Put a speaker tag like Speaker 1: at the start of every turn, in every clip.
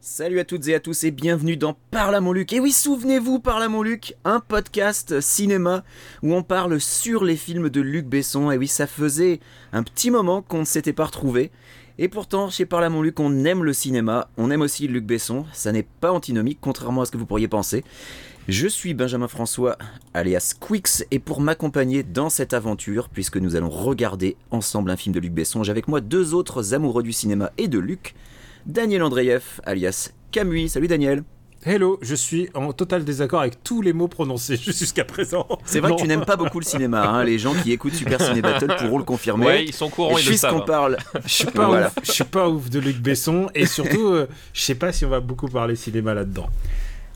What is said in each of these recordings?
Speaker 1: Salut à toutes et à tous et bienvenue dans Parle à mon Luc. Et oui, souvenez-vous, Parle à mon Luc, un podcast cinéma où on parle sur les films de Luc Besson. Et oui, ça faisait un petit moment qu'on ne s'était pas retrouvé. Et pourtant, chez Parle à mon Luc, on aime le cinéma, on aime aussi Luc Besson. Ça n'est pas antinomique, contrairement à ce que vous pourriez penser. Je suis Benjamin François, alias Quix, et pour m'accompagner dans cette aventure, puisque nous allons regarder ensemble un film de Luc Besson, j'ai avec moi deux autres amoureux du cinéma et de Luc. Daniel Andreev, alias Camus. Salut Daniel.
Speaker 2: Hello, je suis en total désaccord avec tous les mots prononcés jusqu'à présent.
Speaker 1: C'est vrai que tu n'aimes pas beaucoup le cinéma. hein, Les gens qui écoutent Super Ciné Battle pourront le confirmer.
Speaker 3: Ouais, ils sont courants,
Speaker 1: Et
Speaker 3: ils le
Speaker 1: puisqu'on
Speaker 3: savent. hein.
Speaker 1: parle,
Speaker 2: Je suis pas,
Speaker 1: Voilà.
Speaker 2: ouf, je suis pas ouf de Luc Besson et surtout, euh, je sais pas si on va beaucoup parler cinéma là-dedans.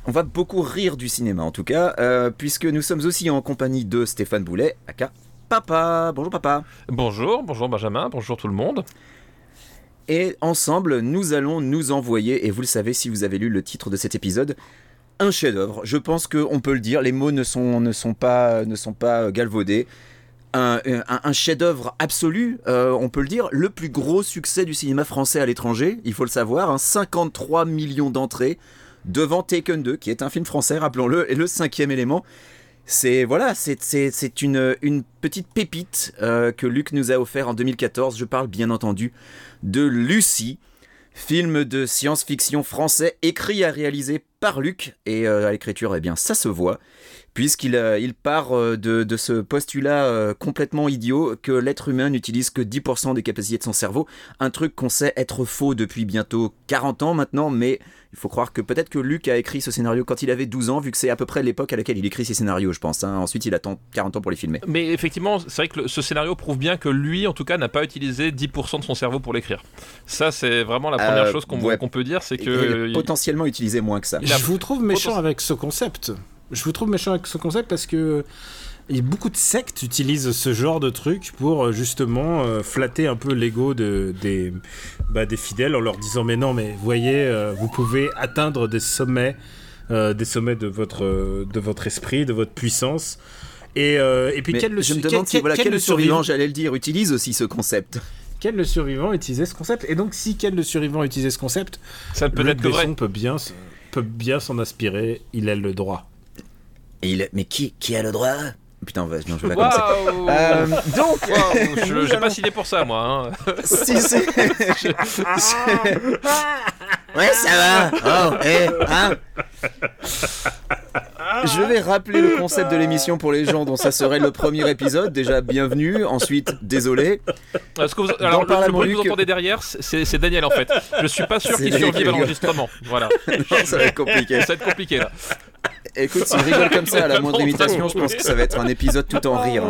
Speaker 1: on va beaucoup rire du cinéma en tout cas, euh, puisque nous sommes aussi en compagnie de Stéphane Boulet, aka Papa. Bonjour Papa.
Speaker 3: Bonjour, bonjour Benjamin, bonjour tout le monde.
Speaker 1: Et ensemble, nous allons nous envoyer, et vous le savez si vous avez lu le titre de cet épisode, un chef-d'œuvre. Je pense qu'on peut le dire, les mots ne sont, ne sont, pas, ne sont pas euh, galvaudés. Un, euh, un- un chef-d'œuvre absolu, euh, on peut le dire, le plus gros succès du cinéma français à l'étranger, il faut le savoir, hein, 53 millions d'entrées devant Taken 2, qui est un film français, rappelons-le, et le cinquième élément. C'est voilà, c'est- c'est c'est une, une petite pépite euh, que Luc nous a offert en 2014. Je parle bien entendu de Lucie, film de science-fiction français écrit et réalisé par Luc. Et euh, à l'écriture, eh bien, ça se voit, puisqu'il euh, il part euh, de, de ce postulat euh, complètement idiot que l'être humain n'utilise que 10% des capacités de son cerveau. Un truc qu'on sait être faux depuis bientôt 40 ans maintenant, mais il faut croire que peut-être que Luc a écrit ce scénario quand il avait 12 ans, vu que c'est à peu près l'époque à laquelle il écrit ses scénarios, je pense. hein. Ensuite, il attend 40 ans pour les filmer.
Speaker 3: Mais effectivement, c'est vrai que le- ce scénario prouve bien que lui, en tout cas, n'a pas utilisé 10% de son cerveau pour l'écrire. Ça, c'est vraiment la première
Speaker 1: Euh,
Speaker 3: chose qu'on
Speaker 1: ouais.
Speaker 3: qu'on peut dire, c'est que...
Speaker 1: il
Speaker 3: euh,
Speaker 1: est
Speaker 3: il-
Speaker 1: potentiellement utilisé moins que ça.
Speaker 3: Il a-
Speaker 2: Je vous trouve méchant avec ce concept. Je vous trouve méchant avec ce concept parce que euh, il y a beaucoup de sectes utilisent ce genre de truc pour euh, justement euh, flatter un peu l'ego de, des, bah, des fidèles en leur disant mais non mais voyez euh, vous pouvez atteindre des sommets euh, des sommets de votre euh, de votre esprit de votre puissance et, euh, et puis
Speaker 1: Mais
Speaker 2: quel le
Speaker 1: je
Speaker 2: su-
Speaker 1: me
Speaker 2: quel-
Speaker 1: demande si
Speaker 2: quel-
Speaker 1: voilà,
Speaker 2: quel
Speaker 1: quel,
Speaker 2: le
Speaker 1: survivant,
Speaker 2: survivant
Speaker 1: j'allais le dire, utilise aussi ce concept.
Speaker 2: quel le survivant utilisait ce concept et donc si quel le survivant utilisait ce concept
Speaker 3: ça peut
Speaker 2: Luc
Speaker 3: être que vrai.
Speaker 2: Besson peut bien s- peut bien s'en inspirer il a le droit
Speaker 1: Et il... Mais qui, qui a le droit Putain, vas- non, je vais pas commencer.
Speaker 3: Waouh
Speaker 1: Euh, donc, euh,
Speaker 3: Waouh, je-
Speaker 1: nous
Speaker 3: J'ai pas
Speaker 1: allons-
Speaker 3: signé pour ça, moi. hein.
Speaker 1: si, si. Je- je- Ouais, ça va. Oh, eh, hein. Je vais rappeler le concept de l'émission pour les gens dont ça serait le premier épisode. Déjà, bienvenue. Ensuite, désolé.
Speaker 3: Parce que vous-
Speaker 1: Dans
Speaker 3: alors, le,
Speaker 1: Parle à
Speaker 3: le
Speaker 1: mon
Speaker 3: bruit que
Speaker 1: Luc-
Speaker 3: vous entendez derrière, c'est c'est Daniel, en fait. Je suis pas sûr
Speaker 1: C'est
Speaker 3: qu'il
Speaker 1: Daniel qui
Speaker 3: survive à
Speaker 1: rigole.
Speaker 3: l'enregistrement. Voilà.
Speaker 1: ça va être compliqué.
Speaker 3: Ça va être compliqué, là.
Speaker 1: Écoute, si je rigole comme ça à la moindre imitation, je pense que ça va être un épisode tout en rire.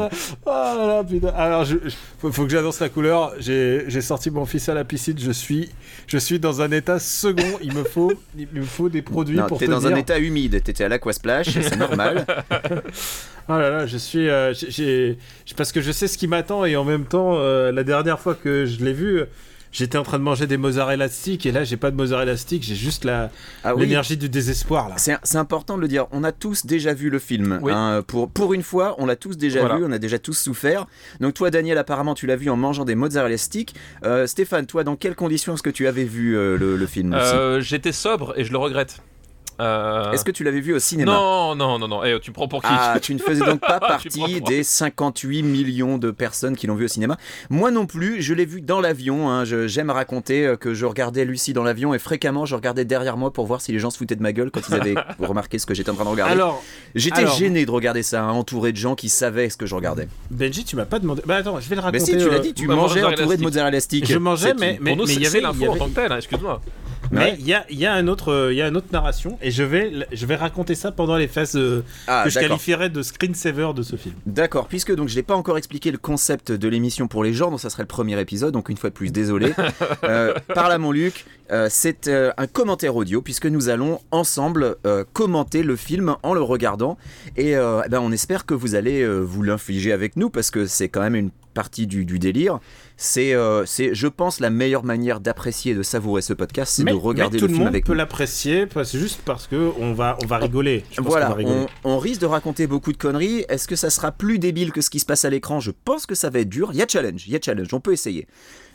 Speaker 2: Oh là là, putain. Alors, je- je- faut, faut que j'annonce la couleur. J'ai j'ai sorti mon fils à la piscine. Je suis, je suis dans un état second. Il me faut, il me faut des produits
Speaker 1: Non,
Speaker 2: pour
Speaker 1: t'es dans
Speaker 2: tenir.
Speaker 1: un état humide. T'étais à l'aquasplash, c'est normal.
Speaker 2: Oh là là, je suis, euh, j'ai- j'ai- j'ai- parce que je sais ce qui m'attend et en même temps, euh, la dernière fois que je l'ai vu. J'étais en train de manger des mozzarella sticks et là j'ai pas de mozzarella sticks, j'ai juste la-
Speaker 1: Ah oui,
Speaker 2: l'énergie du désespoir là.
Speaker 1: C'est c'est important de le dire. On a tous déjà vu le film.
Speaker 3: Oui.
Speaker 1: hein. pour, pour une fois, on l'a tous déjà
Speaker 3: Voilà.
Speaker 1: vu. On a déjà tous souffert. Donc toi, Daniel, apparemment, tu l'as vu en mangeant des mozzarella sticks. Euh, Stéphane, toi, dans quelles conditions est-ce que tu avais vu euh, le, le film aussi
Speaker 3: Euh, J'étais sobre et je le regrette. Euh,
Speaker 1: Est-ce que tu l'avais vu au cinéma
Speaker 3: Non, non, non, non. Eh, tu me prends pour qui
Speaker 1: Ah, tu ne faisais donc pas
Speaker 3: prends
Speaker 1: partie
Speaker 3: pour-
Speaker 1: des 58 millions de personnes qui l'ont vu au cinéma. Moi non plus, je l'ai vu dans l'avion. hein. Je- J'aime raconter euh, que je regardais Lucie dans l'avion et fréquemment je regardais derrière moi pour voir si les gens se foutaient de ma gueule quand ils avaient remarqué ce que j'étais en train de regarder.
Speaker 2: Alors,
Speaker 1: J'étais
Speaker 2: Alors-
Speaker 1: gêné de regarder ça, hein, entouré de gens qui savaient ce que je regardais.
Speaker 2: Benji, tu m'as pas demandé. Bah attends, je vais le
Speaker 1: Mais
Speaker 2: raconter.
Speaker 1: si, tu l'as
Speaker 2: euh,
Speaker 1: dit, tu
Speaker 3: bah,
Speaker 1: mangeais
Speaker 3: mozzarella
Speaker 1: entouré de
Speaker 3: stick.
Speaker 1: mozzarella stick.
Speaker 2: Je mangeais,
Speaker 1: C'est-
Speaker 2: mais, mais,
Speaker 3: Pour nous,
Speaker 2: mais
Speaker 3: c'est-
Speaker 2: il y
Speaker 3: c'est
Speaker 2: avait il y
Speaker 3: l'info en
Speaker 2: avait-
Speaker 3: tant que telle, hein, excuse-moi.
Speaker 2: Mais
Speaker 1: Ouais.
Speaker 2: il y a, il y a un autre, euh, il y a une autre narration et je vais, je vais raconter ça pendant les phases euh,
Speaker 1: Ah,
Speaker 2: que je
Speaker 1: d'accord.
Speaker 2: qualifierais de screensaver de ce film.
Speaker 1: D'accord, puisque donc je n'ai pas encore expliqué le concept de l'émission pour les gens, donc ça serait le premier épisode, donc une fois de plus, désolé. Euh, parle à mon Luc, euh, c'est euh, un commentaire audio, puisque nous allons ensemble euh, commenter le film en le regardant, et euh, eh ben, on espère que vous allez euh, vous l'infliger avec nous, parce que c'est quand même une partie du, du délire. C'est, euh, c'est, je pense, la meilleure manière d'apprécier et de savourer ce podcast, c'est
Speaker 2: mais,
Speaker 1: de regarder
Speaker 2: mais tout
Speaker 1: le
Speaker 2: le,
Speaker 1: film
Speaker 2: monde
Speaker 1: avec
Speaker 2: peut
Speaker 1: nous.
Speaker 2: l'apprécier, parce- juste parce que on va, on va rigoler. Je pense qu'on
Speaker 1: Voilà,
Speaker 2: va rigoler.
Speaker 1: on, on risque de raconter beaucoup de conneries. Est-ce que ça sera plus débile que ce qui se passe à l'écran Je pense que ça va être dur. Il y a challenge, il y a challenge, on peut essayer.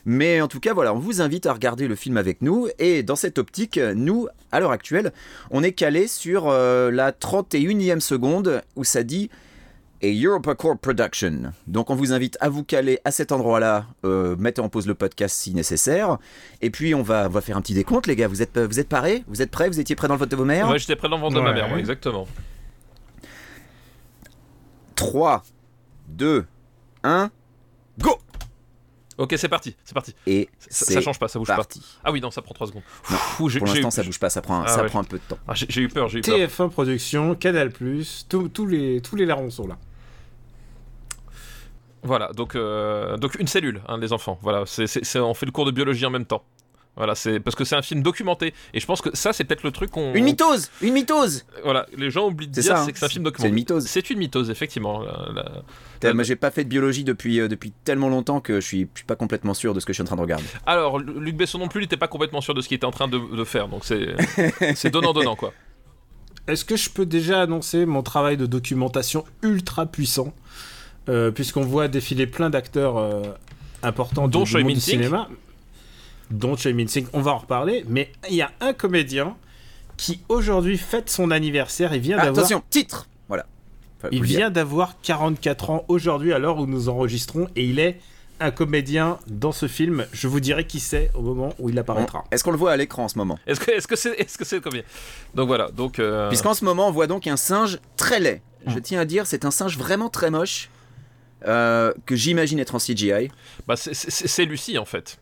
Speaker 1: Mais en tout cas, voilà, on vous invite à regarder le film avec nous. Et dans cette optique, nous, à l'heure actuelle, on est calé sur euh, la 31e seconde où ça dit et Europa Corp Production. Donc on vous invite à vous caler à cet endroit-là, euh, mettez en pause le podcast si nécessaire. Et puis on va, on va faire un petit décompte, les gars. Vous êtes, vous êtes parés Vous êtes prêts Vous étiez prêts dans le vote de vos mères
Speaker 3: Ouais, j'étais prêt dans le ventre de ma
Speaker 2: Ouais.
Speaker 3: mère, moi, exactement.
Speaker 1: 3, 2, 1, go
Speaker 3: Ok, c'est parti, c'est parti.
Speaker 1: Et
Speaker 3: Ça,
Speaker 1: c'est
Speaker 3: ça change pas, ça bouge
Speaker 1: parti.
Speaker 3: pas. Ah oui, non, ça prend 3 secondes.
Speaker 1: Non,
Speaker 3: Ouh, j'ai-
Speaker 1: Pour
Speaker 3: j'ai
Speaker 1: l'instant,
Speaker 3: eu-
Speaker 1: ça bouge pas, ça prend,
Speaker 3: Ah
Speaker 1: ça
Speaker 3: ouais.
Speaker 1: prend un peu de temps.
Speaker 3: Ah, j'ai- j'ai eu peur, j'ai eu peur.
Speaker 2: TF1 Production, Canal+, tous- tous les, tous les larrons sont là.
Speaker 3: Voilà, donc, euh, donc une cellule, hein, les enfants. Voilà, c'est c'est- c'est- on fait le cours de biologie en même temps. Voilà, c'est parce que c'est un film documenté. Et je pense que ça, c'est peut-être le truc qu'on.
Speaker 1: Une mitose Une mitose
Speaker 3: Voilà, les gens oublient de
Speaker 1: C'est
Speaker 3: dire
Speaker 1: ça, hein.
Speaker 3: c'est que c'est un film
Speaker 1: C'est
Speaker 3: documenté.
Speaker 1: une mitose.
Speaker 3: C'est une mitose, effectivement. la- la-
Speaker 1: Putain, Euh, Moi, j'ai pas fait de biologie depuis, euh, depuis tellement longtemps que je suis, je suis pas complètement sûr de ce que je suis en train de regarder.
Speaker 3: Alors, Lu- Luc Besson non plus, il n'était pas complètement sûr de ce qu'il était en train de, de faire. Donc c'est c'est donnant-donnant, quoi.
Speaker 2: Est-ce que je peux déjà annoncer mon travail de documentation ultra puissant euh, Puisqu'on voit défiler plein d'acteurs euh, importants
Speaker 3: Dont
Speaker 2: du,
Speaker 3: Choi
Speaker 2: du monde du
Speaker 3: Min-sik.
Speaker 2: cinéma. Dont Choi Min-sik, on va en reparler. Mais il y a un comédien qui aujourd'hui fête son anniversaire. Il vient
Speaker 1: Ah,
Speaker 2: d'avoir...
Speaker 1: attention, titre Voilà. Enfin,
Speaker 2: Il
Speaker 1: vous le dire.
Speaker 2: vient d'avoir 44 ans aujourd'hui à l'heure où nous enregistrons et il est un comédien dans ce film. Je vous dirai qui c'est au moment où il
Speaker 1: On-
Speaker 2: apparaîtra.
Speaker 1: Est-ce qu'on le voit à l'écran en ce moment
Speaker 3: Est-ce que est-ce que c'est est-ce que c'est combien Donc voilà, donc. euh,
Speaker 1: Puisqu'en ce moment, on voit donc un singe très laid.
Speaker 3: Ah.
Speaker 1: Je tiens à dire, c'est un singe vraiment très moche. euh, que j'imagine être en CGI.
Speaker 3: bah, c'est- c'est c'est Lucie en fait.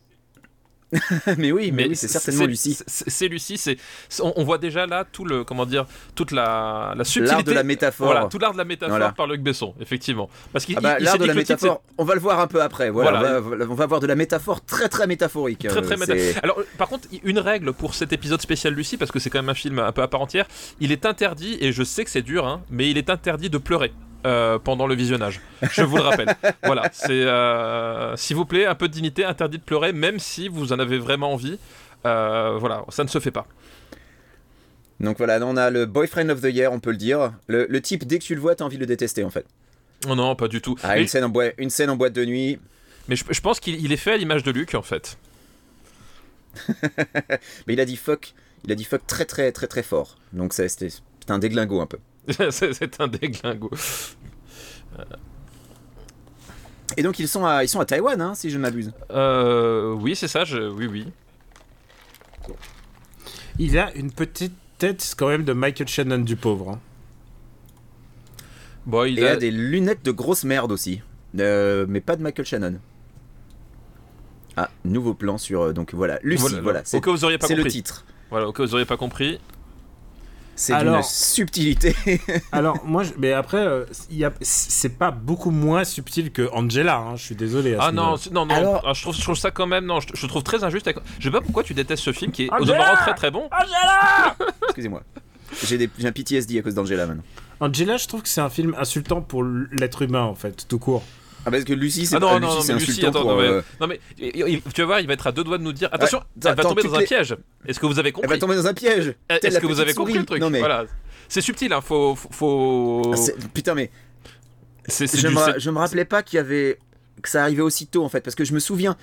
Speaker 1: mais oui, mais, oui, c'est certainement Lucie.
Speaker 3: c'est- C'est c'est Lucie, c'est c'est- on, on voit déjà là tout le comment dire toute la la subtilité
Speaker 1: L'art de la métaphore.
Speaker 3: Voilà, tout l'art de la métaphore
Speaker 1: Voilà.
Speaker 3: par Luc Besson, effectivement. Parce qu'il
Speaker 1: Ah
Speaker 3: il-
Speaker 1: bah,
Speaker 3: il
Speaker 1: l'art
Speaker 3: s'est
Speaker 1: de
Speaker 3: dit
Speaker 1: la
Speaker 3: que le titre,
Speaker 1: métaphore, on va le voir un peu après. Voilà,
Speaker 3: Voilà.
Speaker 1: On, va, on va voir de la métaphore très très métaphorique.
Speaker 3: c'est très
Speaker 1: euh,
Speaker 3: très
Speaker 1: c'est-
Speaker 3: méta- Alors, euh, par contre, i- une règle pour cet épisode spécial Lucie, parce que c'est quand même un film un peu à part entière, il est interdit, et je sais que c'est dur, hein, mais il est interdit de pleurer. euh, pendant le visionnage, je vous le rappelle. voilà, c'est euh, s'il vous plaît un peu de dignité, interdit de pleurer, même si vous en avez vraiment envie. Euh, voilà, ça ne se fait pas.
Speaker 1: Donc voilà, là, on a le boyfriend of the year, on peut le dire. Le, le type, dès que tu le vois, t'as envie de le détester en fait.
Speaker 3: Oh Non, non, pas du tout.
Speaker 1: Ah,
Speaker 3: Mais-
Speaker 1: une, scène en boi- une scène en boîte de nuit.
Speaker 3: Mais je, je pense qu'il il est fait à l'image de Luc en fait.
Speaker 1: Mais il a dit fuck. Il a dit fuck très très très très fort. Donc ça, c'était c'était un déglingo un peu.
Speaker 3: c'est c'est un déglingo.
Speaker 1: Et donc ils sont à, ils sont à Taïwan, hein, si je ne m'abuse.
Speaker 3: Euh, oui, c'est ça, je, oui, oui.
Speaker 2: Il a une petite tête quand même de Michael Shannon du pauvre. hein.
Speaker 3: Bon, il
Speaker 1: Et
Speaker 3: a,
Speaker 1: a... des lunettes de grosse merde aussi. Euh, mais pas de Michael Shannon. Ah, nouveau plan sur. euh, donc voilà, Lucie, voilà.
Speaker 3: au
Speaker 1: c'est
Speaker 3: cas où vous auriez pas
Speaker 1: c'est
Speaker 3: compris.
Speaker 1: le titre.
Speaker 3: Voilà, au cas où vous auriez pas compris.
Speaker 1: C'est d'une
Speaker 2: Alors-
Speaker 1: subtilité.
Speaker 2: Alors moi, je- mais après, euh, il y a- c'est pas beaucoup moins subtil que Angela. hein, je suis désolé. à
Speaker 3: Ah
Speaker 2: ce
Speaker 3: non,
Speaker 2: niveau-là.
Speaker 3: c'est- non, non.
Speaker 1: Alors-
Speaker 3: ah, je, trouve, je trouve ça quand même. Non, je, je trouve très injuste. avec- Je sais pas pourquoi tu détestes ce film qui
Speaker 1: Ah,
Speaker 3: est au
Speaker 2: Angela
Speaker 3: demeurant très très bon.
Speaker 1: Excusez-moi. J'ai des- j'ai un PTSD à cause d'Angela maintenant.
Speaker 2: Angela, je trouve que c'est un film insultant pour l'être humain en fait, tout court.
Speaker 1: Ah, parce que Lucie, c'est
Speaker 3: Ah non,
Speaker 1: ah,
Speaker 3: non,
Speaker 1: Lucie,
Speaker 3: non,
Speaker 1: c'est
Speaker 3: mais Lucie,
Speaker 1: insultant
Speaker 3: attends,
Speaker 1: pour,
Speaker 3: non, mais,
Speaker 1: euh,
Speaker 3: non, mais il- il- tu vas voir, il va être à deux doigts de nous dire attention,
Speaker 1: Ah,
Speaker 3: elle va
Speaker 1: attends,
Speaker 3: tomber
Speaker 1: toutes
Speaker 3: dans un
Speaker 1: les-
Speaker 3: piège. Est-ce que vous avez
Speaker 1: Elle va
Speaker 3: compris Eh,
Speaker 1: tomber dans un piège. telle
Speaker 3: Est-ce
Speaker 1: la
Speaker 3: que vous
Speaker 1: petite
Speaker 3: avez compris le
Speaker 1: souris.
Speaker 3: truc
Speaker 1: Non, mais-
Speaker 3: Voilà. C'est subtil, hein, faut, faut- faut.
Speaker 1: Ah, c'est- putain, mais
Speaker 3: C'est c'est
Speaker 1: je
Speaker 3: du-
Speaker 1: me,
Speaker 3: c'est-
Speaker 1: je me rappelais pas qu'il y avait que ça arrivait aussi tôt en fait, parce que je me souviens.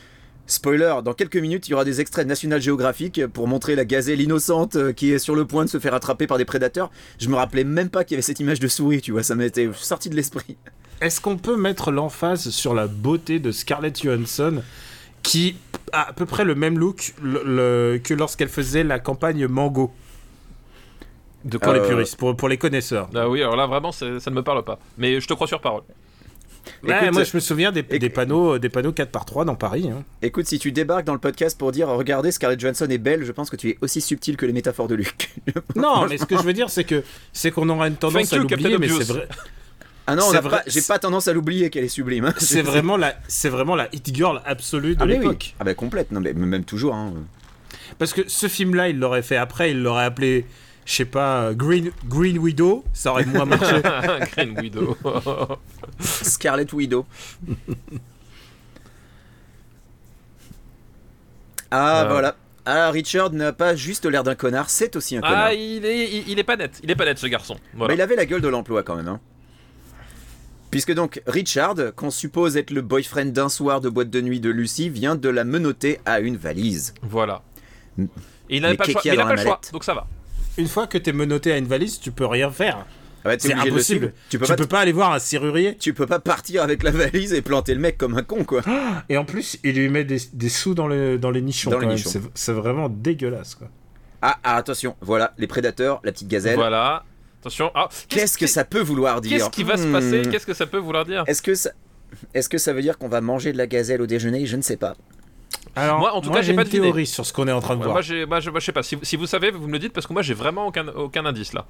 Speaker 1: Spoiler, dans quelques minutes, il y aura des extraits de National Geographic pour montrer la gazelle innocente euh, qui est sur le point de se faire attraper par des prédateurs. Je me rappelais même pas qu'il y avait cette image de souris, tu vois, ça m'était sorti de l'esprit.
Speaker 2: Est-ce qu'on peut mettre l'emphase sur la beauté de Scarlett Johansson qui a à peu près le même look le- le- que lorsqu'elle faisait la campagne Mango de pour
Speaker 1: Euh,
Speaker 2: les puristes, pour, pour les connaisseurs.
Speaker 3: Ah oui, alors là vraiment, c'est- ça ne me parle pas. Mais je te crois sur parole.
Speaker 2: Ouais,
Speaker 1: écoute,
Speaker 2: moi je me souviens des,
Speaker 1: éc-
Speaker 2: des panneaux euh, des panneaux 4 par 3 dans Paris. hein.
Speaker 1: Écoute, si tu débarques dans le podcast pour dire regardez Scarlett Johansson est belle, je pense que tu es aussi subtil que les métaphores de Luc.
Speaker 2: Non, mais ce que je veux dire c'est que c'est qu'on aura une tendance
Speaker 3: Thank
Speaker 2: à
Speaker 3: you,
Speaker 2: l'oublier
Speaker 3: Captain
Speaker 2: mais c'est
Speaker 3: Obvious.
Speaker 2: vrai
Speaker 1: ah non, on
Speaker 2: C'est
Speaker 1: a
Speaker 2: vrai,
Speaker 1: pas- j'ai
Speaker 2: c'est-
Speaker 1: pas tendance à l'oublier qu'elle est sublime. hein.
Speaker 2: c'est vraiment la c'est vraiment la hit girl absolue de
Speaker 1: ah, mais oui.
Speaker 2: l'époque.
Speaker 1: Ah bah complète, non mais même toujours. hein.
Speaker 2: Parce que ce film là, il l'aurait fait après, il l'aurait appelé je sais pas euh, Green Green Widow, ça aurait moins marché.
Speaker 3: Green Widow.
Speaker 1: Scarlett Widow. Ah
Speaker 3: Euh.
Speaker 1: voilà. Ah, Richard n'a pas juste l'air d'un connard, c'est aussi un connard.
Speaker 3: Ah, il est, il, il est pas net. Il est pas net, ce garçon. Voilà.
Speaker 1: Mais il avait la gueule de l'emploi quand même. hein. Puisque donc Richard, qu'on suppose être le boyfriend d'un soir de boîte de nuit de Lucie, vient de la menoter à une valise.
Speaker 3: Voilà.
Speaker 1: Mm.
Speaker 3: Et il n'avait
Speaker 1: Mais
Speaker 3: pas le choix.
Speaker 1: Keke
Speaker 3: Mais
Speaker 1: a
Speaker 3: il a
Speaker 1: dans la
Speaker 3: pas le choix,
Speaker 1: mallette.
Speaker 3: donc ça va.
Speaker 2: Une fois que t'es menotté à une valise, tu peux rien faire.
Speaker 1: Ah bah, t'es
Speaker 2: C'est
Speaker 1: obligé de le
Speaker 2: impossible.
Speaker 1: suivre. Tu peux, pas,
Speaker 2: aller voir un serrurier.
Speaker 1: tu peux pas partir avec la valise et planter le mec comme un con quoi.
Speaker 2: Et en plus, il lui met des, des sous dans, le, dans les nichons.
Speaker 1: Dans
Speaker 2: quand
Speaker 1: les
Speaker 2: même.
Speaker 1: nichons.
Speaker 2: C'est c'est vraiment dégueulasse. Quoi.
Speaker 1: Ah, ah, attention, voilà les prédateurs, la petite gazelle.
Speaker 3: Voilà. Attention. Ah,
Speaker 1: Qu'est-ce que ça peut vouloir dire
Speaker 3: Qu'est-ce qui va se
Speaker 1: Hmm.
Speaker 3: passer Qu'est-ce que ça peut vouloir dire
Speaker 1: Est-ce que ça est-ce que ça veut dire qu'on va manger de la gazelle au déjeuner Je ne sais pas.
Speaker 2: Alors,
Speaker 3: Moi, en tout cas, j'ai
Speaker 2: j'ai
Speaker 3: pas
Speaker 2: une
Speaker 3: d'idée.
Speaker 2: théorie sur ce qu'on est en train de
Speaker 3: Ouais,
Speaker 2: voir.
Speaker 3: Moi, j'ai- moi, je, moi, je sais pas. Si, vous- si vous savez, vous me le dites parce que moi, j'ai vraiment aucun, aucun indice là.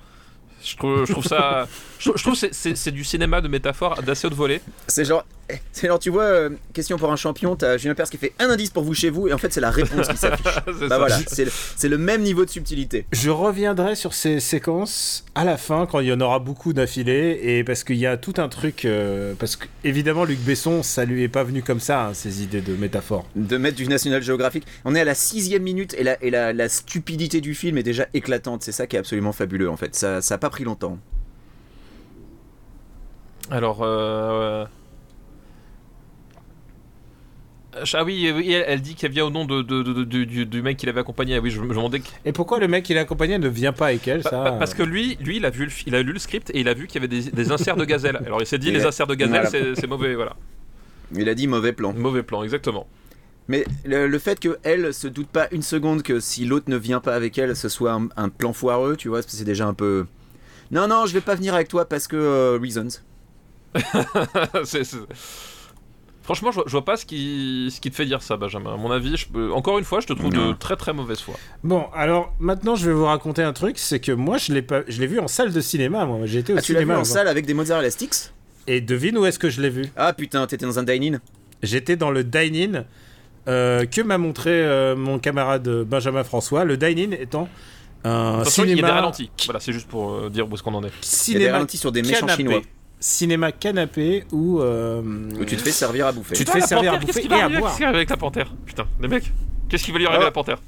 Speaker 3: Je trouve, je trouve ça. Je, trouve- je trouve que c'est- c'est c'est du cinéma de métaphore d'assez haute volée.
Speaker 1: C'est genre, c'est genre, tu vois, euh, question pour un champion, t'as Julien Perce qui fait un indice pour vous chez vous, et en fait, c'est la réponse qui s'affiche.
Speaker 3: C'est
Speaker 1: bah
Speaker 3: ça.
Speaker 1: voilà, c'est le, c'est le même niveau de subtilité.
Speaker 2: Je reviendrai sur ces séquences à la fin quand il y en aura beaucoup d'affilée et parce qu'il y a tout un truc euh, parce que évidemment Luc Besson ça lui est pas venu comme ça hein, ces idées de métaphores.
Speaker 1: De mettre du National Geographic. On est à la sixième minute, et la, et la, la stupidité du film est déjà éclatante. C'est ça qui est absolument fabuleux, en fait. Ça n'a pas pris longtemps.
Speaker 3: Alors. euh, euh, Ah oui, oui, elle, elle dit qu'elle vient au nom de, de- de- de- du, du mec qui l'avait accompagné. Ah Oui, je me je me demandais que-
Speaker 2: Et pourquoi le mec qui l'accompagnait ne vient pas avec elle
Speaker 3: Pa-
Speaker 2: ça euh.
Speaker 3: pa- Bah, Parce que lui, lui il, a vu le, fi- il a lu le script et il a vu qu'il y avait des, des inserts de gazelle. Alors il s'est dit,
Speaker 1: Il
Speaker 3: les
Speaker 1: a-
Speaker 3: inserts de gazelle,
Speaker 1: Voilà.
Speaker 3: c'est- c'est mauvais, voilà.
Speaker 1: Il a dit mauvais plan.
Speaker 3: Mauvais plan, exactement.
Speaker 1: Mais le, le fait qu'elle se doute pas une seconde que si l'autre ne vient pas avec elle, ce soit un, un plan foireux, tu vois, c'est déjà un peu. Non, non, je vais pas venir avec toi parce que euh, Reasons.
Speaker 3: C'est- c'est- Franchement, je vois, je vois pas ce qui, ce qui te fait dire ça, Benjamin. À mon avis, je peux- encore une fois, je te trouve de
Speaker 1: Non.
Speaker 3: très très mauvaise foi.
Speaker 2: Bon, alors maintenant je vais vous raconter un truc, c'est que moi je l'ai pas je l'ai vu en salle de cinéma moi, j'étais au
Speaker 1: Ah, tu l'as vu
Speaker 2: cinéma
Speaker 1: en
Speaker 2: avant.
Speaker 1: salle avec des mozzarella sticks
Speaker 2: Et devine où est-ce que je l'ai vu
Speaker 1: Ah putain, t'étais dans un dining
Speaker 2: J'étais dans le dine-in euh, que m'a montré euh, mon camarade Benjamin François, le dine-in étant un
Speaker 3: Attention, il y a
Speaker 2: cinéma
Speaker 3: des ralentis. Voilà, c'est juste pour euh, dire où est-ce qu'on en
Speaker 1: Il y
Speaker 3: est.
Speaker 1: a des
Speaker 2: cinéma
Speaker 1: ralentis sur des méchants
Speaker 2: canapé.
Speaker 1: chinois
Speaker 2: Cinéma canapé où, euh,
Speaker 1: où tu te fais servir à bouffer.
Speaker 2: Tu te
Speaker 3: Putain,
Speaker 2: fais
Speaker 3: Ah, la
Speaker 2: servir à
Speaker 3: panthère, qu'est-ce
Speaker 2: bouffer
Speaker 3: qui
Speaker 2: et
Speaker 3: va
Speaker 2: à
Speaker 3: arriver
Speaker 2: boire.
Speaker 3: avec- avec la panthère Putain, les mecs, qu'est-ce qui va lui arriver
Speaker 1: Ah.
Speaker 3: à la panthère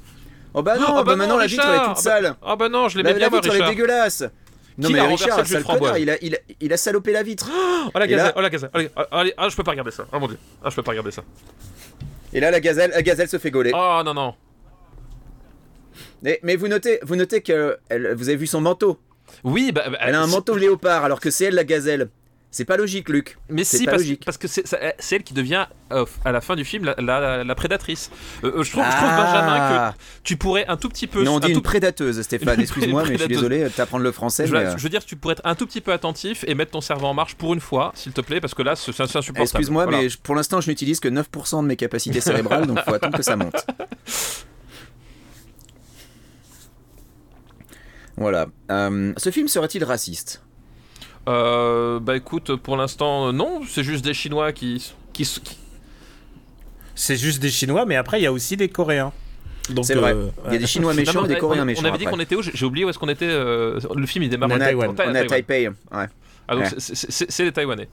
Speaker 1: Oh bah non, bah,
Speaker 3: Oh, bah non,
Speaker 1: maintenant la vitre elle est
Speaker 3: Richard.
Speaker 1: toute sale.
Speaker 3: Ah bah non, je
Speaker 1: La, la
Speaker 3: l'aimais bien, moi,
Speaker 1: vitre elle est
Speaker 3: Richard.
Speaker 1: dégueulasse. Non
Speaker 3: Qui
Speaker 1: mais
Speaker 3: l'a
Speaker 1: Richard,
Speaker 3: renversé le jus de
Speaker 1: sale
Speaker 3: framboise
Speaker 1: connard, il a, il, a, il a salopé la vitre.
Speaker 3: Oh la
Speaker 1: Et là-
Speaker 3: gazelle, oh la gazelle. Allez, ah, allez, ah, je peux pas regarder ça. Ah mon dieu, ah, je peux pas regarder ça.
Speaker 1: Et là la gazelle, la gazelle se fait gauler.
Speaker 3: Ah non, non.
Speaker 1: Mais, mais vous notez, vous notez que elle- vous avez vu son manteau.
Speaker 3: Oui, bah, bah,
Speaker 1: Elle a un
Speaker 3: si-
Speaker 1: manteau léopard alors que c'est elle la gazelle. C'est pas logique, Luc.
Speaker 3: Mais
Speaker 1: C'est
Speaker 3: si,
Speaker 1: pas
Speaker 3: parce,
Speaker 1: logique.
Speaker 3: parce que c'est ça- c'est elle qui devient, euh, à la fin du film, la, la- la prédatrice. Euh, euh, je, trouve, je trouve, Benjamin,
Speaker 1: Ah.
Speaker 3: que tu pourrais un tout petit peu.
Speaker 1: Non, on
Speaker 3: un
Speaker 1: dit une
Speaker 3: tout-
Speaker 1: prédateuse, Stéphane.
Speaker 3: Une
Speaker 1: Excuse-moi, mais je suis
Speaker 3: prédateuse.
Speaker 1: désolé de t'apprendre le français.
Speaker 3: je,
Speaker 1: mais,
Speaker 3: veux-
Speaker 1: euh,
Speaker 3: je veux dire, tu pourrais être un tout petit peu attentif et mettre ton cerveau en marche pour une fois, s'il te plaît, parce que là, c'est c'est insupportable.
Speaker 1: Excuse-moi,
Speaker 3: Voilà.
Speaker 1: mais je- pour l'instant, je n'utilise que 9% de mes capacités cérébrales, donc faut attendre que ça monte. Voilà. Euh, ce film serait-il raciste
Speaker 3: Euh, bah écoute, pour l'instant, euh, non, c'est juste des Chinois qui. qui, s- qui-
Speaker 2: C'est juste des Chinois, mais après il y a aussi des Coréens. Donc,
Speaker 1: C'est vrai.
Speaker 2: euh,
Speaker 1: Il y a des Chinois méchants
Speaker 3: Non, mais
Speaker 1: et des
Speaker 3: on-
Speaker 1: Coréens
Speaker 3: on-
Speaker 1: méchants.
Speaker 3: On avait dit
Speaker 1: après.
Speaker 3: qu'on était où J'ai j'ai oublié où est-ce qu'on était. euh, Le film, il démarre
Speaker 1: On
Speaker 2: en
Speaker 1: est à-
Speaker 2: Taïwan.
Speaker 1: on est à Taipei. ouais.
Speaker 3: Ah, donc
Speaker 1: Ouais.
Speaker 3: c'est- c'est- c'est c'est les Taïwanais.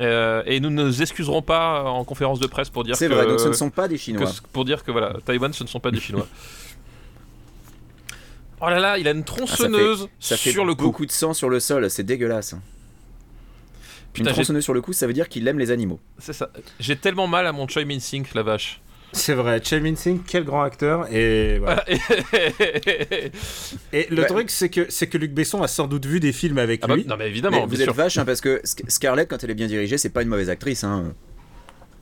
Speaker 3: Euh, et nous ne nous excuserons pas euh, en conférence de presse pour dire
Speaker 1: C'est
Speaker 3: que.
Speaker 1: vrai, donc ce ne sont pas des
Speaker 3: que-
Speaker 1: Chinois.
Speaker 3: pour dire que voilà, Taïwan, ce ne sont pas des Chinois. oh là là, il a une tronçonneuse
Speaker 1: Ah, Ça fait
Speaker 3: sur le cou.
Speaker 1: beaucoup de sang sur le sol, c'est dégueulasse. hein.
Speaker 3: Putain,
Speaker 1: Une
Speaker 3: j'ai-
Speaker 1: tronçonneuse sur le cou, ça veut dire qu'il aime les animaux.
Speaker 3: C'est ça. J'ai tellement mal à mon Choi Min Sink, la vache.
Speaker 2: C'est vrai. Choi Min Sing, quel grand acteur. Et,
Speaker 3: Ah
Speaker 2: voilà. et le
Speaker 1: Bah-
Speaker 2: truc, c'est que c'est que Luc Besson a sans doute vu des films avec
Speaker 3: Ah bah,
Speaker 2: lui.
Speaker 3: non mais
Speaker 1: Mais
Speaker 3: évidemment,
Speaker 1: vous
Speaker 3: bien
Speaker 1: êtes
Speaker 3: sûr.
Speaker 1: vache, hein, parce que Sc- Scarlett, quand elle est bien dirigée, c'est pas une mauvaise actrice. Hein.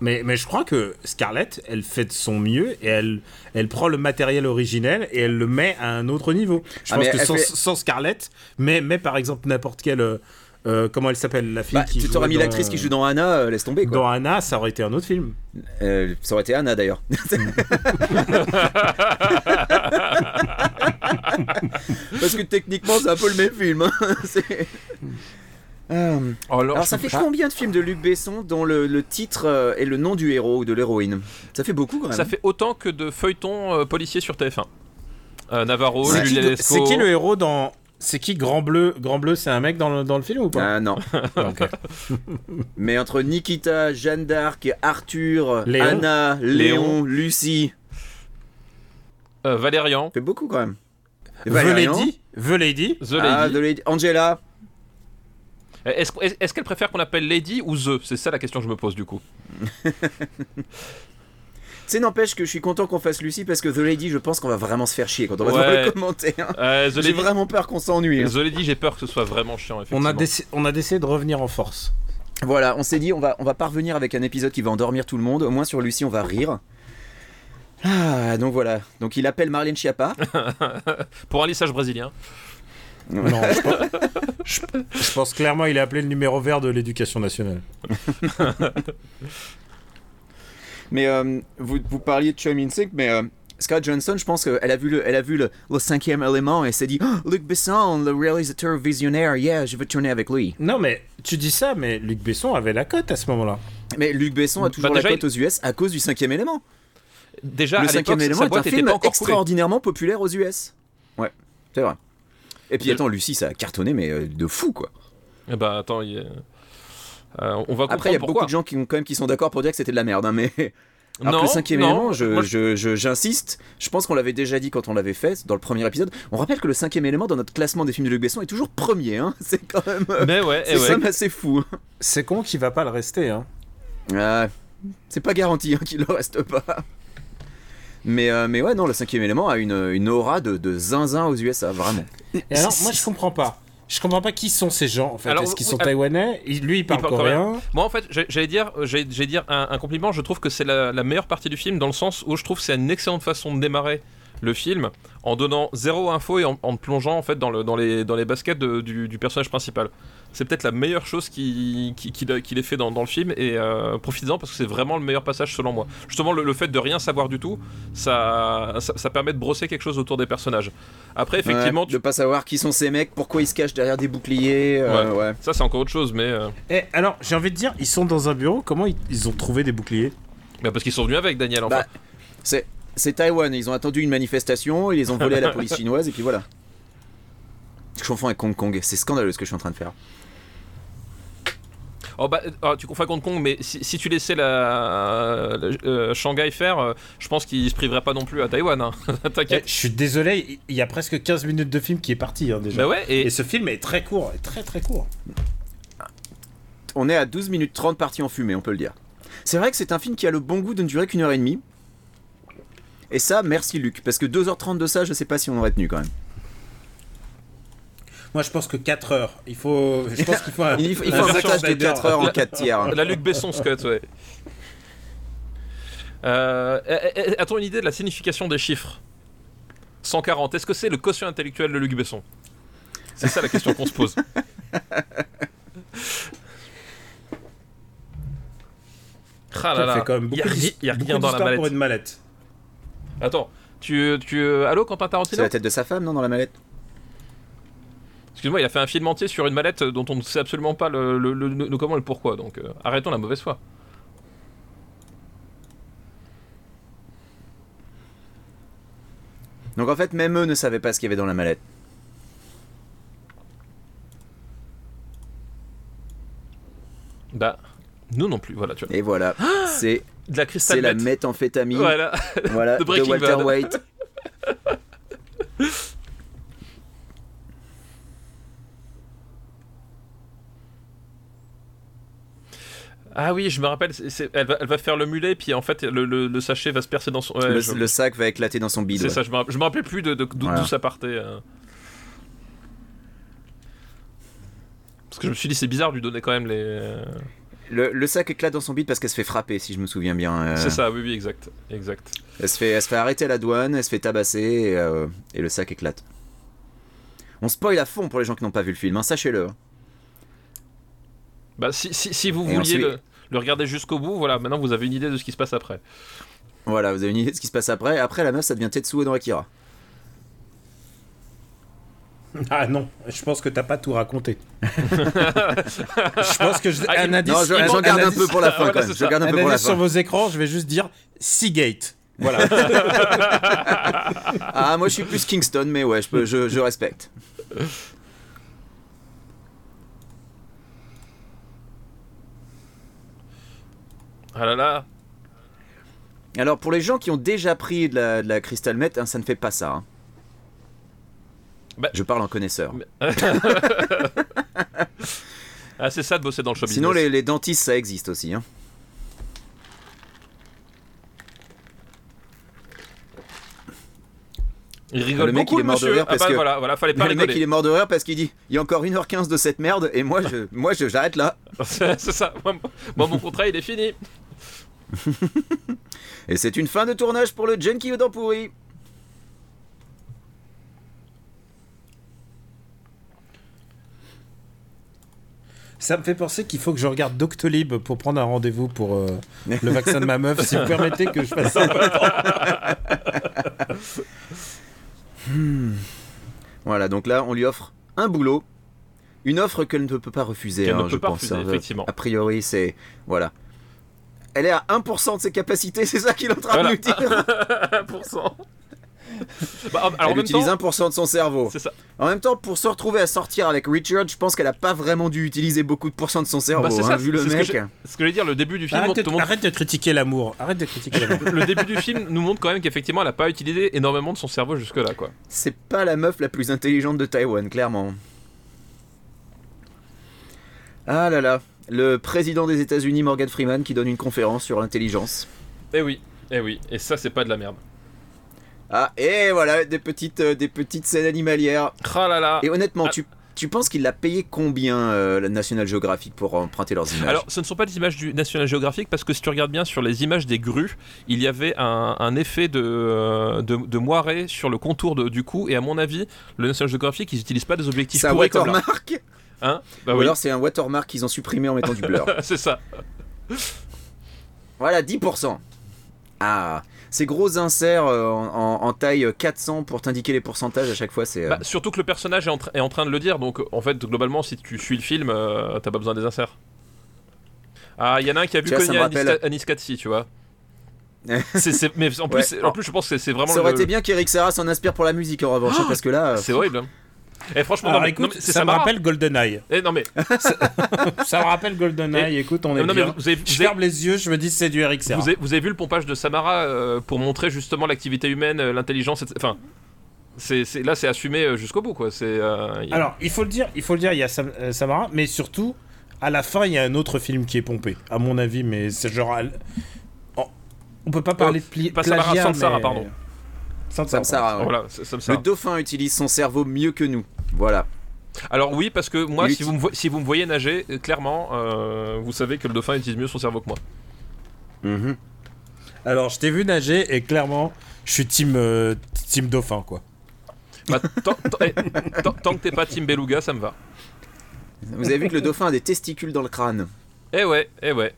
Speaker 2: Mais, mais je crois que Scarlett, elle fait de son mieux et elle, elle prend le matériel originel et elle le met à un autre niveau. Je
Speaker 1: Ah,
Speaker 2: pense
Speaker 1: mais
Speaker 2: que
Speaker 1: elle
Speaker 2: sans,
Speaker 1: fait-
Speaker 2: sans Scarlett, mais, mais par exemple n'importe quelle. euh, euh, comment elle s'appelle La fille
Speaker 1: Bah,
Speaker 2: qui.
Speaker 1: tu
Speaker 2: jouait
Speaker 1: t'aurais mis
Speaker 2: dans-
Speaker 1: l'actrice qui joue dans Anna, euh, laisse tomber quoi.
Speaker 2: Dans Anna, ça aurait été un autre film.
Speaker 1: Euh, ça aurait été Anna d'ailleurs. Parce que techniquement, c'est un peu le même film. hein. C'est- Euh,
Speaker 3: Oh, alors,
Speaker 1: alors,
Speaker 3: je
Speaker 1: ça
Speaker 3: peux-
Speaker 1: fait combien de films de Luc Besson dont le, le titre euh, est le nom du héros ou de l'héroïne Ça fait beaucoup quand même.
Speaker 3: ça fait autant que de feuilletons euh, policiers sur TF1. Euh, Navarro,
Speaker 2: C'est
Speaker 3: Julien
Speaker 2: qui,
Speaker 3: Lescaut.
Speaker 2: c'est qui Oh, le héros dans. C'est qui Grand Bleu Grand Bleu, c'est un mec dans le, dans le film ou pas
Speaker 1: Ah non.
Speaker 2: Ok.
Speaker 1: Mais entre Nikita, Jeanne d'Arc, Arthur,
Speaker 2: Léon.
Speaker 1: Anna, Léon, Lucie,
Speaker 3: euh, Valérian,
Speaker 1: fait beaucoup quand même.
Speaker 2: The
Speaker 1: Valérian.
Speaker 2: Lady The Lady
Speaker 3: The Lady.
Speaker 1: Ah, The Lady. Angela.
Speaker 3: Euh, Est-ce est-ce- est-ce qu'elle préfère qu'on appelle Lady ou The C'est ça la question que je me pose du coup.
Speaker 1: C'est n'empêche que je suis content qu'on fasse Lucie parce que The Lady, je pense qu'on va vraiment se faire chier quand on va
Speaker 3: Ouais.
Speaker 1: devoir le commenter. hein.
Speaker 3: Euh, The
Speaker 1: J'ai
Speaker 3: Lady,
Speaker 1: vraiment peur qu'on s'ennuie. hein.
Speaker 3: The Lady, j'ai peur que ce soit vraiment chiant.
Speaker 2: on
Speaker 3: Effectivement.
Speaker 2: a, déc- on a décidé de revenir en force.
Speaker 1: Voilà, on s'est dit, on va, on va parvenir avec un épisode qui va endormir tout le monde. Au moins sur Lucie, on va rire. Ah, donc voilà. Donc il appelle Marlène Schiappa.
Speaker 3: Pour un lissage brésilien.
Speaker 2: Non, je pense, je- je pense clairement il a appelé le numéro vert de l'éducation nationale.
Speaker 1: Mais euh, vous, vous parliez de Choi Min-sik, mais euh, Scott Johnson, je pense qu'elle a vu le, elle a vu le, le cinquième élément et s'est dit Oh, Luc Besson, le réalisateur visionnaire, yeah, je veux tourner avec lui.
Speaker 2: Non, mais tu dis ça, mais Luc Besson avait la cote à ce moment-là.
Speaker 1: Mais Luc Besson a toujours
Speaker 3: Bah, déjà,
Speaker 1: la cote aux US à cause du cinquième élément.
Speaker 3: Déjà,
Speaker 1: le
Speaker 3: à l'époque,
Speaker 1: cinquième élément
Speaker 3: sa
Speaker 1: est un
Speaker 3: boîte était
Speaker 1: film
Speaker 3: pas encore coulée.
Speaker 1: extraordinairement populaire aux US. Ouais, c'est vrai. Et puis
Speaker 3: Et-
Speaker 1: attends, Lucie, ça a cartonné, mais euh, de fou quoi.
Speaker 3: Eh ben, attends, il y a- Euh, on va comprendre
Speaker 1: Après, il y a
Speaker 3: pourquoi.
Speaker 1: beaucoup de gens qui, ont- quand même, qui sont d'accord pour dire que c'était de la merde, hein, mais. Alors
Speaker 3: non,
Speaker 1: que le cinquième
Speaker 3: non,
Speaker 1: élément, je-
Speaker 3: moi,
Speaker 1: je- je- j'insiste, je, pense qu'on l'avait déjà dit quand on l'avait fait, dans le premier épisode. On rappelle que le cinquième élément dans notre classement des films de Luc Besson est toujours premier, hein. c'est quand même. euh,
Speaker 3: Mais ouais, eh
Speaker 1: c'est
Speaker 3: ouais.
Speaker 1: quand même assez fou. hein.
Speaker 2: C'est con qu'il va pas le rester. Hein.
Speaker 1: Ah, c'est pas garanti hein, qu'il le reste pas. Mais, euh, mais ouais, non, le cinquième élément a une, une aura de, de zinzin aux USA, vraiment.
Speaker 2: Et alors, moi, je comprends pas. Je comprends pas qui sont ces gens en fait.
Speaker 3: Alors,
Speaker 2: Est-ce qu'ils
Speaker 3: oui,
Speaker 2: sont
Speaker 3: alors-
Speaker 2: taïwanais Il- Lui, euh, il parle
Speaker 3: parle
Speaker 2: coréen.
Speaker 3: Moi, en fait, j'ai- j'allais dire, euh, j'allais j'allais dire un, un compliment. Je trouve que c'est la, la meilleure partie du film dans le sens où je trouve que c'est une excellente façon de démarrer le film en donnant zéro info et en, en te plongeant en fait dans, le, dans, les, dans les baskets de- du, du personnage principal. C'est peut-être la meilleure chose qui, qui, qui, qu'il ait fait dans, dans le film et euh, profitez-en parce que c'est vraiment le meilleur passage selon moi. Justement, le, le fait de rien savoir du tout, ça, ça, ça permet de brosser quelque chose autour des personnages. Après, effectivement,
Speaker 1: Ouais,
Speaker 3: tu-
Speaker 1: De pas savoir qui sont ces mecs, pourquoi ils se cachent derrière des boucliers. euh, ouais.
Speaker 3: ça c'est encore autre chose, mais euh,
Speaker 2: Et alors, j'ai envie de dire, ils sont dans un bureau. Comment ils, ils ont trouvé des boucliers
Speaker 3: bah, parce qu'ils sont venus avec Daniel. Enfin,
Speaker 1: Bah, C'est, c'est Taïwan, ils ont attendu une manifestation, ils les ont volés à la police chinoise, et puis voilà. Je confonds avec Hong Kong, c'est scandaleux ce que je suis en train de faire.
Speaker 3: Oh bah, euh, ah, tu confonds avec Hong Kong, mais si, si tu laissais la, la- euh, Shanghai faire, euh, je pense qu'ils se priveraient pas non plus à Taïwan. hein.
Speaker 2: Eh,
Speaker 3: T'inquiète.
Speaker 2: Je suis désolé. il- Il y a presque 15 minutes de film qui est parti hein, déjà.
Speaker 3: Bah ouais,
Speaker 2: Et
Speaker 3: et
Speaker 2: ce film est très court, est très très court.
Speaker 1: On est à 12 minutes 30 parties en fumée, on peut le dire. C'est vrai que c'est un film qui a le bon goût de ne durer qu'une heure et demie. Et ça, merci Luc, parce que 2h30 de ça, je sais pas si on aurait tenu quand même.
Speaker 2: Moi, je pense que 4 heures. Il faut. Je pense qu'il faut.
Speaker 1: Il, il faut
Speaker 2: la
Speaker 1: un
Speaker 2: version
Speaker 1: montage de
Speaker 2: Snyder.
Speaker 1: 4 heures en 4 tiers. hein.
Speaker 3: la Luc Besson Scott, ouais. Euh, eh, eh, eh, A-t-on une idée de la signification des chiffres 140, est-ce que c'est le quotient intellectuel de Luc Besson C'est ça la question qu'on se pose. Ah là
Speaker 2: Ça
Speaker 3: là,
Speaker 2: fait quand même
Speaker 3: il y a
Speaker 2: beaucoup
Speaker 3: ri-
Speaker 2: d'his-
Speaker 3: il y a
Speaker 2: beaucoup
Speaker 3: rien dans la
Speaker 2: d'histoires
Speaker 3: mallette.
Speaker 2: pour une mallette.
Speaker 3: Attends, tu, tu, euh, allô Quentin
Speaker 1: C'est
Speaker 3: Tarantino
Speaker 1: la tête de sa femme, non, dans la mallette
Speaker 3: Excuse-moi, il a fait un film entier sur une mallette euh, dont on ne sait absolument pas le, le- le- le comment et le pourquoi. Donc euh, arrêtons la mauvaise foi.
Speaker 1: Donc en fait, même eux ne savaient pas ce qu'il y avait dans la mallette.
Speaker 3: Bah nous non plus. Voilà, tu vois.
Speaker 1: Et voilà, c'est,
Speaker 3: De la
Speaker 1: c'est
Speaker 3: cristal
Speaker 1: la
Speaker 3: meth.
Speaker 1: méthamphétamine
Speaker 3: Voilà.
Speaker 1: voilà,
Speaker 3: De
Speaker 1: de,
Speaker 3: Breaking
Speaker 1: Walter
Speaker 3: Bad.
Speaker 1: White.
Speaker 3: Ah oui, je me rappelle. c'est- c'est- elle, va, elle va faire le mulet, puis en fait le, le- le sachet va se percer dans son. ouais,
Speaker 1: le,
Speaker 3: je-
Speaker 1: le sac va éclater dans son bide.
Speaker 3: c'est
Speaker 1: ouais.
Speaker 3: ça. Je me, rapp- je me rappelais plus de, de- d'où,
Speaker 1: Voilà.
Speaker 3: d'où ça partait. euh. Parce que je me suis dit c'est bizarre de lui donner quand même les. euh,
Speaker 1: Le, le sac éclate dans son bide parce qu'elle se fait frapper, si je me souviens bien. euh,
Speaker 3: C'est ça. Oui, oui, exact, exact.
Speaker 1: Elle se, fait, elle se fait arrêter à la douane, elle se fait tabasser et, euh, et le sac éclate. On spoil à fond pour les gens qui n'ont pas vu le film, hein, sachez-le.
Speaker 3: Bah si, si, si vous
Speaker 1: Et
Speaker 3: vouliez
Speaker 1: ensuite-
Speaker 3: le, le regarder jusqu'au bout, voilà. Maintenant vous avez une idée de ce qui se passe après.
Speaker 1: Voilà, vous avez une idée de ce qui se passe après. Après, la meuf, ça devient Tetsuo dans Akira.
Speaker 2: Ah non, je pense que t'as pas tout raconté. je pense que je...
Speaker 3: Ah, il-
Speaker 2: un indice.
Speaker 1: Non, je-
Speaker 2: un
Speaker 1: j'en garde un
Speaker 2: indice-
Speaker 1: peu pour la fin
Speaker 3: Voilà,
Speaker 1: quand même.
Speaker 3: c'est
Speaker 1: Je
Speaker 3: ça.
Speaker 1: garde un
Speaker 2: un
Speaker 1: peu pour la
Speaker 2: indice sur
Speaker 1: fin.
Speaker 2: vos écrans. Je vais juste dire Seagate. Voilà.
Speaker 1: Ah, moi je suis plus Kingston, mais ouais, je, peux- je, je respecte.
Speaker 3: Ah là là.
Speaker 1: Alors pour les gens qui ont déjà pris de la, de la Crystal Meth, hein, ça ne fait pas ça. hein.
Speaker 3: Bah-
Speaker 1: Je parle en connaisseur.
Speaker 3: Ah, c'est ça de bosser dans le show
Speaker 1: Sinon,
Speaker 3: business.
Speaker 1: les, les dentistes, ça existe aussi. hein.
Speaker 3: Il rigole
Speaker 1: le mec,
Speaker 3: beaucoup,
Speaker 1: il est mort de
Speaker 3: monsieur.
Speaker 1: rire
Speaker 3: Ah
Speaker 1: parce
Speaker 3: bah,
Speaker 1: que-
Speaker 3: voilà, voilà, fallait pas
Speaker 1: Le mec, il
Speaker 3: rigoler.
Speaker 1: est mort de rire parce qu'il dit il y a encore 1h15 de cette merde et moi, je, moi, je, j'arrête là.
Speaker 3: c'est c'est ça. Moi, mon- moi, mon contrat, il est fini.
Speaker 1: Et c'est une fin de tournage pour le Junkie aux dents pourries.
Speaker 2: Ça me fait penser qu'il faut que je regarde Doctolib pour prendre un rendez-vous pour euh, le vaccin de ma meuf. si vous permettez que je fasse ça.
Speaker 1: Voilà, donc là, on lui offre un boulot. Une offre qu'elle ne peut pas refuser,
Speaker 3: Qu'elle ne
Speaker 1: hein,
Speaker 3: peut
Speaker 1: je
Speaker 3: pas
Speaker 1: pense.
Speaker 3: refuser,
Speaker 1: hein.
Speaker 3: effectivement.
Speaker 1: A priori, c'est. Voilà. Elle est à 1% de ses capacités, c'est ça qu'il est en train
Speaker 3: Voilà.
Speaker 1: de nous dire.
Speaker 3: 1%. Bah, alors, en
Speaker 1: elle
Speaker 3: même
Speaker 1: utilise
Speaker 3: temps,
Speaker 1: 1% de son cerveau.
Speaker 3: c'est ça.
Speaker 1: En même temps, pour se retrouver à sortir avec Richard, je pense qu'elle a pas vraiment dû utiliser beaucoup de pourcents de son cerveau,
Speaker 3: Bah, c'est ça,
Speaker 1: hein, vu le
Speaker 3: c'est ce que
Speaker 1: mec.
Speaker 3: j'ai- Ce que je veux dire, le début du film,
Speaker 2: Arrête,
Speaker 3: montre-
Speaker 2: de,
Speaker 3: te montre-
Speaker 2: arrête de critiquer l'amour. Arrête de critiquer l'amour.
Speaker 3: le début du film nous montre quand même qu'effectivement, elle a pas utilisé énormément de son cerveau jusque-là, quoi.
Speaker 1: C'est pas la meuf la plus intelligente de Taïwan, clairement. Ah là là, le président des États-Unis, Morgan Freeman, qui donne une conférence sur l'intelligence.
Speaker 3: Eh oui, eh oui. Et ça, c'est pas de la merde.
Speaker 1: Ah, et voilà, des petites, euh, des petites scènes animalières.
Speaker 3: Ah là là.
Speaker 1: Et honnêtement,
Speaker 3: Ah.
Speaker 1: tu, tu penses qu'il a payé combien euh, la National Geographic pour emprunter leurs images
Speaker 3: Alors, ce ne sont pas des images du National Geographic parce que si tu regardes bien sur les images des grues, il y avait un, un effet de, euh, de, de moiré sur le contour de- du cou. Et à mon avis, le National Geographic, ils n'utilisent pas des objectifs
Speaker 1: C'est un
Speaker 3: pourris comme là.
Speaker 1: watermark
Speaker 3: Hein bah
Speaker 1: Ou
Speaker 3: oui,
Speaker 1: alors c'est un watermark qu'ils ont supprimé en mettant du blur.
Speaker 3: c'est ça.
Speaker 1: Voilà, 10%. Ah, ces gros inserts euh, en, en- en taille 400 pour t'indiquer les pourcentages à chaque fois, c'est... euh,
Speaker 3: Bah, surtout que le personnage est en, tra- est en train de le dire. Donc, en fait, globalement, si tu suis le film, euh, t'as pas besoin des inserts. Ah, il y en a un qui a vu
Speaker 1: Tu vois, ça
Speaker 3: cogner
Speaker 1: me
Speaker 3: Anis,
Speaker 1: rappelle-
Speaker 3: Anis Katsi, tu vois. C'est- c'est- mais en plus,
Speaker 1: Ouais.
Speaker 3: c'est- en plus, je pense que c'est vraiment
Speaker 1: ça aurait
Speaker 3: le-
Speaker 1: été bien qu'Eric Serra s'en inspire pour la musique en revanche, parce que là... euh,
Speaker 3: C'est horrible. Et franchement, non,
Speaker 2: Alors
Speaker 3: mais- non,
Speaker 2: Ah, écoute,
Speaker 3: mais c'est
Speaker 2: ça, me
Speaker 3: Samara.
Speaker 2: rappelle GoldenEye.
Speaker 3: Eh, non, mais,
Speaker 2: Ça me rappelle GoldenEye. Écoute, on est
Speaker 3: non, mais
Speaker 2: bien.
Speaker 3: vous, vous avez,
Speaker 2: Je
Speaker 3: vous avez-
Speaker 2: ferme les yeux, je me dis c'est du Eric Serra.
Speaker 3: Vous avez, vous avez vu le pompage de Samara euh, pour montrer justement l'activité humaine, euh, l'intelligence, etc. Enfin, c'est, c'est- là, c'est assumé euh, jusqu'au bout, quoi. C'est, euh, y a-
Speaker 2: Alors, il faut le dire, il faut le dire, il y a Sam- euh, Samara, mais surtout, à la fin, il y a un autre film qui est pompé, à mon avis, mais c'est genre... à l- en- On peut Oh, pas parler de pli...
Speaker 3: pas Samara,
Speaker 2: plagiat,
Speaker 3: Samsara,
Speaker 2: mais-
Speaker 3: pardon.
Speaker 2: Samsara.
Speaker 1: Samsara, ouais.
Speaker 3: voilà, ça, ça me
Speaker 1: Le
Speaker 3: sert.
Speaker 1: dauphin utilise son cerveau mieux que nous. Voilà.
Speaker 3: Alors oui, parce que moi,
Speaker 1: Il
Speaker 3: si vous, me vo- si vous me voyez nager, euh, clairement, euh, vous savez que le dauphin utilise mieux son cerveau que moi.
Speaker 1: Mhm.
Speaker 2: Alors, je t'ai vu nager, et clairement, je suis team, euh, team dauphin, quoi.
Speaker 3: Bah, tant, tant- eh, tant- tant que t'es pas Team Beluga, ça me va.
Speaker 1: Vous avez vu que le dauphin a des testicules dans le crâne.
Speaker 3: Eh ouais, eh ouais.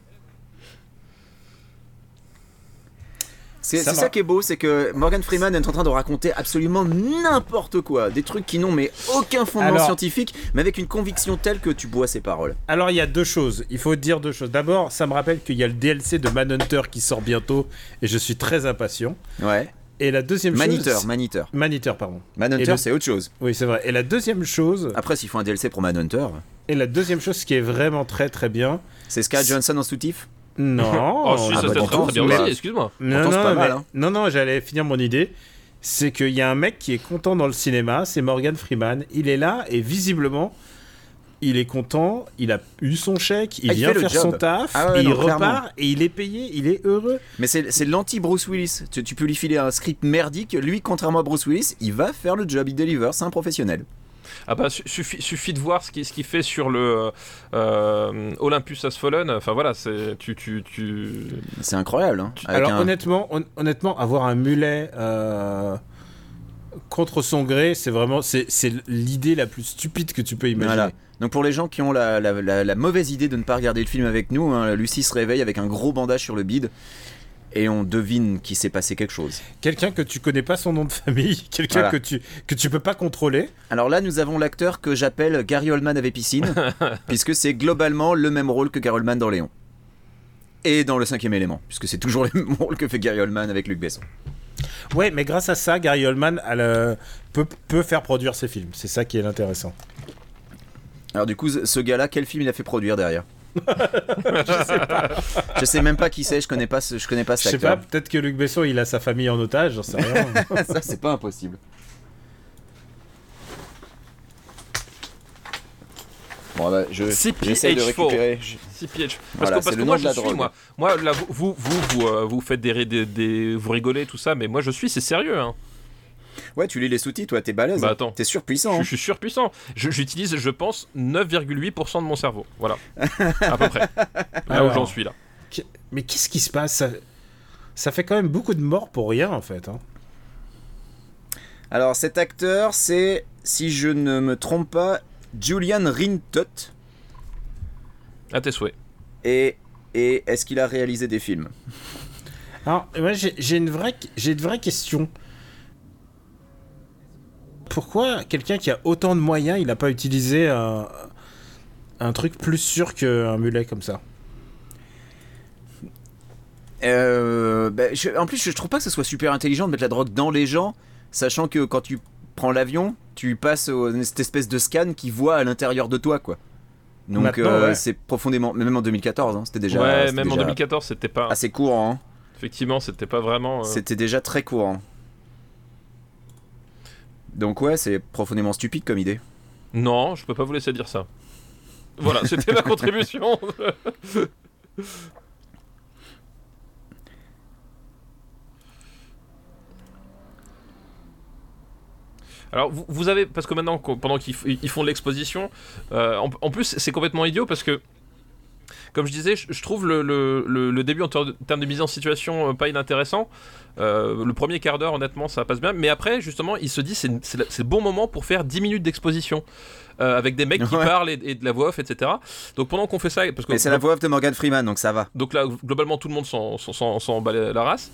Speaker 1: C'est
Speaker 2: Ça
Speaker 1: c'est
Speaker 2: va.
Speaker 1: ça qui est beau, c'est que Morgan Freeman est en train de raconter absolument n'importe quoi. Des trucs qui n'ont mais aucun fondement
Speaker 2: Alors-
Speaker 1: scientifique, mais avec une conviction telle que tu bois ses paroles.
Speaker 2: Alors, il y a deux choses, il faut dire deux choses. D'abord, ça me rappelle qu'il y a le DLC de Manhunter qui sort bientôt, et je suis très impatient.
Speaker 1: Ouais.
Speaker 2: Et la deuxième
Speaker 1: Maniteur,
Speaker 2: chose...
Speaker 1: Maniteur.
Speaker 2: Maniteur, pardon. Et
Speaker 1: Manhunter,
Speaker 2: le-
Speaker 1: c'est autre chose.
Speaker 2: Oui, c'est vrai. Et la deuxième chose,
Speaker 1: Après, s'ils font un DLC pour Manhunter,
Speaker 2: et la deuxième chose qui est vraiment très très bien,
Speaker 1: c'est Sky Johnson en soutif
Speaker 2: Non.
Speaker 3: Oh, si,
Speaker 1: ah bah,
Speaker 3: ça c'est
Speaker 1: dans
Speaker 3: très, très
Speaker 1: tout,
Speaker 3: bien
Speaker 1: mais-
Speaker 3: aussi, excuse-moi.
Speaker 2: Non,
Speaker 1: Pourtant, c'est
Speaker 2: non,
Speaker 1: pas mal,
Speaker 2: mais-
Speaker 1: hein.
Speaker 2: non, non, j'allais finir mon idée. C'est qu'il y a un mec qui est content dans le cinéma, c'est Morgan Freeman. Il est là et visiblement, il est content, il a eu son chèque, il
Speaker 1: Ah, il
Speaker 2: vient
Speaker 1: fait le
Speaker 2: faire
Speaker 1: job.
Speaker 2: son taf,
Speaker 1: Ah ouais,
Speaker 2: et
Speaker 1: non,
Speaker 2: il repart
Speaker 1: clairement.
Speaker 2: et il est payé, il est heureux.
Speaker 1: Mais c'est c'est l'anti-Bruce Willis. Tu, tu peux lui filer un script merdique. Lui, contrairement à Bruce Willis, il va faire le job, il deliver, c'est un professionnel.
Speaker 3: Ah bah su- suffit, suffit de voir ce qu'il ce qu'il fait sur le euh, Olympus Has Fallen. Enfin voilà, c'est tu tu tu.
Speaker 1: C'est incroyable. Hein, avec
Speaker 2: Alors
Speaker 1: un-
Speaker 2: honnêtement, hon- honnêtement, avoir un mulet euh, contre son gré, c'est vraiment c'est c'est l'idée la plus stupide que tu peux imaginer.
Speaker 1: Voilà. Donc pour les gens qui ont la, la- la- la mauvaise idée de ne pas regarder le film avec nous, hein, Lucie se réveille avec un gros bandage sur le bide et on devine qu'il s'est passé quelque chose.
Speaker 2: Quelqu'un que tu connais pas son nom de famille, quelqu'un
Speaker 1: Voilà.
Speaker 2: que tu que tu peux pas contrôler.
Speaker 1: Alors là, nous avons l'acteur que j'appelle Gary Oldman avait piscine, puisque c'est globalement le même rôle que Gary Oldman dans Léon. Et dans le cinquième élément, puisque c'est toujours le même rôle que fait Gary Oldman avec Luc Besson.
Speaker 2: Ouais, mais grâce à ça, Gary Oldman elle, euh, peut, peut faire produire
Speaker 1: Ah,
Speaker 2: ses films. C'est ça qui est intéressant.
Speaker 1: Alors du coup, ce ce gars-là, quel film il a fait produire derrière
Speaker 2: Je sais pas.
Speaker 1: Je sais même pas qui c'est, je connais pas, ce- je connais pas
Speaker 2: Je
Speaker 1: cet
Speaker 2: sais pas,
Speaker 1: acteur.
Speaker 2: peut-être que Luc Besson il a sa famille en otage, j'en sais rien.
Speaker 1: Ça, c'est pas impossible. Bon, bah, je,
Speaker 3: CPH4.
Speaker 1: j'essaie de récupérer. Je-
Speaker 3: CPH. Parce
Speaker 1: Voilà,
Speaker 3: que,
Speaker 1: c'est le
Speaker 3: parce que
Speaker 1: nom
Speaker 3: moi
Speaker 1: de
Speaker 3: je
Speaker 1: la
Speaker 3: suis
Speaker 1: drogue.
Speaker 3: moi. Moi là vous vous vous, vous, euh, vous faites des, ri- des, des- vous rigolez tout ça mais moi je suis c'est sérieux hein.
Speaker 1: Ouais, tu lis les sous-titres, toi, t'es balèze.
Speaker 3: Bah,
Speaker 1: hein.
Speaker 3: attends.
Speaker 1: T'es
Speaker 3: Je,
Speaker 1: surpuissant. hein.
Speaker 3: je suis surpuissant. Je- J'utilise je pense 9,8% de mon cerveau. Voilà. à peu près. Là où
Speaker 2: Alors.
Speaker 3: j'en suis là.
Speaker 2: Mais qu'est-ce qui se passe ça... ça fait quand même beaucoup de morts pour rien en fait. hein.
Speaker 1: Alors, cet acteur, c'est, si je ne me trompe pas, Julian Rintot.
Speaker 3: À tes souhaits.
Speaker 1: Et, et est-ce qu'il a réalisé des films
Speaker 2: Alors, moi j'ai j'ai une vraie, j'ai une vraie question. Pourquoi quelqu'un qui a autant de moyens, il n'a pas utilisé un, un truc plus sûr qu'un mulet comme ça
Speaker 1: Euh, bah, je- en plus, je trouve pas que ce soit super intelligent de mettre la drogue dans les gens, sachant que quand tu prends l'avion, tu passes au- cette espèce de scan qui voit à l'intérieur de toi, quoi. Donc
Speaker 2: Maintenant,
Speaker 1: euh,
Speaker 2: ouais.
Speaker 1: c'est profondément, mais même en 2014, hein, c'était déjà,
Speaker 3: ouais,
Speaker 1: c'était
Speaker 3: même en
Speaker 1: déjà
Speaker 3: 2014, c'était pas
Speaker 1: assez courant. hein.
Speaker 3: effectivement, c'était pas vraiment euh,
Speaker 1: C'était déjà très courant. Donc ouais, c'est profondément stupide comme idée.
Speaker 3: Non, je peux pas vous laisser dire ça. Voilà, c'était ma contribution. Alors, vous, vous avez, parce que maintenant, qu'on- pendant qu'ils f- ils font de l'exposition, euh, en, en plus, c'est complètement idiot parce que, comme je disais, je, je trouve le, le- le- le début en ter- termes de mise en situation euh, pas inintéressant. Euh, le premier quart d'heure, honnêtement, ça passe bien. Mais après, justement, il se dit, c'est c'est le c'est le bon moment pour faire 10 minutes d'exposition euh, avec des mecs qui
Speaker 1: Ouais.
Speaker 3: parlent et, et de la voix off, etc. Donc pendant qu'on fait ça, parce que
Speaker 1: Mais c'est la voix off de Morgan Freeman, donc ça va.
Speaker 3: donc là, globalement, tout le monde s'en- s'en- s'en s'en bat la race.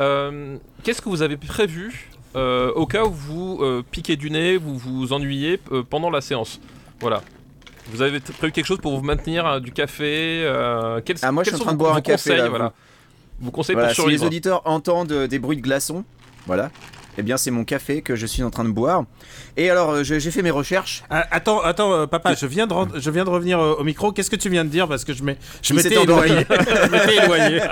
Speaker 3: Euh, Qu'est-ce que vous avez prévu euh, au cas où vous euh, piquez du nez, vous vous ennuyez euh, pendant la séance Voilà. Vous avez t- prévu quelque chose pour vous maintenir euh, du café euh, quels,
Speaker 1: Ah, moi, je suis
Speaker 3: quels
Speaker 1: en
Speaker 3: sont
Speaker 1: train de
Speaker 3: vos-
Speaker 1: boire
Speaker 3: vos
Speaker 1: un café,
Speaker 3: conseils,
Speaker 1: là,
Speaker 3: voilà. Vos conseils
Speaker 1: Voilà,
Speaker 3: pour
Speaker 1: si les
Speaker 3: survivre
Speaker 1: auditeurs entendent euh, des bruits de glaçons, voilà, eh bien c'est mon café que je suis en train de boire. Et alors euh, je- j'ai fait mes recherches.
Speaker 2: Ah, Attends, attends, euh, papa, je viens de, ren- je viens de revenir euh, au micro. Qu'est-ce que tu viens de dire Parce que je m'ai- je
Speaker 1: Il
Speaker 2: m'étais
Speaker 1: s'est endormi.
Speaker 2: éloigné. je m'étais éloigné.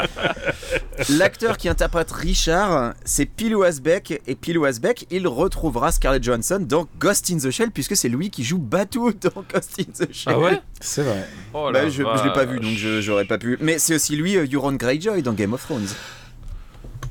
Speaker 1: L'acteur qui interprète Richard, c'est Pilo Asbeck. Et Pilo Asbeck, il retrouvera Scarlett Johansson dans Ghost in the Shell, puisque c'est lui qui joue Batou dans Ghost in the Shell.
Speaker 3: Ah ouais
Speaker 2: C'est vrai.
Speaker 3: Oh
Speaker 1: Bah,
Speaker 3: la
Speaker 1: je je l'ai pas vu,
Speaker 3: vache.
Speaker 1: donc je- j'aurais pas pu. Mais c'est aussi lui, euh, Euron Greyjoy, dans Game of Thrones.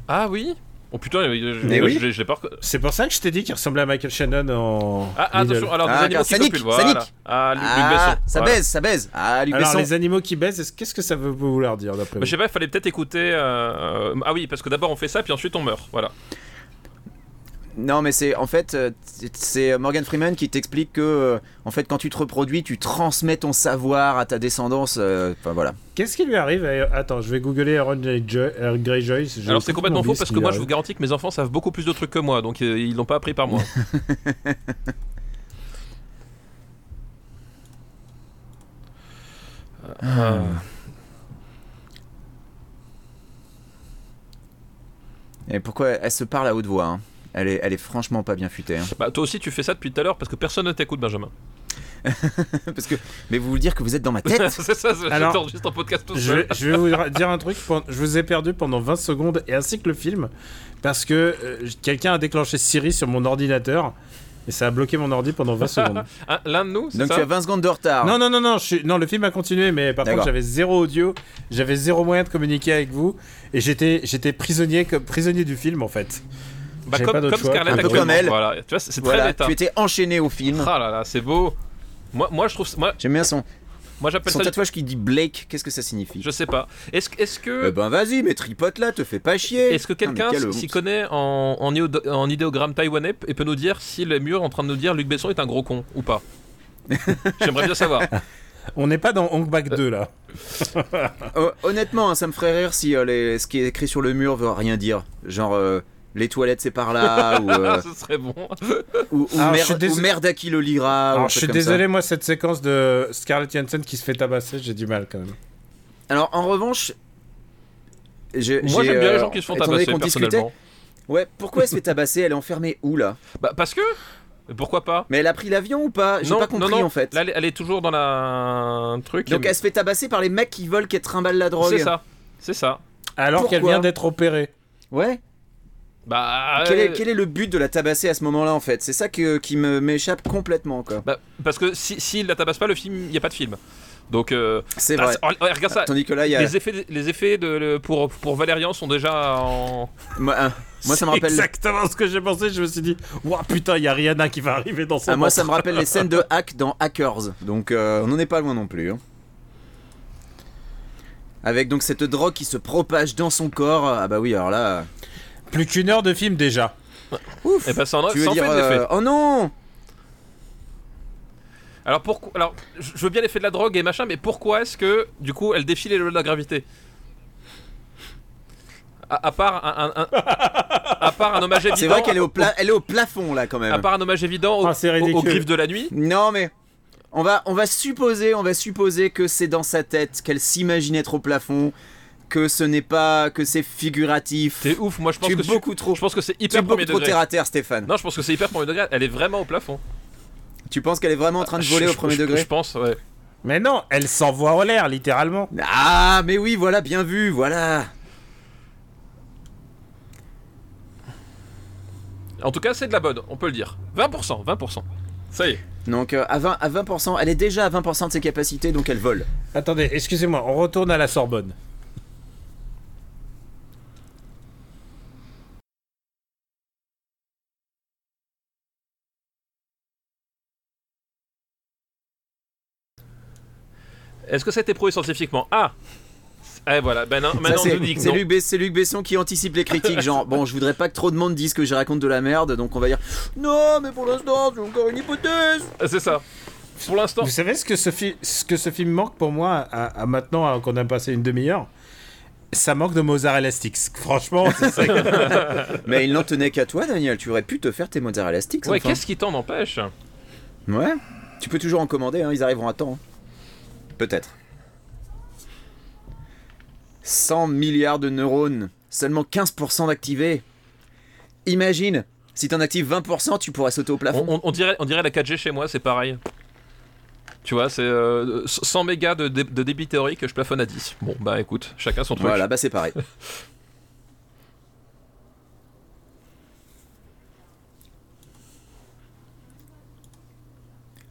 Speaker 3: Ah oui Oh putain, euh, je-
Speaker 1: Mais oui.
Speaker 3: je- j'ai pas reco-
Speaker 2: C'est pour ça que je t'ai dit qu'il ressemblait à Michael Shannon en.
Speaker 3: Ah,
Speaker 2: Lidl.
Speaker 3: attention, alors des
Speaker 1: Ah,
Speaker 3: animaux
Speaker 1: car
Speaker 3: qui
Speaker 1: ça nique,
Speaker 3: copulent,
Speaker 1: ça
Speaker 3: voilà.
Speaker 1: nique.
Speaker 3: Ah, Luc
Speaker 1: ah,
Speaker 3: Besson,
Speaker 1: ça
Speaker 3: voilà.
Speaker 1: baisse, ça baisse. Ah, Luc
Speaker 2: Alors,
Speaker 1: Besson.
Speaker 2: les animaux qui baissent, est-ce- qu'est-ce que ça veut vouloir dire d'après
Speaker 3: Mais
Speaker 2: vous
Speaker 3: Bah, je sais pas, il fallait peut-être écouter. euh, euh, Ah oui, parce que d'abord on fait ça, puis ensuite on meurt. Voilà.
Speaker 1: Non, mais c'est en fait, euh, c'est- c'est Morgan Freeman qui t'explique que, euh, en fait, quand tu te reproduis, tu transmets ton savoir à ta descendance. euh, Enfin voilà.
Speaker 2: Qu'est-ce qui lui arrive à- Attends, je vais googler Aaron Greyjoy. Aaron Greyjoy, j'ai
Speaker 3: Alors c'est complètement faux
Speaker 2: oublié
Speaker 3: parce
Speaker 2: ce
Speaker 3: que
Speaker 2: qui
Speaker 3: moi
Speaker 2: lui
Speaker 3: je vous
Speaker 2: arrive.
Speaker 3: garantis que mes enfants savent beaucoup plus de trucs que moi, donc euh, ils l'ont pas appris par moi. Euh,
Speaker 1: Et pourquoi elle se parle à haute voix hein. elle, est, elle est franchement pas bien futée. hein.
Speaker 3: Bah toi aussi tu fais ça depuis tout à l'heure parce que personne ne t'écoute Benjamin.
Speaker 1: Parce que, mais vous voulez dire que vous êtes dans ma
Speaker 3: c'est
Speaker 1: tête
Speaker 3: ça, c'est-
Speaker 2: Alors,
Speaker 3: j'enregistre un podcast tout
Speaker 2: Je
Speaker 3: seul.
Speaker 2: vais, je vais vous ra- dire un truc. pen- Je vous ai perdu pendant 20 secondes et ainsi que le film parce que euh, quelqu'un a déclenché Siri sur mon ordinateur et ça a bloqué mon ordi pendant 20 secondes.
Speaker 3: Hein, L'un de nous, c'est
Speaker 1: Donc tu
Speaker 3: ça
Speaker 1: as 20 secondes de
Speaker 3: Ah.
Speaker 1: retard.
Speaker 2: Non, non, non, non, je suis- non, le film a continué, mais par
Speaker 1: D'accord.
Speaker 2: contre, j'avais zéro audio, j'avais zéro moyen de communiquer avec vous, et j'étais, j'étais prisonnier, comme, prisonnier du film, en fait.
Speaker 3: Bah,
Speaker 2: J'ai
Speaker 3: comme,
Speaker 2: pas d'autre
Speaker 3: comme
Speaker 2: choix.
Speaker 3: Scarlett
Speaker 1: Un peu
Speaker 3: actuellement,
Speaker 1: comme elle.
Speaker 3: Voilà. Tu vois, c'est c'est très
Speaker 1: Voilà,
Speaker 3: bêta.
Speaker 1: tu étais enchaîné au film.
Speaker 3: Ah là là, c'est beau. Moi, moi je trouve, moi,
Speaker 1: J'aime bien son,
Speaker 3: moi j'appelle
Speaker 1: son
Speaker 3: ça.
Speaker 1: tatouage qui dit Blake. Qu'est-ce que ça signifie
Speaker 3: Je sais pas. Est-ce que- est-ce que
Speaker 1: Eh ben vas-y, mais tripote là, te fais pas chier.
Speaker 3: Est-ce que
Speaker 1: Putain, mais
Speaker 3: quelqu'un
Speaker 1: quelle
Speaker 3: s'y
Speaker 1: honte.
Speaker 3: connaît en, en, néo- en idéogramme taïwanais et peut nous dire si le mur est en train de nous dire Luc Besson est un gros con ou pas J'aimerais bien savoir.
Speaker 2: On n'est pas dans Hong Bak 2, là.
Speaker 1: Hon- Honnêtement, hein, ça me ferait rire si euh, les- ce qui est écrit sur le mur veut rien dire. Genre euh, les toilettes c'est par là ou, euh,
Speaker 3: Ah, Ce serait bon.
Speaker 1: ou, ou
Speaker 2: Alors, je
Speaker 1: mère-
Speaker 2: suis désolé-
Speaker 1: ou merde à qui le
Speaker 3: Ah
Speaker 1: lira. ou un
Speaker 2: Alors,
Speaker 1: truc
Speaker 2: je suis
Speaker 1: comme ça.
Speaker 2: désolé, moi, cette séquence de Scarlett Johansson qui se fait tabasser, j'ai du mal, quand même.
Speaker 1: Alors en revanche, je-
Speaker 3: Moi
Speaker 1: j'ai,
Speaker 3: j'aime bien les
Speaker 1: euh,
Speaker 3: gens qui se font
Speaker 1: étant
Speaker 3: tabasser
Speaker 1: donné qu'on discutait-
Speaker 3: personnellement.
Speaker 1: Ouais, pourquoi elle se fait tabasser Elle est enfermée où là
Speaker 3: Bah, parce que Pourquoi pas
Speaker 1: Mais elle a pris l'avion ou pas J'ai
Speaker 3: Non,
Speaker 1: pas
Speaker 3: non,
Speaker 1: compris
Speaker 3: non.
Speaker 1: en fait.
Speaker 3: Là, elle est- elle est toujours dans la un truc.
Speaker 1: Donc elle se fait tabasser par les mecs qui veulent qu'elle trimballe la drogue.
Speaker 3: c'est ça, c'est ça.
Speaker 2: Alors qu'elle
Speaker 1: Pourquoi
Speaker 2: vient d'être opérée.
Speaker 1: Ouais.
Speaker 3: Bah,
Speaker 1: Quel, est,
Speaker 3: euh,
Speaker 1: quel est le but de la tabasser à ce moment-là en fait C'est ça que, qui me- m'échappe complètement quoi.
Speaker 3: bah, parce que si, s'il la tabasse pas, le film, il y a pas de film. Donc, euh,
Speaker 1: C'est
Speaker 3: ah,
Speaker 1: vrai.
Speaker 3: c'est- oh, oh, regarde ça.
Speaker 1: Tandis que là, il y a.
Speaker 3: Les effets, les effets de, le- pour, pour Valérian sont déjà en.
Speaker 1: Moi, ah, moi, ça me
Speaker 2: C'est
Speaker 1: rappelle.
Speaker 2: Exactement ce que j'ai pensé, je me suis dit, ouah putain, il y a Rihanna qui va arriver dans son.
Speaker 1: Ah, moi, ça me rappelle les scènes de hack dans Hackers. Donc, euh, on n'en est pas loin non plus. hein. Avec donc cette drogue qui se propage dans son corps. Ah bah oui, alors là.
Speaker 2: Plus qu'une heure de film déjà.
Speaker 1: Ouf.
Speaker 3: Et bah, ça en,
Speaker 1: tu veux
Speaker 3: ça en
Speaker 1: dire
Speaker 3: fait des effets.
Speaker 1: euh, Oh non
Speaker 3: Alors pourquoi Alors, je je veux bien l'effet de la drogue et machin, mais pourquoi est-ce que du coup elle défie les lois de la gravité à, à part un, un- un- à part un hommage évident.
Speaker 1: C'est vrai qu'elle est au pla- elle est au plafond là quand même.
Speaker 3: À part un hommage évident au-
Speaker 2: Ah, c'est
Speaker 3: au- aux,
Speaker 2: ridicule.
Speaker 3: griffes de la nuit.
Speaker 1: Non mais on va on va supposer on va supposer que c'est dans sa tête qu'elle s'imagine être au plafond que ce n'est pas que c'est figuratif.
Speaker 3: C'est ouf. Moi, je pense
Speaker 1: Tu es
Speaker 3: que je-
Speaker 1: beaucoup trop
Speaker 3: Je pense que c'est
Speaker 1: tu es
Speaker 3: hyper
Speaker 1: beaucoup
Speaker 3: premier
Speaker 1: trop
Speaker 3: degré.
Speaker 1: terre à terre Stéphane.
Speaker 3: Non, je pense que c'est hyper premier degré. Elle est vraiment au plafond.
Speaker 1: Tu penses qu'elle est vraiment en train de voler
Speaker 3: Ah, Je-
Speaker 1: au premier
Speaker 3: je-
Speaker 1: degré
Speaker 3: Je pense. Ouais.
Speaker 2: Mais non, elle s'envoie en l'air littéralement.
Speaker 1: Ah mais oui voilà bien vu voilà.
Speaker 3: En tout cas, c'est de la bonne. On peut le dire. 20%, 20%. Ça y est.
Speaker 1: Donc euh, à 20 à 20% elle est déjà à 20% de ses capacités donc elle vole.
Speaker 2: Attendez, excusez-moi, on retourne à la Sorbonne.
Speaker 3: Est-ce que ça a été prouvé scientifiquement Ah. Eh voilà. Ben non.
Speaker 1: Ça,
Speaker 3: Maintenant, on
Speaker 1: c'est
Speaker 3: nous dit que
Speaker 1: c'est
Speaker 3: non.
Speaker 1: Luc, Bess- c'est Luc Besson qui anticipe les critiques. Genre, bon, je voudrais pas que trop de monde dise que je raconte de la merde, donc on va dire Non, mais pour l'instant, c'est encore une hypothèse.
Speaker 3: C'est ça. Pour l'instant.
Speaker 2: Vous savez ce que ce, fi- ce que ce film manque pour moi à, à maintenant à- qu'on a passé une demi-heure Ça manque de mozzarella sticks. Franchement, c'est ça.
Speaker 1: Mais il n'en tenait qu'à toi, Daniel. Tu aurais pu te faire tes mozzarella sticks.
Speaker 3: Ouais,
Speaker 1: enfin.
Speaker 3: qu'est-ce qui t'en empêche
Speaker 1: Ouais. Tu peux toujours en commander, hein, ils arriveront à temps. hein. Peut-être. 100 milliards de neurones, seulement 15% d'activés. Imagine, si t'en actives 20%, tu pourrais sauter au plafond.
Speaker 3: on, on- on dirait, on dirait la 4G chez moi, c'est pareil. Tu vois, c'est euh, 100 mégas de, dé- de débit théorique, je plafonne à 10. Bon, bah écoute, chacun son truc.
Speaker 1: Voilà, bah c'est pareil.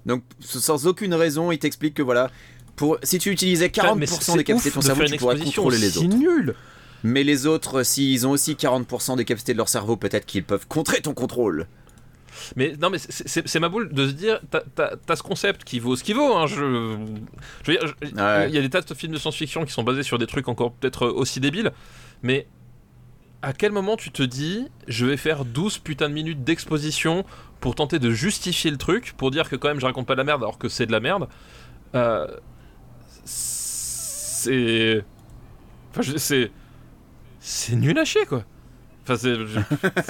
Speaker 1: Donc, sans aucune raison, il t'explique que voilà, pour, si tu utilisais
Speaker 3: Putain, mais
Speaker 1: 40% des
Speaker 3: c'est
Speaker 1: capacités
Speaker 3: ouf
Speaker 1: de ton
Speaker 3: de
Speaker 1: cerveau,
Speaker 3: faire
Speaker 1: tu
Speaker 3: une
Speaker 1: pourrais
Speaker 3: exposition
Speaker 1: contrôler les
Speaker 3: aussi
Speaker 1: autres.
Speaker 3: nulle.
Speaker 1: Mais les autres, euh, s'ils ont aussi 40% des capacités de leur cerveau, peut-être qu'ils peuvent contrer ton contrôle.
Speaker 3: Mais non, mais c'est- c'est c'est ma boule de se dire, t'as- t'as t'as ce concept qui vaut ce qu'il vaut. hein, je, je veux dire, je- il
Speaker 1: Ouais.
Speaker 3: y a des tas de films de science-fiction qui sont basés sur des trucs encore peut-être euh, aussi débiles. Mais à quel moment tu te dis, je vais faire 12 putains de minutes d'exposition pour tenter de justifier le truc, pour dire que quand même je raconte pas de la merde alors que c'est de la merde Euh, C'est. Enfin, je- c'est. C'est nul à chier, quoi. Enfin, c'est. je-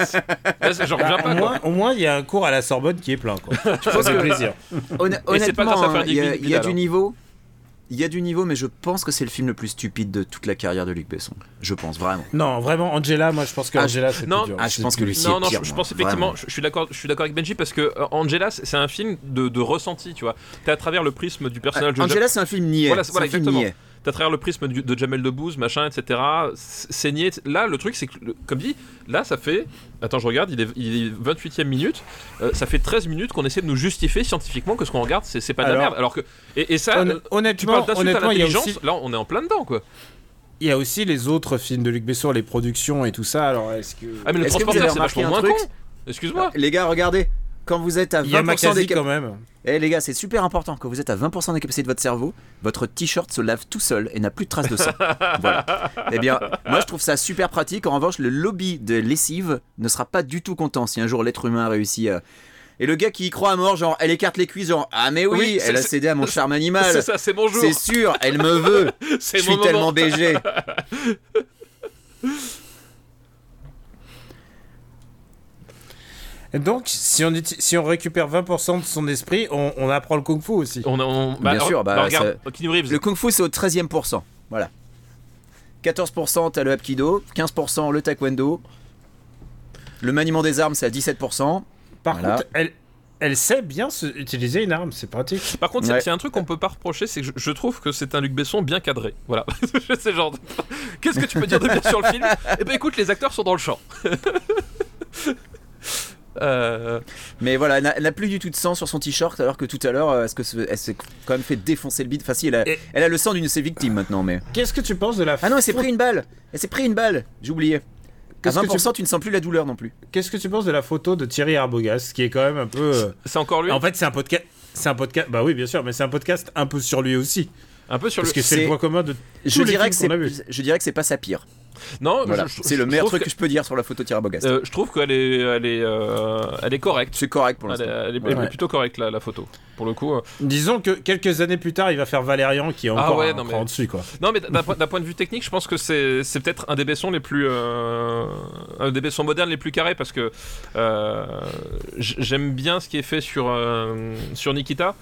Speaker 3: c'est- Ouais, c'est- J'en reviens
Speaker 2: Bah,
Speaker 3: pas,
Speaker 2: au,
Speaker 3: quoi.
Speaker 2: moins, au moins, il y a un cours à la Sorbonne qui est plein. Quoi.
Speaker 1: Je pense
Speaker 2: Ça fait
Speaker 1: que
Speaker 2: plaisir.
Speaker 1: Honn-
Speaker 3: Et c'est pas grâce à
Speaker 1: honnêtement, hein,
Speaker 3: Frédéric
Speaker 1: il y a, il y a
Speaker 3: Vidal, hein.
Speaker 1: du niveau. Il y a du niveau, mais je pense que c'est le film le plus stupide de toute la carrière de Luc Besson. Je pense vraiment.
Speaker 2: Non, vraiment, Angela, moi je pense que
Speaker 1: Ah,
Speaker 2: Angela, c'est
Speaker 3: non,
Speaker 2: plus dur.
Speaker 1: ah, je
Speaker 2: C'est
Speaker 1: pense que
Speaker 2: plus-
Speaker 1: Lucie
Speaker 3: Non,
Speaker 1: est
Speaker 3: non,
Speaker 1: pire,
Speaker 3: je, je
Speaker 1: moi,
Speaker 3: pense effectivement,
Speaker 1: vraiment.
Speaker 3: je, je suis d'accord, je suis d'accord avec Benji parce que euh, Angela, c'est c'est un film de, de ressenti, tu vois. T'es à travers le prisme du personnage de
Speaker 1: Angela, c'est un film niais.
Speaker 3: Voilà,
Speaker 1: c'est
Speaker 3: voilà,
Speaker 1: un film
Speaker 3: exactement.
Speaker 1: niais.
Speaker 3: T'as à travers le prisme du- de Jamel Debbouze, machin, etc. C'est niais. Là, le truc, c'est que, le- comme dit, là, ça fait. Attends, je regarde, il est, il est 28ème minute. Euh, ça fait 13 minutes qu'on essaie de nous justifier scientifiquement que ce qu'on regarde, c'est c'est pas de la
Speaker 2: Alors-
Speaker 3: merde. Alors que. Et, et ça,
Speaker 2: Hon-
Speaker 3: euh, tu
Speaker 2: honnêtement,
Speaker 3: parles d'insulte à
Speaker 2: honnêtement, il y a
Speaker 3: l'intelligence,
Speaker 2: aussi,
Speaker 3: là, on est en plein dedans, quoi.
Speaker 2: il y a aussi les autres films de Luc Besson, les productions et tout ça. Alors, est-ce que
Speaker 3: Ah, mais le
Speaker 1: Est-ce que vous avez
Speaker 3: transporteur, c'est
Speaker 1: remarqué
Speaker 3: vachement moins
Speaker 1: un
Speaker 3: con.
Speaker 1: truc
Speaker 3: Excuse-moi.
Speaker 1: Les gars, regardez. Quand vous êtes à
Speaker 2: il y
Speaker 1: 20%
Speaker 2: a
Speaker 1: des
Speaker 2: Mackenzie
Speaker 1: capacités.
Speaker 2: quand même.
Speaker 1: Eh les gars, c'est super important. Quand vous êtes à 20% des capacités de votre cerveau, votre t-shirt se lave tout seul et n'a plus de traces de sang. voilà. Eh bien, moi je trouve ça super pratique. En revanche, le lobby de lessive ne sera pas du tout content si un jour l'être humain réussit à. Et le gars qui y croit à mort, genre, elle écarte les cuisses, genre, ah mais oui,
Speaker 3: Oui,
Speaker 1: elle a
Speaker 3: c'est-
Speaker 1: cédé à mon charme
Speaker 3: C'est
Speaker 1: animal.
Speaker 3: ça, c'est bonjour.
Speaker 1: C'est sûr, elle me veut.
Speaker 3: C'est
Speaker 1: Je
Speaker 3: mon
Speaker 1: suis tellement
Speaker 3: moment.
Speaker 1: BG.
Speaker 2: Et donc, si on, uti- si on récupère 20% de son esprit, on, on apprend le kung-fu aussi.
Speaker 3: On, on-
Speaker 1: Bien sûr, bah,
Speaker 3: regarde, Keanu Reeves,
Speaker 1: Le kung fu c'est au 13e pourcent. Voilà. 14% t'as le hapkido, 15% le taekwondo. Le maniement des armes c'est à 17%.
Speaker 2: Par
Speaker 1: Voilà.
Speaker 2: contre, elle, elle sait bien se- utiliser une arme, c'est pratique.
Speaker 3: Par contre, il y a-
Speaker 1: Ouais.
Speaker 3: il y a un truc qu'on peut pas reprocher, c'est que je, je trouve que c'est un Luc Besson bien cadré. Voilà. c'est genre. de- Qu'est-ce que tu peux dire de bien sur le film Eh ben écoute, les acteurs sont dans le champ. Euh,
Speaker 1: Mais voilà, elle n'a- elle n'a plus du tout de sang sur son t-shirt, alors que tout à l'heure, euh, est-ce que ce- elle s'est quand même fait défoncer le bide Enfin, si, elle a,
Speaker 2: Et-
Speaker 1: elle a le sang d'une de ses victimes maintenant, mais.
Speaker 2: Qu'est-ce que tu penses de la
Speaker 1: Ah non, elle s'est
Speaker 2: faute-
Speaker 1: pris une balle Elle s'est pris une balle J'ai oublié. À
Speaker 2: Qu'est-ce que tu-
Speaker 1: 20%, tu... ne sens plus la douleur non plus.
Speaker 2: Qu'est-ce que tu penses de la photo de Thierry Arbogast, qui est quand même un peu. euh,
Speaker 3: c'est encore lui
Speaker 2: En fait, c'est un podcast. C'est un podcast. Bah oui, bien sûr, mais c'est un podcast un peu sur lui aussi,
Speaker 3: Un peu sur le.
Speaker 2: parce que c'est
Speaker 1: C'est-
Speaker 2: le point commun de.
Speaker 1: Je
Speaker 2: les
Speaker 1: dirais,
Speaker 2: films
Speaker 1: que c'est,
Speaker 2: qu'on a vus.
Speaker 1: je dirais que c'est pas sa pire.
Speaker 3: Non, je-
Speaker 1: Voilà.
Speaker 3: je-
Speaker 1: c'est le
Speaker 3: je
Speaker 1: meilleur
Speaker 3: trouve
Speaker 1: truc que... je peux dire sur la photo Thierry Bogast.
Speaker 3: que- euh, je trouve qu'elle est, elle est, euh, elle est correcte.
Speaker 1: C'est correct pour
Speaker 3: Elle,
Speaker 1: l'instant.
Speaker 3: est- elle est-
Speaker 1: Ouais.
Speaker 3: elle est plutôt correcte la, la photo. Pour le coup. euh.
Speaker 2: Disons que quelques années plus tard, il va faire Valérian, qui est encore
Speaker 3: Ah ouais,
Speaker 2: un
Speaker 3: non, mais-
Speaker 2: cran en dessus, quoi.
Speaker 3: Non, mais d'un point, d'un point de vue technique, je pense que c'est c'est peut-être un des Bessons les plus. euh, un des Bessons modernes les plus carrés parce que euh, j- j'aime bien ce qui est fait sur, euh, sur Nikita.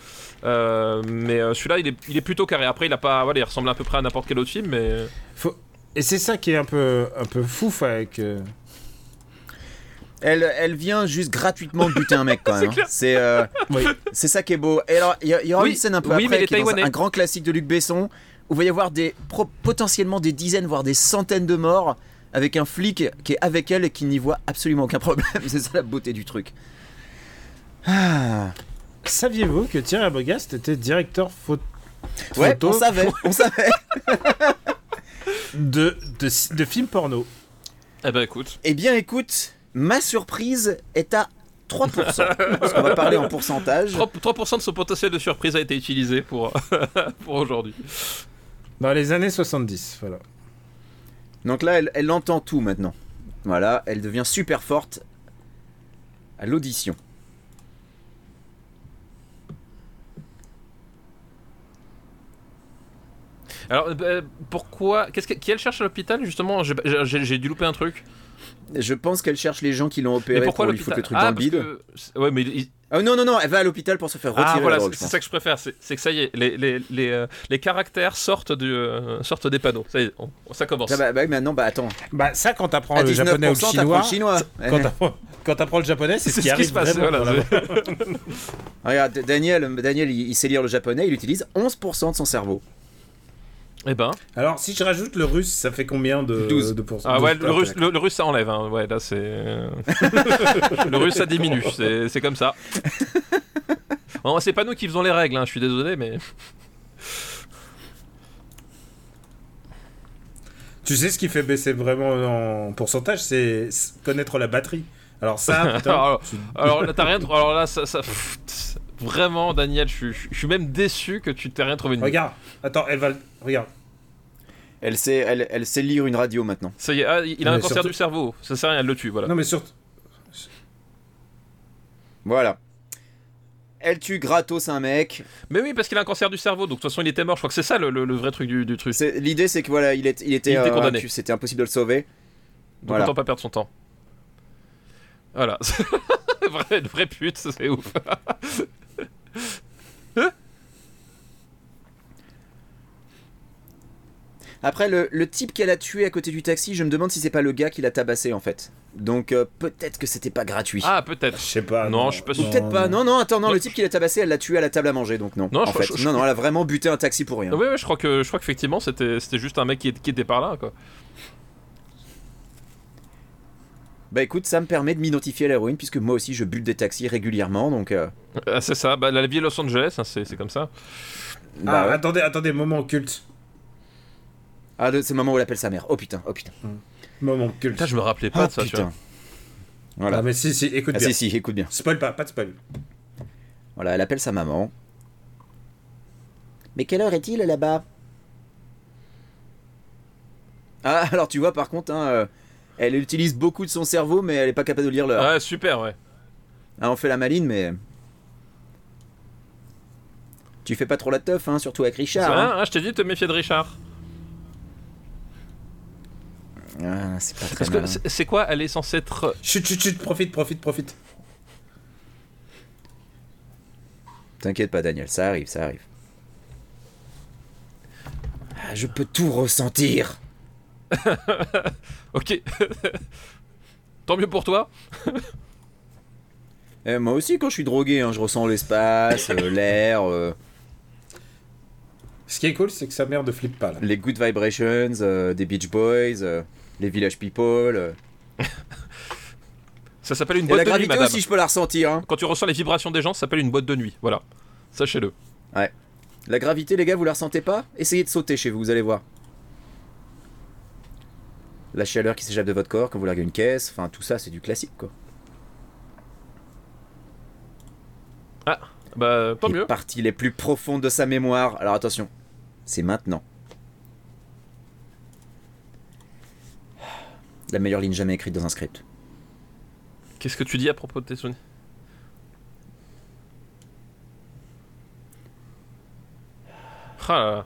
Speaker 3: euh, mais euh, celui-là, il est, il est plutôt carré. Après, il a pas, voilà, il ressemble à peu près à n'importe quel autre film, mais
Speaker 2: Faut- Et c'est ça qui est un peu, un peu fouf avec. euh,
Speaker 1: Elle, elle vient juste gratuitement buter un mec quand même. hein. C'est, euh,
Speaker 2: Oui.
Speaker 1: c'est ça qui est beau. Et alors, il y, a- il y aura
Speaker 3: Oui,
Speaker 1: une scène un peu
Speaker 3: oui,
Speaker 1: après
Speaker 3: mais les
Speaker 1: qui est dans
Speaker 3: Taïwanais.
Speaker 1: un grand classique de Luc Besson où il va y avoir des, pro- potentiellement des dizaines, voire des centaines de morts avec un flic qui est avec elle et qui n'y voit absolument aucun problème. C'est ça la beauté du truc. Ah.
Speaker 2: Saviez-vous que Thierry Arbogast était directeur pho-
Speaker 1: Ouais,
Speaker 2: photo
Speaker 1: on savait, on savait.
Speaker 2: de, de, de films porno
Speaker 3: eh ben écoute,
Speaker 1: Eh bien, écoute, ma surprise est à 3%. parce qu'on va parler en pourcentage.
Speaker 3: 3%, 3% de son potentiel de surprise a été utilisé pour, pour aujourd'hui.
Speaker 2: dans les années 70, voilà.
Speaker 1: Donc là, elle, elle entend tout maintenant. Voilà, elle devient super forte à l'audition.
Speaker 3: Alors euh, pourquoi Qu'est-ce que- qui elle cherche à l'hôpital justement J'ai- J'ai j'ai dû louper un truc.
Speaker 1: Je pense qu'elle cherche les gens qui l'ont
Speaker 3: Mais
Speaker 1: opéré
Speaker 3: pourquoi
Speaker 1: pour lui foutre le truc
Speaker 3: l'hôpital Ah,
Speaker 1: dans le
Speaker 3: parce
Speaker 1: bide.
Speaker 3: que- Ouais, mais il-
Speaker 1: Oh non, non, non, elle va à l'hôpital pour se faire retirer
Speaker 3: Ah voilà,
Speaker 1: le
Speaker 3: c'est
Speaker 1: rôle, je
Speaker 3: c'est
Speaker 1: pense.
Speaker 3: ça que je préfère, c'est c'est que ça y est, les, les, les, euh, les caractères sortent, du, euh, sortent des panneaux. Ça y est, on- ça commence.
Speaker 1: Ah bah, bah oui, maintenant, bah attends.
Speaker 2: Bah ça, quand t'apprends
Speaker 1: À
Speaker 2: le
Speaker 1: 19%,
Speaker 2: japonais ou le
Speaker 1: t'apprends
Speaker 2: chinois,
Speaker 1: le chinois. Eh,
Speaker 2: quand t'apprends- quand t'apprends le japonais, c'est ce qui arrive vraiment,
Speaker 3: voilà,
Speaker 2: voilà.
Speaker 3: c'est-
Speaker 1: Eh, Regarde, Daniel, Daniel il, il sait lire le japonais, il utilise 11% de son cerveau.
Speaker 3: Eh ben,
Speaker 2: Alors si je rajoute le russe, ça fait combien de
Speaker 1: 12.
Speaker 2: de pourcent-
Speaker 3: ah ouais,
Speaker 2: 12,
Speaker 3: le
Speaker 2: ah,
Speaker 3: russe,
Speaker 2: d'accord.
Speaker 3: le, le russe ça enlève, hein. ouais, là c'est. le russe ça diminue, c'est c'est comme ça. Oh, C'est pas nous qui faisons les règles, hein, je suis désolé, mais.
Speaker 2: Tu sais ce qui fait baisser vraiment en pourcentage, c'est s- connaître la batterie. Alors ça, Ah, putain,
Speaker 3: Alors-
Speaker 2: tu-
Speaker 3: Alors là, t'as rien trouvé. Alors là, ça. ça- pff, tss, vraiment, Daniel, je suis- je suis même déçu que tu t'aies rien trouvé de mieux.
Speaker 2: regarde, attends, elle va, le- regarde.
Speaker 1: Elle sait, elle, elle sait lire une radio maintenant.
Speaker 3: Ça y est, ah, il a un
Speaker 2: Mais
Speaker 3: cancer
Speaker 2: surtout-
Speaker 3: du cerveau, ça sert à rien, elle le tue, voilà.
Speaker 2: Non mais surtout,
Speaker 1: Voilà. Elle tue gratos un mec,
Speaker 3: Mais oui, parce qu'il a un cancer du cerveau, donc de toute façon il était mort. Je crois que c'est ça le, le- le vrai truc du, du truc.
Speaker 1: C'est- L'idée, c'est que voilà, il, est- il était,
Speaker 3: Il était condamné.
Speaker 1: tu- C'était impossible de le sauver.
Speaker 3: Donc
Speaker 1: voilà.
Speaker 3: autant pas perdre son temps. Voilà. vrai, une vraie pute, c'est ouf.
Speaker 1: Après, le, le type qu'elle a tué à côté du taxi, je me demande si c'est pas le gars qui l'a tabassé en fait. Donc euh, peut-être que c'était pas gratuit.
Speaker 3: Ah,
Speaker 2: je
Speaker 3: peut-être.
Speaker 2: sais pas.
Speaker 3: Non, je suis pas
Speaker 1: Ou
Speaker 3: sûr.
Speaker 1: peut-être pas. Non, non, attends, non,
Speaker 3: Non,
Speaker 1: le type qui l'a tabassé, elle l'a tué à la table à manger, donc non.
Speaker 3: Non,
Speaker 1: en
Speaker 3: je-
Speaker 1: fait.
Speaker 3: je- Ah je-
Speaker 1: non, non, elle a vraiment buté un taxi pour rien.
Speaker 3: Oui, oui, je crois que je crois qu'effectivement c'était c'était juste un mec qui, qui était par là quoi.
Speaker 1: Bah écoute, ça me permet de m'identifier à l'héroïne, puisque moi aussi je bute des taxis régulièrement, donc. euh,
Speaker 3: Ah, c'est ça. Bah, la vie de Los Angeles, hein, c'est c'est comme ça.
Speaker 1: bah,
Speaker 2: Ah,
Speaker 1: ouais.
Speaker 2: attendez, attendez, moment culte.
Speaker 1: Ah, le- c'est le moment où elle appelle sa mère. Oh putain, oh putain.
Speaker 2: Moment culte.
Speaker 3: Putain, je me rappelais pas
Speaker 1: Ah,
Speaker 3: de ça. tu vois.
Speaker 1: putain. Voilà.
Speaker 2: Ah mais si, si, écoute
Speaker 1: Ah,
Speaker 2: bien.
Speaker 1: si, si, écoute bien.
Speaker 2: Spoil pas, pas de spoil.
Speaker 1: Voilà, elle appelle sa maman. Mais quelle heure est-il là-bas Ah, alors tu vois, par contre, hein, euh, elle utilise beaucoup de son cerveau, mais elle est pas capable de lire l'heure.
Speaker 3: Ah, super, ouais.
Speaker 1: Ah, on fait la maline, mais. Tu fais pas trop la teuf, hein, surtout avec
Speaker 3: C'est-
Speaker 1: Richard. hein.
Speaker 3: hein, hein, je t'ai dit de te méfier de Richard.
Speaker 1: Ah, c'est pas très
Speaker 3: Parce que
Speaker 1: malin.
Speaker 3: c'est- c'est quoi Elle est censée être. euh,
Speaker 2: Chut, chut, chut, profite, profite, profite.
Speaker 1: T'inquiète pas, Daniel, ça arrive, ça arrive. Ah, je peux tout ressentir.
Speaker 3: Ok. Tant mieux pour toi.
Speaker 1: Eh, moi aussi, quand je suis drogué, hein, je ressens l'espace, euh, l'air, euh,
Speaker 2: Ce qui est cool, c'est que sa mère ne flippe pas là.
Speaker 1: les good vibrations euh, des Beach Boys, euh, les Village People. euh.
Speaker 3: Ça s'appelle une
Speaker 1: Et la
Speaker 3: boîte de nuit,
Speaker 1: gravité
Speaker 3: madame.
Speaker 1: aussi, je peux la ressentir. hein.
Speaker 3: Quand tu ressens les vibrations des gens, ça s'appelle une boîte de nuit. Voilà. Sachez-le.
Speaker 1: La gravité, les gars, vous la ressentez pas Essayez de sauter chez vous, vous allez voir. La chaleur qui s'échappe de votre corps quand vous larguez une caisse, enfin tout ça, c'est du classique quoi.
Speaker 3: Bah, tant
Speaker 1: les
Speaker 3: mieux.
Speaker 1: parties les plus profondes de sa mémoire. Alors attention, c'est maintenant. La meilleure ligne jamais écrite dans un script.
Speaker 3: Qu'est-ce que tu dis à propos de tes souvenirs Ah là là.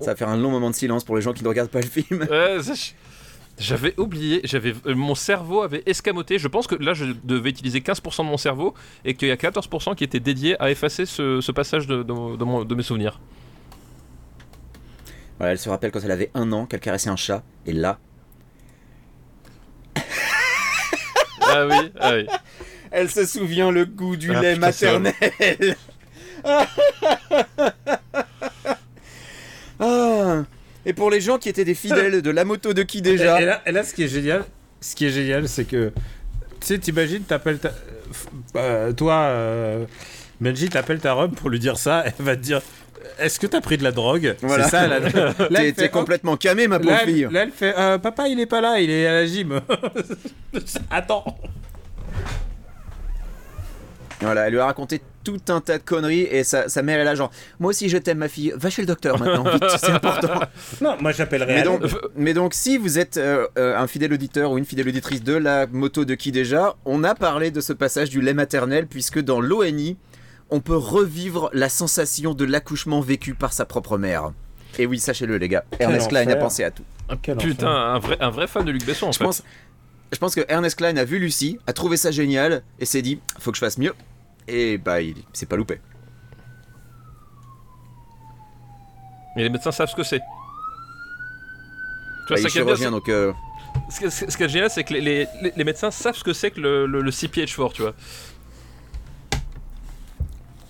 Speaker 1: Ça va faire un long moment de silence pour les gens qui ne regardent pas le film.
Speaker 3: Ouais, ça, je- Euh, J'avais oublié, j'avais euh, mon cerveau avait escamoté. Je pense que là, je devais utiliser 15% de mon cerveau et qu'il y a 14% qui était dédié à effacer ce, ce passage de, de- de mon- de mes souvenirs.
Speaker 1: Voilà, elle se rappelle quand elle avait un an qu'elle caressait un chat, et là,
Speaker 3: Ah oui, ah oui.
Speaker 1: elle se souvient le goût du
Speaker 3: Ah,
Speaker 1: lait
Speaker 3: putain, c'est horrible.
Speaker 1: maternel. Ah. Et pour les gens qui étaient des fidèles de la moto de qui déjà
Speaker 2: Et, et là, et là, ce qui est génial, ce qui est génial, c'est que tu sais, t'imagines, t'appelles ta- euh, f- euh, toi, euh, Benji, t'appelles ta robe pour lui dire ça, elle va te dire, est-ce que t'as pris de la drogue
Speaker 1: Voilà.
Speaker 2: C'est ça. La... là,
Speaker 1: T'es t'es
Speaker 2: elle fait,
Speaker 1: complètement camé, ma
Speaker 2: oh,
Speaker 1: pauvre
Speaker 2: là, elle-
Speaker 1: fille.
Speaker 2: là, elle fait, euh, papa, il est pas là, il est à la gym. Attends.
Speaker 1: Voilà, elle lui a raconté tout un tas de conneries et sa, sa mère est là genre moi aussi je t'aime ma fille va chez le docteur maintenant vite c'est important
Speaker 2: Non, moi j'appellerai.
Speaker 1: mais
Speaker 2: Alain.
Speaker 1: donc mais donc si vous êtes euh, euh, un fidèle auditeur ou une fidèle auditrice de la moto de qui déjà on a parlé de ce passage du lait maternel puisque dans l'ONI on peut revivre la sensation de l'accouchement vécu par sa propre mère et oui sachez-le les gars Ernest Klein a
Speaker 2: enfer.
Speaker 1: pensé à tout
Speaker 2: Ah, Quel
Speaker 3: Putain, un vrai, un vrai fan de Luc Besson en
Speaker 1: je
Speaker 3: fait.
Speaker 1: pense je pense que Ernest Klein a vu Lucie a trouvé ça génial et s'est dit faut que je fasse mieux et bah il s'est pas loupé
Speaker 3: Mais les médecins savent ce que c'est. Tu
Speaker 1: Bah,
Speaker 3: vois,
Speaker 1: il
Speaker 3: ça
Speaker 1: est
Speaker 3: qui est bien,
Speaker 1: chirurgien donc euh,
Speaker 3: c'est- ce, que- ce, ce qui est génial, c'est que les, les- les- les médecins savent ce que c'est que le, le, le CPH4, tu vois.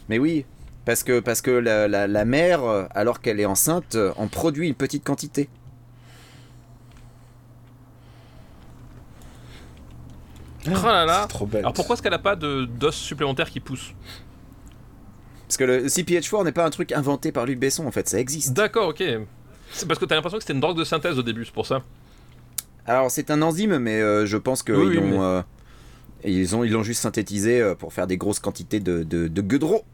Speaker 1: Mais oui, parce que, parce que la, la- la mère, euh, alors qu'elle est enceinte, euh, en produit une petite quantité.
Speaker 3: Ah là là.
Speaker 2: C'est trop belle.
Speaker 3: Alors pourquoi est-ce qu'elle a pas de d'os supplémentaire qui pousse
Speaker 1: Parce que le CPH4 n'est pas un truc inventé par Luc Besson, en fait, ça existe.
Speaker 3: D'accord, ok. C'est parce que t'as l'impression que c'était une drogue de synthèse au début, c'est pour ça.
Speaker 1: Alors c'est un enzyme, mais euh, je pense qu'ils
Speaker 3: Oui, oui,
Speaker 1: l'ont
Speaker 3: mais-
Speaker 1: euh, ils ont, ils l'ont juste synthétisé euh, pour faire des grosses quantités de, de, de gueudreau.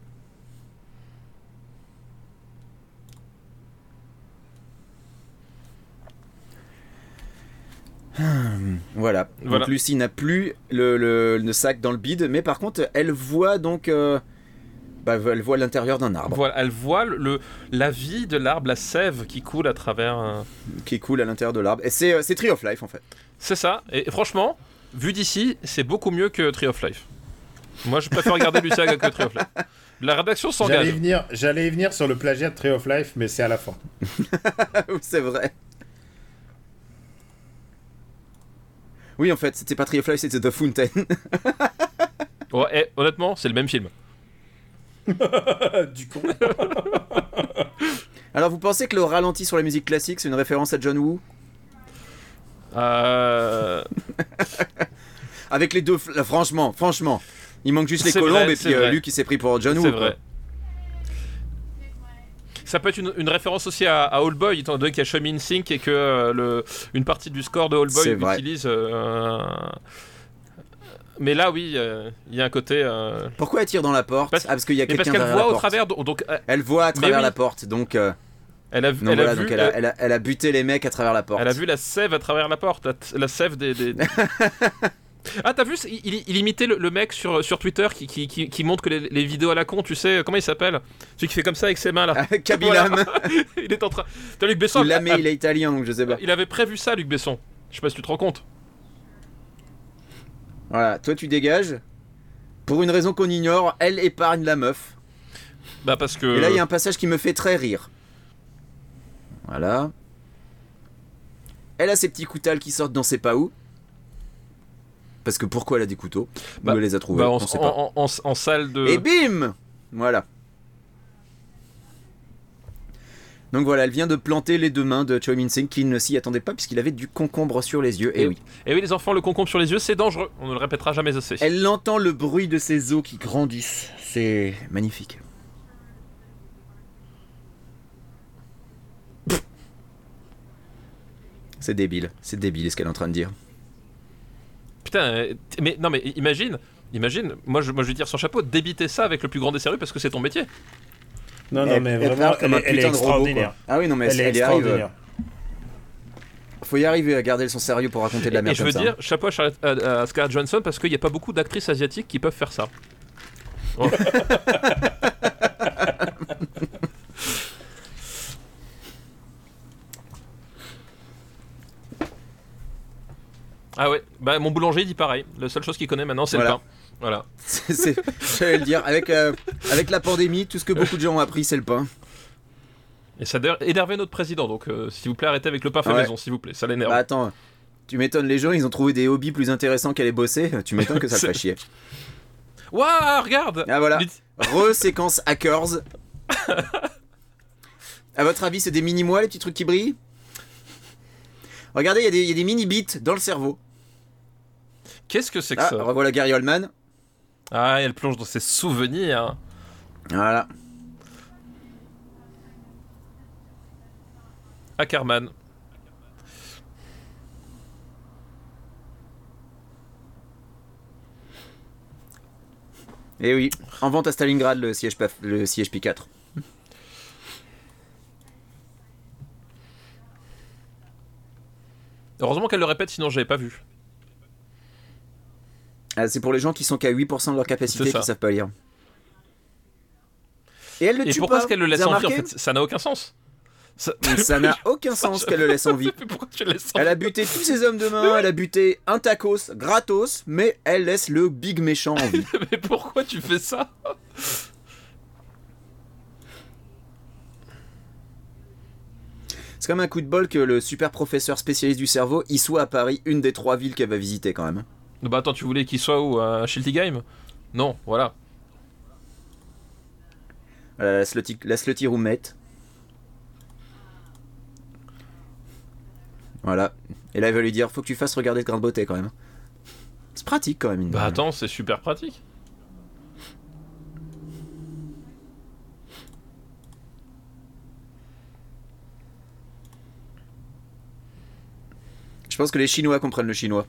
Speaker 1: Hmm, Voilà.
Speaker 3: Voilà.
Speaker 1: Donc Lucie n'a plus le, le- le sac dans le bide, mais par contre, elle voit donc, euh, bah, elle voit l'intérieur d'un arbre
Speaker 3: Voilà, elle voit le- le, la vie de l'arbre, la sève qui coule à travers. euh,
Speaker 1: qui coule à l'intérieur de l'arbre. Et c'est, euh, c'est Tree of Life en fait.
Speaker 3: C'est ça. Et franchement, vu d'ici, c'est beaucoup mieux que Tree of Life. Moi, je préfère regarder Luciaga que Tree of Life. La rédaction
Speaker 2: J'allais y
Speaker 3: s'engage.
Speaker 2: venir, j'allais y venir sur le plagiat de Tree of Life, mais c'est à la fin.
Speaker 1: Oui, c'est vrai. Oui, en fait, c'était pas Tree of Life, c'était The Fountain.
Speaker 3: Ouais, et honnêtement, c'est le même film.
Speaker 2: du coup.
Speaker 1: Alors, vous pensez que le ralenti sur la musique classique, c'est une référence à John Woo
Speaker 3: Euh,
Speaker 1: Avec les deux, fl- là, franchement, franchement. Il manque juste les
Speaker 3: C'est
Speaker 1: colombes
Speaker 3: vrai,
Speaker 1: et
Speaker 3: c'est
Speaker 1: puis euh,
Speaker 3: vrai.
Speaker 1: Luc, il s'est pris pour John Woo.
Speaker 3: c'est
Speaker 1: quoi.
Speaker 3: vrai. Ça peut être une, une référence aussi à, à All Boy, étant donné qu'il y a Show Me in Sync et que euh, le, une partie du score de All Boy
Speaker 1: C'est vrai.
Speaker 3: utilise. euh, un- Mais là, oui, euh, il y a un côté. euh,
Speaker 1: Pourquoi elle tire dans la porte
Speaker 3: Parce-
Speaker 1: Ah, parce qu'il y a
Speaker 3: Mais parce
Speaker 1: quelqu'un
Speaker 3: qu'elle
Speaker 1: derrière
Speaker 3: voit
Speaker 1: la
Speaker 3: au
Speaker 1: porte.
Speaker 3: travers, donc donc, euh,
Speaker 1: Elle voit à travers
Speaker 3: oui.
Speaker 1: la porte, donc. euh,
Speaker 3: elle a, vu-
Speaker 1: non,
Speaker 3: elle a
Speaker 1: voilà,
Speaker 3: vu, euh,
Speaker 1: donc elle a, elle a- elle a buté les mecs à travers la porte.
Speaker 3: elle a vu la sève à travers la porte, la, t- la sève des. des- ah, t'as vu, c'est- il, il imitait le, le mec sur, sur Twitter qui, qui, qui- qui montre que les, les vidéos à la con, tu sais, comment il s'appelle Celui qui fait comme ça avec ses mains là.
Speaker 1: Kabila,
Speaker 3: Voilà. il est en train. T'as Luc Besson.
Speaker 1: ou Lamé,
Speaker 3: a- a-
Speaker 1: il est italien, donc je sais pas.
Speaker 3: il avait prévu ça, Luc Besson. Je sais pas si tu te rends compte.
Speaker 1: Voilà, toi, tu dégages. Pour une raison qu'on ignore, elle épargne la meuf.
Speaker 3: Bah, parce que.
Speaker 1: Et là, il y a un passage qui me fait très rire. Voilà. Elle a ses petits coutales qui sortent dans ses pas où. Parce que pourquoi elle a des couteaux Où
Speaker 3: Bah-
Speaker 1: elle les a trouvés
Speaker 3: Bah, en,
Speaker 1: On sait
Speaker 3: en-
Speaker 1: pas. Eh ben
Speaker 3: en- en- en salle de.
Speaker 1: Et bim Voilà. Donc voilà, elle vient de planter les deux mains de Choi Min-sing qui ne s'y attendait pas puisqu'il avait du concombre sur les yeux. Et oui.
Speaker 3: Et Eh oui, les enfants, le concombre sur les yeux, c'est dangereux. On ne le répétera jamais assez.
Speaker 1: Elle entend le bruit de ses os qui grandissent. C'est magnifique. C'est débile, c'est débile ce qu'elle est en train de dire.
Speaker 3: Putain, euh, t- mais non, mais imagine, imagine, moi je, moi je lui tire son chapeau, débiter ça avec le plus grand des sérieux parce que c'est ton métier.
Speaker 2: Non, non, mais vraiment,
Speaker 1: parle comme
Speaker 2: elle,
Speaker 1: un
Speaker 2: est- elle est
Speaker 1: putain de robot, quoi.
Speaker 2: extraordinaire.
Speaker 1: ah oui, non, mais
Speaker 2: Elle est
Speaker 1: elle, y arrive.
Speaker 2: extraordinaire.
Speaker 1: Faut y arriver à garder son sérieux pour raconter de la
Speaker 3: Et,
Speaker 1: merde
Speaker 3: je
Speaker 1: comme
Speaker 3: veux
Speaker 1: ça.
Speaker 3: dire, chapeau à, Charlotte- euh, à- à Scarlett Johansson parce qu'il n'y a pas beaucoup d'actrices asiatiques qui peuvent faire ça. Oh. ah ouais, bah mon boulanger il dit pareil. La seule chose qu'il connaît maintenant, c'est le
Speaker 1: Voilà.
Speaker 3: pain. Voilà.
Speaker 1: C'est- c'est- J'allais le dire, avec, euh, avec la pandémie, tout ce que beaucoup de gens ont appris, c'est le pain.
Speaker 3: Et ça a d'ailleurs énervé notre président, donc euh, s'il vous plaît, arrêtez avec le pain fait
Speaker 1: Ouais.
Speaker 3: maison, s'il vous plaît, ça l'énerve.
Speaker 1: Bah attends, tu m'étonnes, les gens, ils ont trouvé des hobbies plus intéressants qu'aller bosser. Tu m'étonnes que ça le
Speaker 3: C'est-
Speaker 1: fait chier.
Speaker 3: Ouah, regarde
Speaker 1: Ah voilà,
Speaker 3: Lui dit-
Speaker 1: re-séquence hackers. à votre avis, c'est des mini-mois, les petits trucs qui brillent Regardez, il y a des- il y, a des mini-bits dans le cerveau.
Speaker 3: Qu'est-ce que c'est que
Speaker 1: Ah,
Speaker 3: ça
Speaker 1: revoilà Gary Oldman.
Speaker 3: Ah, elle plonge dans ses souvenirs.
Speaker 1: Voilà.
Speaker 3: Ackerman.
Speaker 1: Et Eh oui, en vente à Stalingrad, le siège, paf- le siège P4.
Speaker 3: Heureusement qu'elle le répète, sinon j'avais pas vu.
Speaker 1: Ah, c'est pour les gens qui sont qu'à 8% de leur capacité
Speaker 3: C'est
Speaker 1: et
Speaker 3: ça.
Speaker 1: qui savent pas lire. Et elle le
Speaker 3: Et
Speaker 1: tue
Speaker 3: pourquoi
Speaker 1: pas,
Speaker 3: est-ce qu'elle le
Speaker 1: vous
Speaker 3: laisse
Speaker 1: avez
Speaker 3: en vie en
Speaker 1: remarqué
Speaker 3: fait Ça n'a aucun sens. Ça...
Speaker 1: Ça n'a aucun sens qu'elle le laisse en vie.
Speaker 3: pourquoi tu le laisses en
Speaker 1: Elle a buté tous ses hommes de main, elle a buté un tacos gratos, mais elle laisse le big méchant en vie.
Speaker 3: vie Mais pourquoi tu fais ça
Speaker 1: C'est comme un coup de bol que le super professeur spécialiste du cerveau y soit à Paris, une des trois villes qu'elle va visiter quand même. hein.
Speaker 3: Non, Bah attends, tu voulais qu'il soit où À Shilty Game Non, voilà.
Speaker 1: Voilà, Euh, la slutty, la slutty roommate. Voilà. Et là, elle va lui dire faut que tu fasses regarder le grain de beauté quand même. hein. C'est pratique quand même, une
Speaker 3: Bah
Speaker 1: balle. hein.
Speaker 3: attends, c'est super pratique.
Speaker 1: Je pense que les Chinois comprennent le chinois.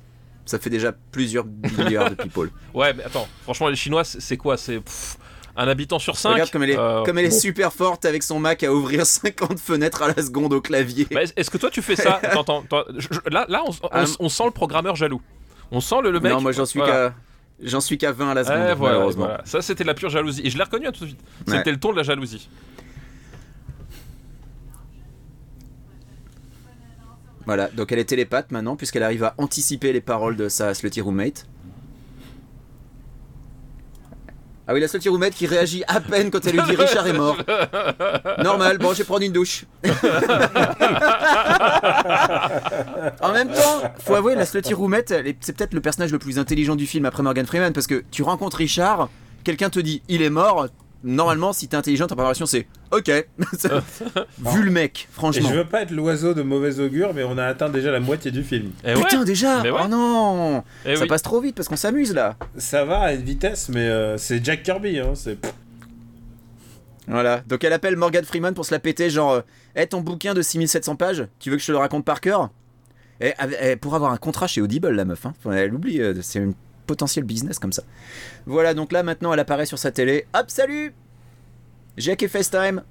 Speaker 1: Ça fait déjà plusieurs milliards de people.
Speaker 3: Ouais, mais attends, franchement, les Chinois, c'est c'est quoi C'est pff, un habitant sur cinq
Speaker 1: Regarde comme elle est,
Speaker 3: Euh,
Speaker 1: comme elle est
Speaker 3: bon.
Speaker 1: super forte avec son Mac à ouvrir 50 fenêtres à la seconde au clavier.
Speaker 3: Bah, est- Est-ce que toi tu fais ça Attends, attends, attends, je- je- là, là on, on-
Speaker 1: Ah,
Speaker 3: on sent le programmeur jaloux. On sent le, le mec.
Speaker 1: non, moi j'en suis
Speaker 3: voilà.
Speaker 1: qu'à j'en suis qu'à 20 à la
Speaker 3: Eh,
Speaker 1: seconde
Speaker 3: voilà,
Speaker 1: malheureusement.
Speaker 3: voilà. Ça, c'était de la pure jalousie. Et je l'ai reconnu hein, tout de suite.
Speaker 1: Ouais.
Speaker 3: C'était le ton de la jalousie.
Speaker 1: Voilà, donc elle est télépathe maintenant puisqu'elle arrive à anticiper les paroles de sa slutty roommate. Ah oui, la slutty roommate qui réagit à peine quand elle lui dit Richard est mort. Normal, bon, je vais prendre une douche. en même temps, faut avouer, la slutty roommate, elle est- c'est peut-être le personnage le plus intelligent du film après Morgan Freeman parce que tu rencontres Richard, quelqu'un te dit il est mort. Normalement, si t'es intelligent, ta préparation c'est ok. Vu le mec,
Speaker 2: Et
Speaker 1: franchement.
Speaker 2: je veux pas être l'oiseau de mauvais augure, mais on a atteint déjà la moitié du film.
Speaker 3: Et
Speaker 1: Putain, déjà
Speaker 3: Mais Eh ouais.
Speaker 1: Oh non
Speaker 3: eh
Speaker 1: Ça
Speaker 3: oui.
Speaker 1: passe trop vite parce qu'on s'amuse là
Speaker 2: Ça va à une vitesse, mais euh, c'est Jack Kirby. Hein, c'est...
Speaker 1: Voilà, donc elle appelle Morgan Freeman pour se la péter, genre euh, Eh, ton bouquin de 6700 pages, tu veux que je te le raconte par cœur Eh, ave- eh, Pour avoir un contrat chez Audible, la meuf, hein. Enfin, elle oublie, euh, c'est une potentiel business comme ça. Voilà, donc là maintenant elle apparaît sur sa télé. Hop, salut J'ai hacké FaceTime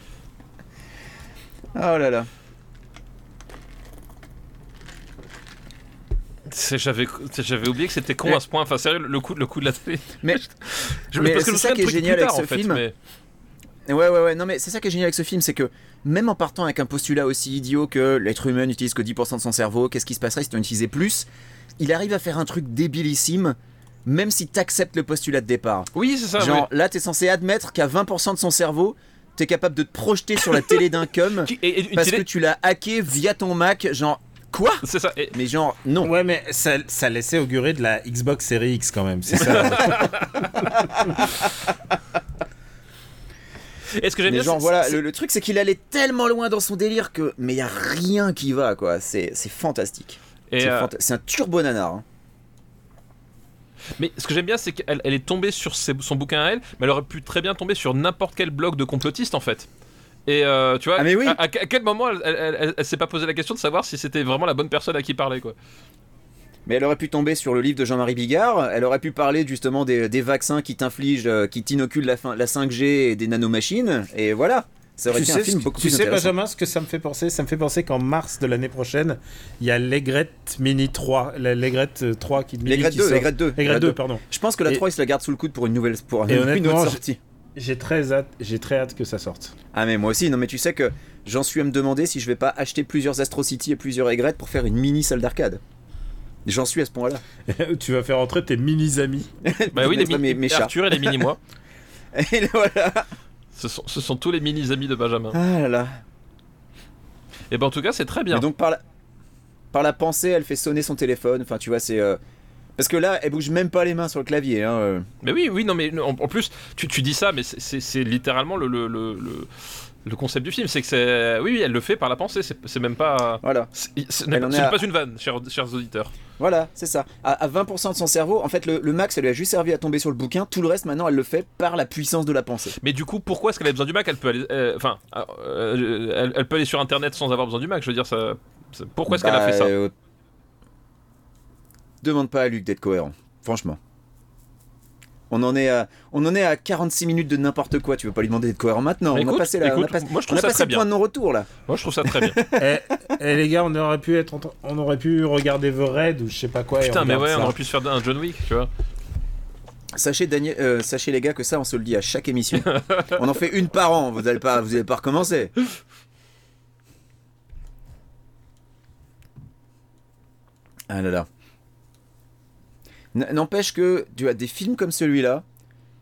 Speaker 1: Oh là là
Speaker 3: C'est- J'avais, c'est- j'avais oublié que c'était con
Speaker 1: Mais-
Speaker 3: à ce point. Enfin, sérieux, le coup, le coup de la télé.
Speaker 1: Mais-
Speaker 3: Je-
Speaker 1: mais
Speaker 3: parce que
Speaker 1: c'est
Speaker 3: je me
Speaker 1: ça
Speaker 3: souviens de
Speaker 1: qui est
Speaker 3: trucs plus
Speaker 1: génial avec
Speaker 3: tard, en
Speaker 1: ce
Speaker 3: fait,
Speaker 1: film.
Speaker 3: mais-
Speaker 1: Ouais, ouais, ouais, non, mais c'est ça qui est génial avec ce film, c'est que même en partant avec un postulat aussi idiot que l'être humain n'utilise que 10% de son cerveau, qu'est-ce qui se passerait si tu en utilisais plus Il arrive à faire un truc débilissime, même si t'acceptes le postulat de départ.
Speaker 3: Oui, c'est ça.
Speaker 1: Genre, là, t'es censé admettre qu'à 20% de son cerveau, t'es capable de te projeter sur la télé d'un cum
Speaker 3: oui. Qui- Et, et une
Speaker 1: parce
Speaker 3: télé-
Speaker 1: que tu l'as hacké via ton Mac, genre. Quoi
Speaker 3: C'est ça. Et-
Speaker 1: Mais genre, non.
Speaker 2: Ouais, mais ça, ça laissait augurer de la Xbox Series X quand même, c'est ça.
Speaker 3: Et ce que j'aime
Speaker 1: Mais
Speaker 3: bien,
Speaker 1: genre,
Speaker 3: c'est-
Speaker 1: voilà,
Speaker 3: c'est-
Speaker 1: le, le truc, c'est qu'il allait tellement loin dans son délire que. Mais il a rien qui va, quoi. C'est c'est fantastique.
Speaker 3: et,
Speaker 1: C'est
Speaker 3: euh,
Speaker 1: fanta- c'est un turbo nanar. hein.
Speaker 3: Mais ce que j'aime bien, c'est qu'elle elle est tombée sur ses- son bouquin à elle, mais elle aurait pu très bien tomber sur n'importe quel blog de complotiste en fait. Et euh, tu vois,
Speaker 1: Ah, mais oui.
Speaker 3: à, à quel moment elle, elle- elle- elle- elle s'est pas posé la question de savoir si c'était vraiment la bonne personne à qui parler quoi.
Speaker 1: Mais elle aurait pu tomber sur le livre de Jean-Marie Bigard, elle aurait pu parler justement des, des vaccins qui t'infligent, euh, qui t'inoculent la, fin- la 5G et des nanomachines, et voilà. Ça aurait
Speaker 2: tu
Speaker 1: été
Speaker 2: sais,
Speaker 1: un film
Speaker 2: ce-
Speaker 1: beaucoup
Speaker 2: tu
Speaker 1: plus
Speaker 2: sais
Speaker 1: intéressant.
Speaker 2: Benjamin, ce que ça me fait penser Ça me fait penser qu'en mars de l'année prochaine, il y a l'Aigrette Mini 3, la- l'Aigrette euh, 3 qui
Speaker 1: Les grades
Speaker 2: qui
Speaker 1: 2,
Speaker 2: sort.
Speaker 1: les grades 2.
Speaker 2: Aigrette 2, pardon.
Speaker 1: Je pense que la
Speaker 2: Et-
Speaker 1: 3, ils se la gardent sous le coude pour une nouvelle pour une
Speaker 2: Et
Speaker 1: autre
Speaker 2: honnêtement, je-
Speaker 1: sortie.
Speaker 2: J'ai très hâte, j'ai très hâte que ça sorte.
Speaker 1: Ah mais moi aussi, non mais tu sais que j'en suis à me demander si je vais pas acheter plusieurs Astro City et plusieurs aigrettes pour faire une mini salle d'arcade. J'en suis à ce point-là.
Speaker 2: tu vas faire entrer tes mini amis.
Speaker 3: Bah oui, les
Speaker 1: mettre
Speaker 3: mini
Speaker 1: mes- mes chats.
Speaker 3: Arthur et les mini moi.
Speaker 1: Et voilà.
Speaker 3: Ce sont, ce sont tous les mini amis de Benjamin.
Speaker 1: Ah là là.
Speaker 3: Et ben en tout cas, c'est très bien.
Speaker 1: Et donc par la... par la pensée, elle fait sonner son téléphone. Enfin, tu vois, c'est euh, parce que là, elle bouge même pas les mains sur le clavier. Hein. euh.
Speaker 3: Mais oui, oui, non, mais en, en plus, tu, tu dis ça, mais c'est- c'est c'est littéralement le, le, le, le- le concept du film. C'est que c'est. Oui, oui, elle le fait par la pensée. C'est c'est même pas.
Speaker 1: Voilà,
Speaker 3: c'est- Ce n'est
Speaker 1: Elle en
Speaker 3: pas,
Speaker 1: est
Speaker 3: ce n'est
Speaker 1: à-
Speaker 3: pas une vanne, chers, chers auditeurs.
Speaker 1: voilà, c'est ça. À, à 20% de son cerveau, en fait, le, le max, elle lui a juste servi à tomber sur le bouquin. Tout le reste, maintenant, elle le fait par la puissance de la pensée.
Speaker 3: Mais du coup, pourquoi est-ce qu'elle a besoin du Mac Elle peut aller. euh, Enfin, euh, elle, elle peut aller sur internet sans avoir besoin du Mac. Je veux dire, ça. ça- Pourquoi est-ce qu'elle a
Speaker 1: Bah,
Speaker 3: fait ça
Speaker 1: euh, Demande pas à Luc d'être cohérent, franchement. On en est à, on en est à 46 minutes de n'importe quoi. Tu veux pas lui demander d'être cohérent maintenant On
Speaker 3: Bah, Écoute,
Speaker 1: a passé la, on a
Speaker 3: écoute,
Speaker 1: passé-
Speaker 3: moi je
Speaker 1: on
Speaker 3: trouve
Speaker 1: a
Speaker 3: ça
Speaker 1: passé
Speaker 3: très
Speaker 1: le
Speaker 3: bien.
Speaker 1: point de non-retour là.
Speaker 3: Moi je trouve ça très bien.
Speaker 2: eh, eh, les gars, on aurait pu être, entre- on aurait pu regarder The Raid ou je sais pas quoi. et
Speaker 3: Putain, mais
Speaker 2: regarde
Speaker 3: ouais,
Speaker 2: ça.
Speaker 3: on aurait pu se faire un John Wick, tu vois.
Speaker 1: Sachez, Daniel, euh, sachez les gars que ça, on se le dit à chaque émission. on en fait une par an. Vous allez pas, vous allez pas recommencer. Ah là là. N- N'empêche que tu as des films comme celui-là.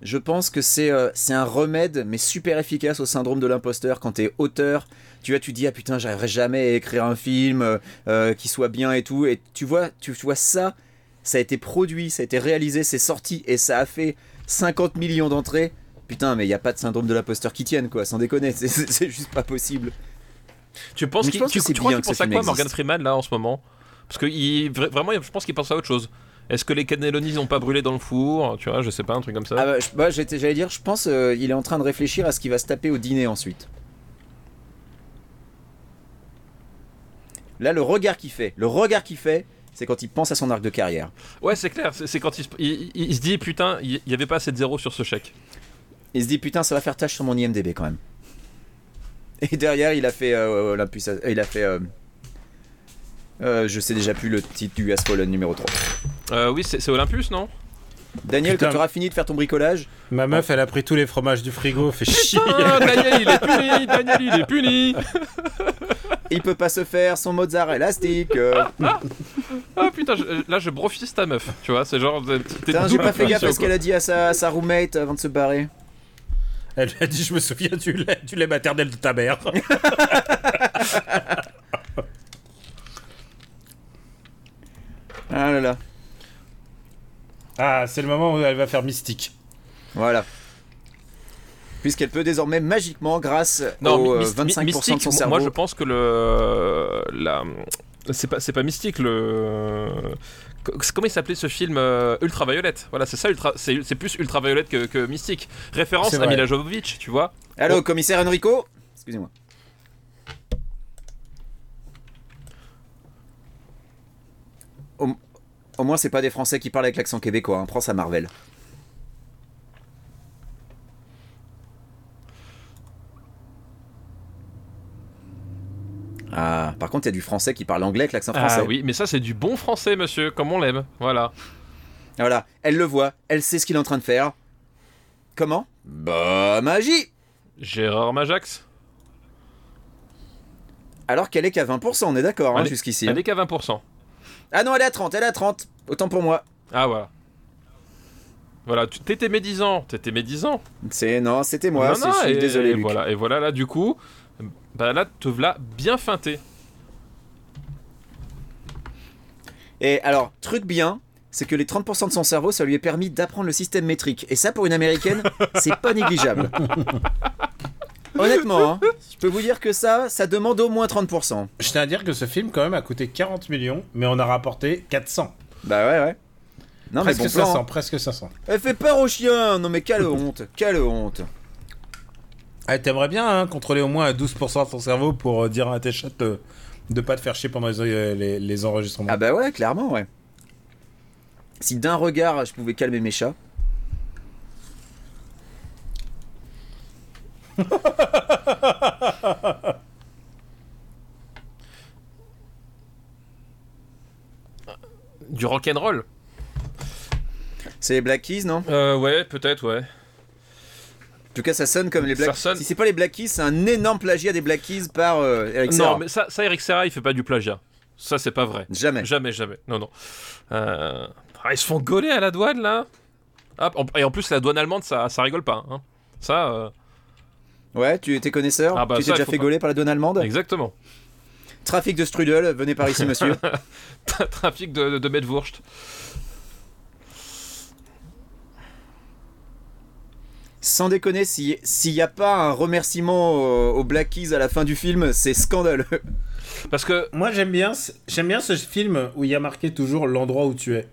Speaker 1: Je pense que c'est euh, c'est un remède, mais super efficace au syndrome de l'imposteur quand t'es auteur. Tu vois, tu dis ah putain, j'arriverai jamais à écrire un film euh, euh, qui soit bien et tout. Et tu vois, tu, tu vois ça, ça a été produit, ça a été réalisé, c'est sorti et ça a fait 50 millions d'entrées. Putain, mais il y a pas de syndrome de l'imposteur qui tienne quoi, sans déconner, c'est- c'est c'est juste pas possible.
Speaker 3: Tu penses
Speaker 1: Mais je
Speaker 3: qu'il
Speaker 1: pense
Speaker 3: tu,
Speaker 1: que c'est
Speaker 3: tu crois
Speaker 1: bien
Speaker 3: qu'il
Speaker 1: que ce
Speaker 3: pense à
Speaker 1: film
Speaker 3: quoi
Speaker 1: existe.
Speaker 3: Morgan Freeman là en ce moment Parce que il- vra- vraiment, je pense qu'il pense à autre chose. Est-ce que les cannellonis n'ont pas brûlé dans le four Tu vois, je sais pas, un truc comme ça.
Speaker 1: Ah bah, je- bah, j'étais- j'allais dire, je pense euh, il est en train de réfléchir à ce qu'il va se taper au dîner ensuite. Là, le regard qu'il fait, le regard qu'il fait, c'est quand il pense à son arc de carrière.
Speaker 3: Ouais, c'est clair. C'est c'est quand il se, il- il- il se dit putain, il n'y avait pas assez de zéro sur ce chèque.
Speaker 1: Il se dit putain, ça va faire tâche sur mon IMDb quand même. Et derrière, il a fait euh, Olympus- euh, il a fait. euh, euh, je sais déjà plus le titre du As Fallen numéro 3.
Speaker 3: Euh, oui, c'est c'est Olympus, non
Speaker 1: Daniel,
Speaker 2: Putain.
Speaker 1: quand tu auras fini de faire ton bricolage,
Speaker 2: Ma meuf, elle a pris tous les fromages du frigo, fait chier.
Speaker 3: Ah, Daniel, il est puni. Daniel, il est puni.
Speaker 1: il peut pas se faire son Mozart élastique. euh.
Speaker 3: Ah putain, je- là je brofiste ta meuf, tu vois, c'est genre. t'es- t'es
Speaker 1: Putain,
Speaker 3: double
Speaker 1: j'ai pas fait
Speaker 3: punition,
Speaker 1: gaffe à ce
Speaker 3: quoi.
Speaker 1: qu'elle a dit à sa, à sa roommate avant de se barrer.
Speaker 2: Elle lui a dit, je me souviens du lait, du lait maternel de ta mère.
Speaker 1: Ah là là.
Speaker 2: Ah, c'est le moment où elle va faire mystique.
Speaker 1: Voilà. Puisqu'elle peut désormais magiquement, grâce
Speaker 3: Non,
Speaker 1: au
Speaker 3: mi-
Speaker 1: euh,
Speaker 3: mi-
Speaker 1: 25%
Speaker 3: mystique,
Speaker 1: de son
Speaker 3: moi-
Speaker 1: cerveau.
Speaker 3: Moi je pense que le. La... C'est pas, c'est pas mystique le. c- Comment il s'appelait ce film euh, Ultraviolette Voilà, c'est ça, ultra... c'est c'est plus ultraviolette que, que mystique. Référence
Speaker 2: C'est
Speaker 3: à
Speaker 2: vrai.
Speaker 3: Mila Jovovich, tu vois.
Speaker 1: Allô, commissaire Enrico Excusez-moi. Au, au moins, c'est pas des Français qui parlent avec l'accent québécois. hein. Prends ça, Marvel. Ah, par contre, il y a du français qui parle anglais avec l'accent français.
Speaker 3: Ah oui, mais ça c'est du bon français, monsieur, comme on l'aime. Voilà.
Speaker 1: Voilà, elle le voit, elle sait ce qu'il est en train de faire. Comment Bah, magie
Speaker 3: Gérard Majax.
Speaker 1: Alors qu'elle est qu'à 20%, on est d'accord, hein,
Speaker 3: Elle est-
Speaker 1: jusqu'ici.
Speaker 3: Elle est qu'à 20%.
Speaker 1: Ah non, elle est à 30, elle est à 30. Autant pour moi.
Speaker 3: Ah voilà. Voilà, tu- t'étais médisant, t'étais médisant.
Speaker 1: C'est non, c'était moi.
Speaker 3: Non,
Speaker 1: c'est-
Speaker 3: non,
Speaker 1: je suis
Speaker 3: et-
Speaker 1: désolé,
Speaker 3: et
Speaker 1: Luc.
Speaker 3: Voilà, et voilà, là, du coup, bah là, te v'là bien feinté.
Speaker 1: Et alors, truc bien, c'est que les 30% de son cerveau, ça lui est permis d'apprendre le système métrique. Et ça, pour une américaine, c'est pas négligeable. Honnêtement, hein, je peux vous dire que ça, ça demande au moins 30%.
Speaker 2: Je tiens à dire que ce film, quand même, a coûté 40 millions, mais on a rapporté 400.
Speaker 1: Bah ouais, ouais. Non,
Speaker 2: presque
Speaker 1: mais bon plan,
Speaker 2: 500,
Speaker 1: hein.
Speaker 2: presque 500.
Speaker 1: Elle fait peur aux chiens Non mais quelle honte Quelle honte
Speaker 2: Ah, T'aimerais bien hein, contrôler au moins à 12% de ton cerveau pour euh, dire à tes chats de, de pas te faire chier pendant les, euh, les- les enregistrements.
Speaker 1: Ah bah ouais, clairement, ouais. Si d'un regard, je pouvais calmer mes chats...
Speaker 3: Du rock'n'roll
Speaker 1: C'est les Black Keys, non
Speaker 3: euh, Ouais, peut-être, ouais.
Speaker 1: En tout cas, ça sonne comme les Black
Speaker 3: Ça sonne.
Speaker 1: Si c'est pas les Black Keys, c'est un énorme plagiat des Black Keys par euh, Eric Serra.
Speaker 3: Non, mais ça, ça, Eric Serra, il fait pas du plagiat. Ça, c'est pas vrai.
Speaker 1: Jamais.
Speaker 3: Jamais, jamais. Non, non. Euh, ah, ils se font gauler à la douane, là. Ah, en- et en plus, la douane allemande, ça, ça rigole pas. hein. Ça, euh,
Speaker 1: Ouais, tu étais connaisseur
Speaker 3: Ah bah
Speaker 1: Tu t'es
Speaker 3: ça,
Speaker 1: déjà
Speaker 3: faut
Speaker 1: fait
Speaker 3: pas.
Speaker 1: gauler par la douane allemande
Speaker 3: exactement.
Speaker 1: Trafic de strudel, venez par ici, monsieur.
Speaker 3: Trafic de, de, de Medwurst.
Speaker 1: Sans déconner, si- s'il n'y a pas un remerciement aux, aux Black Keys à la fin du film, c'est scandaleux.
Speaker 3: Parce que,
Speaker 2: Moi, j'aime bien, ce- j'aime bien ce film où il y a marqué toujours l'endroit où tu es.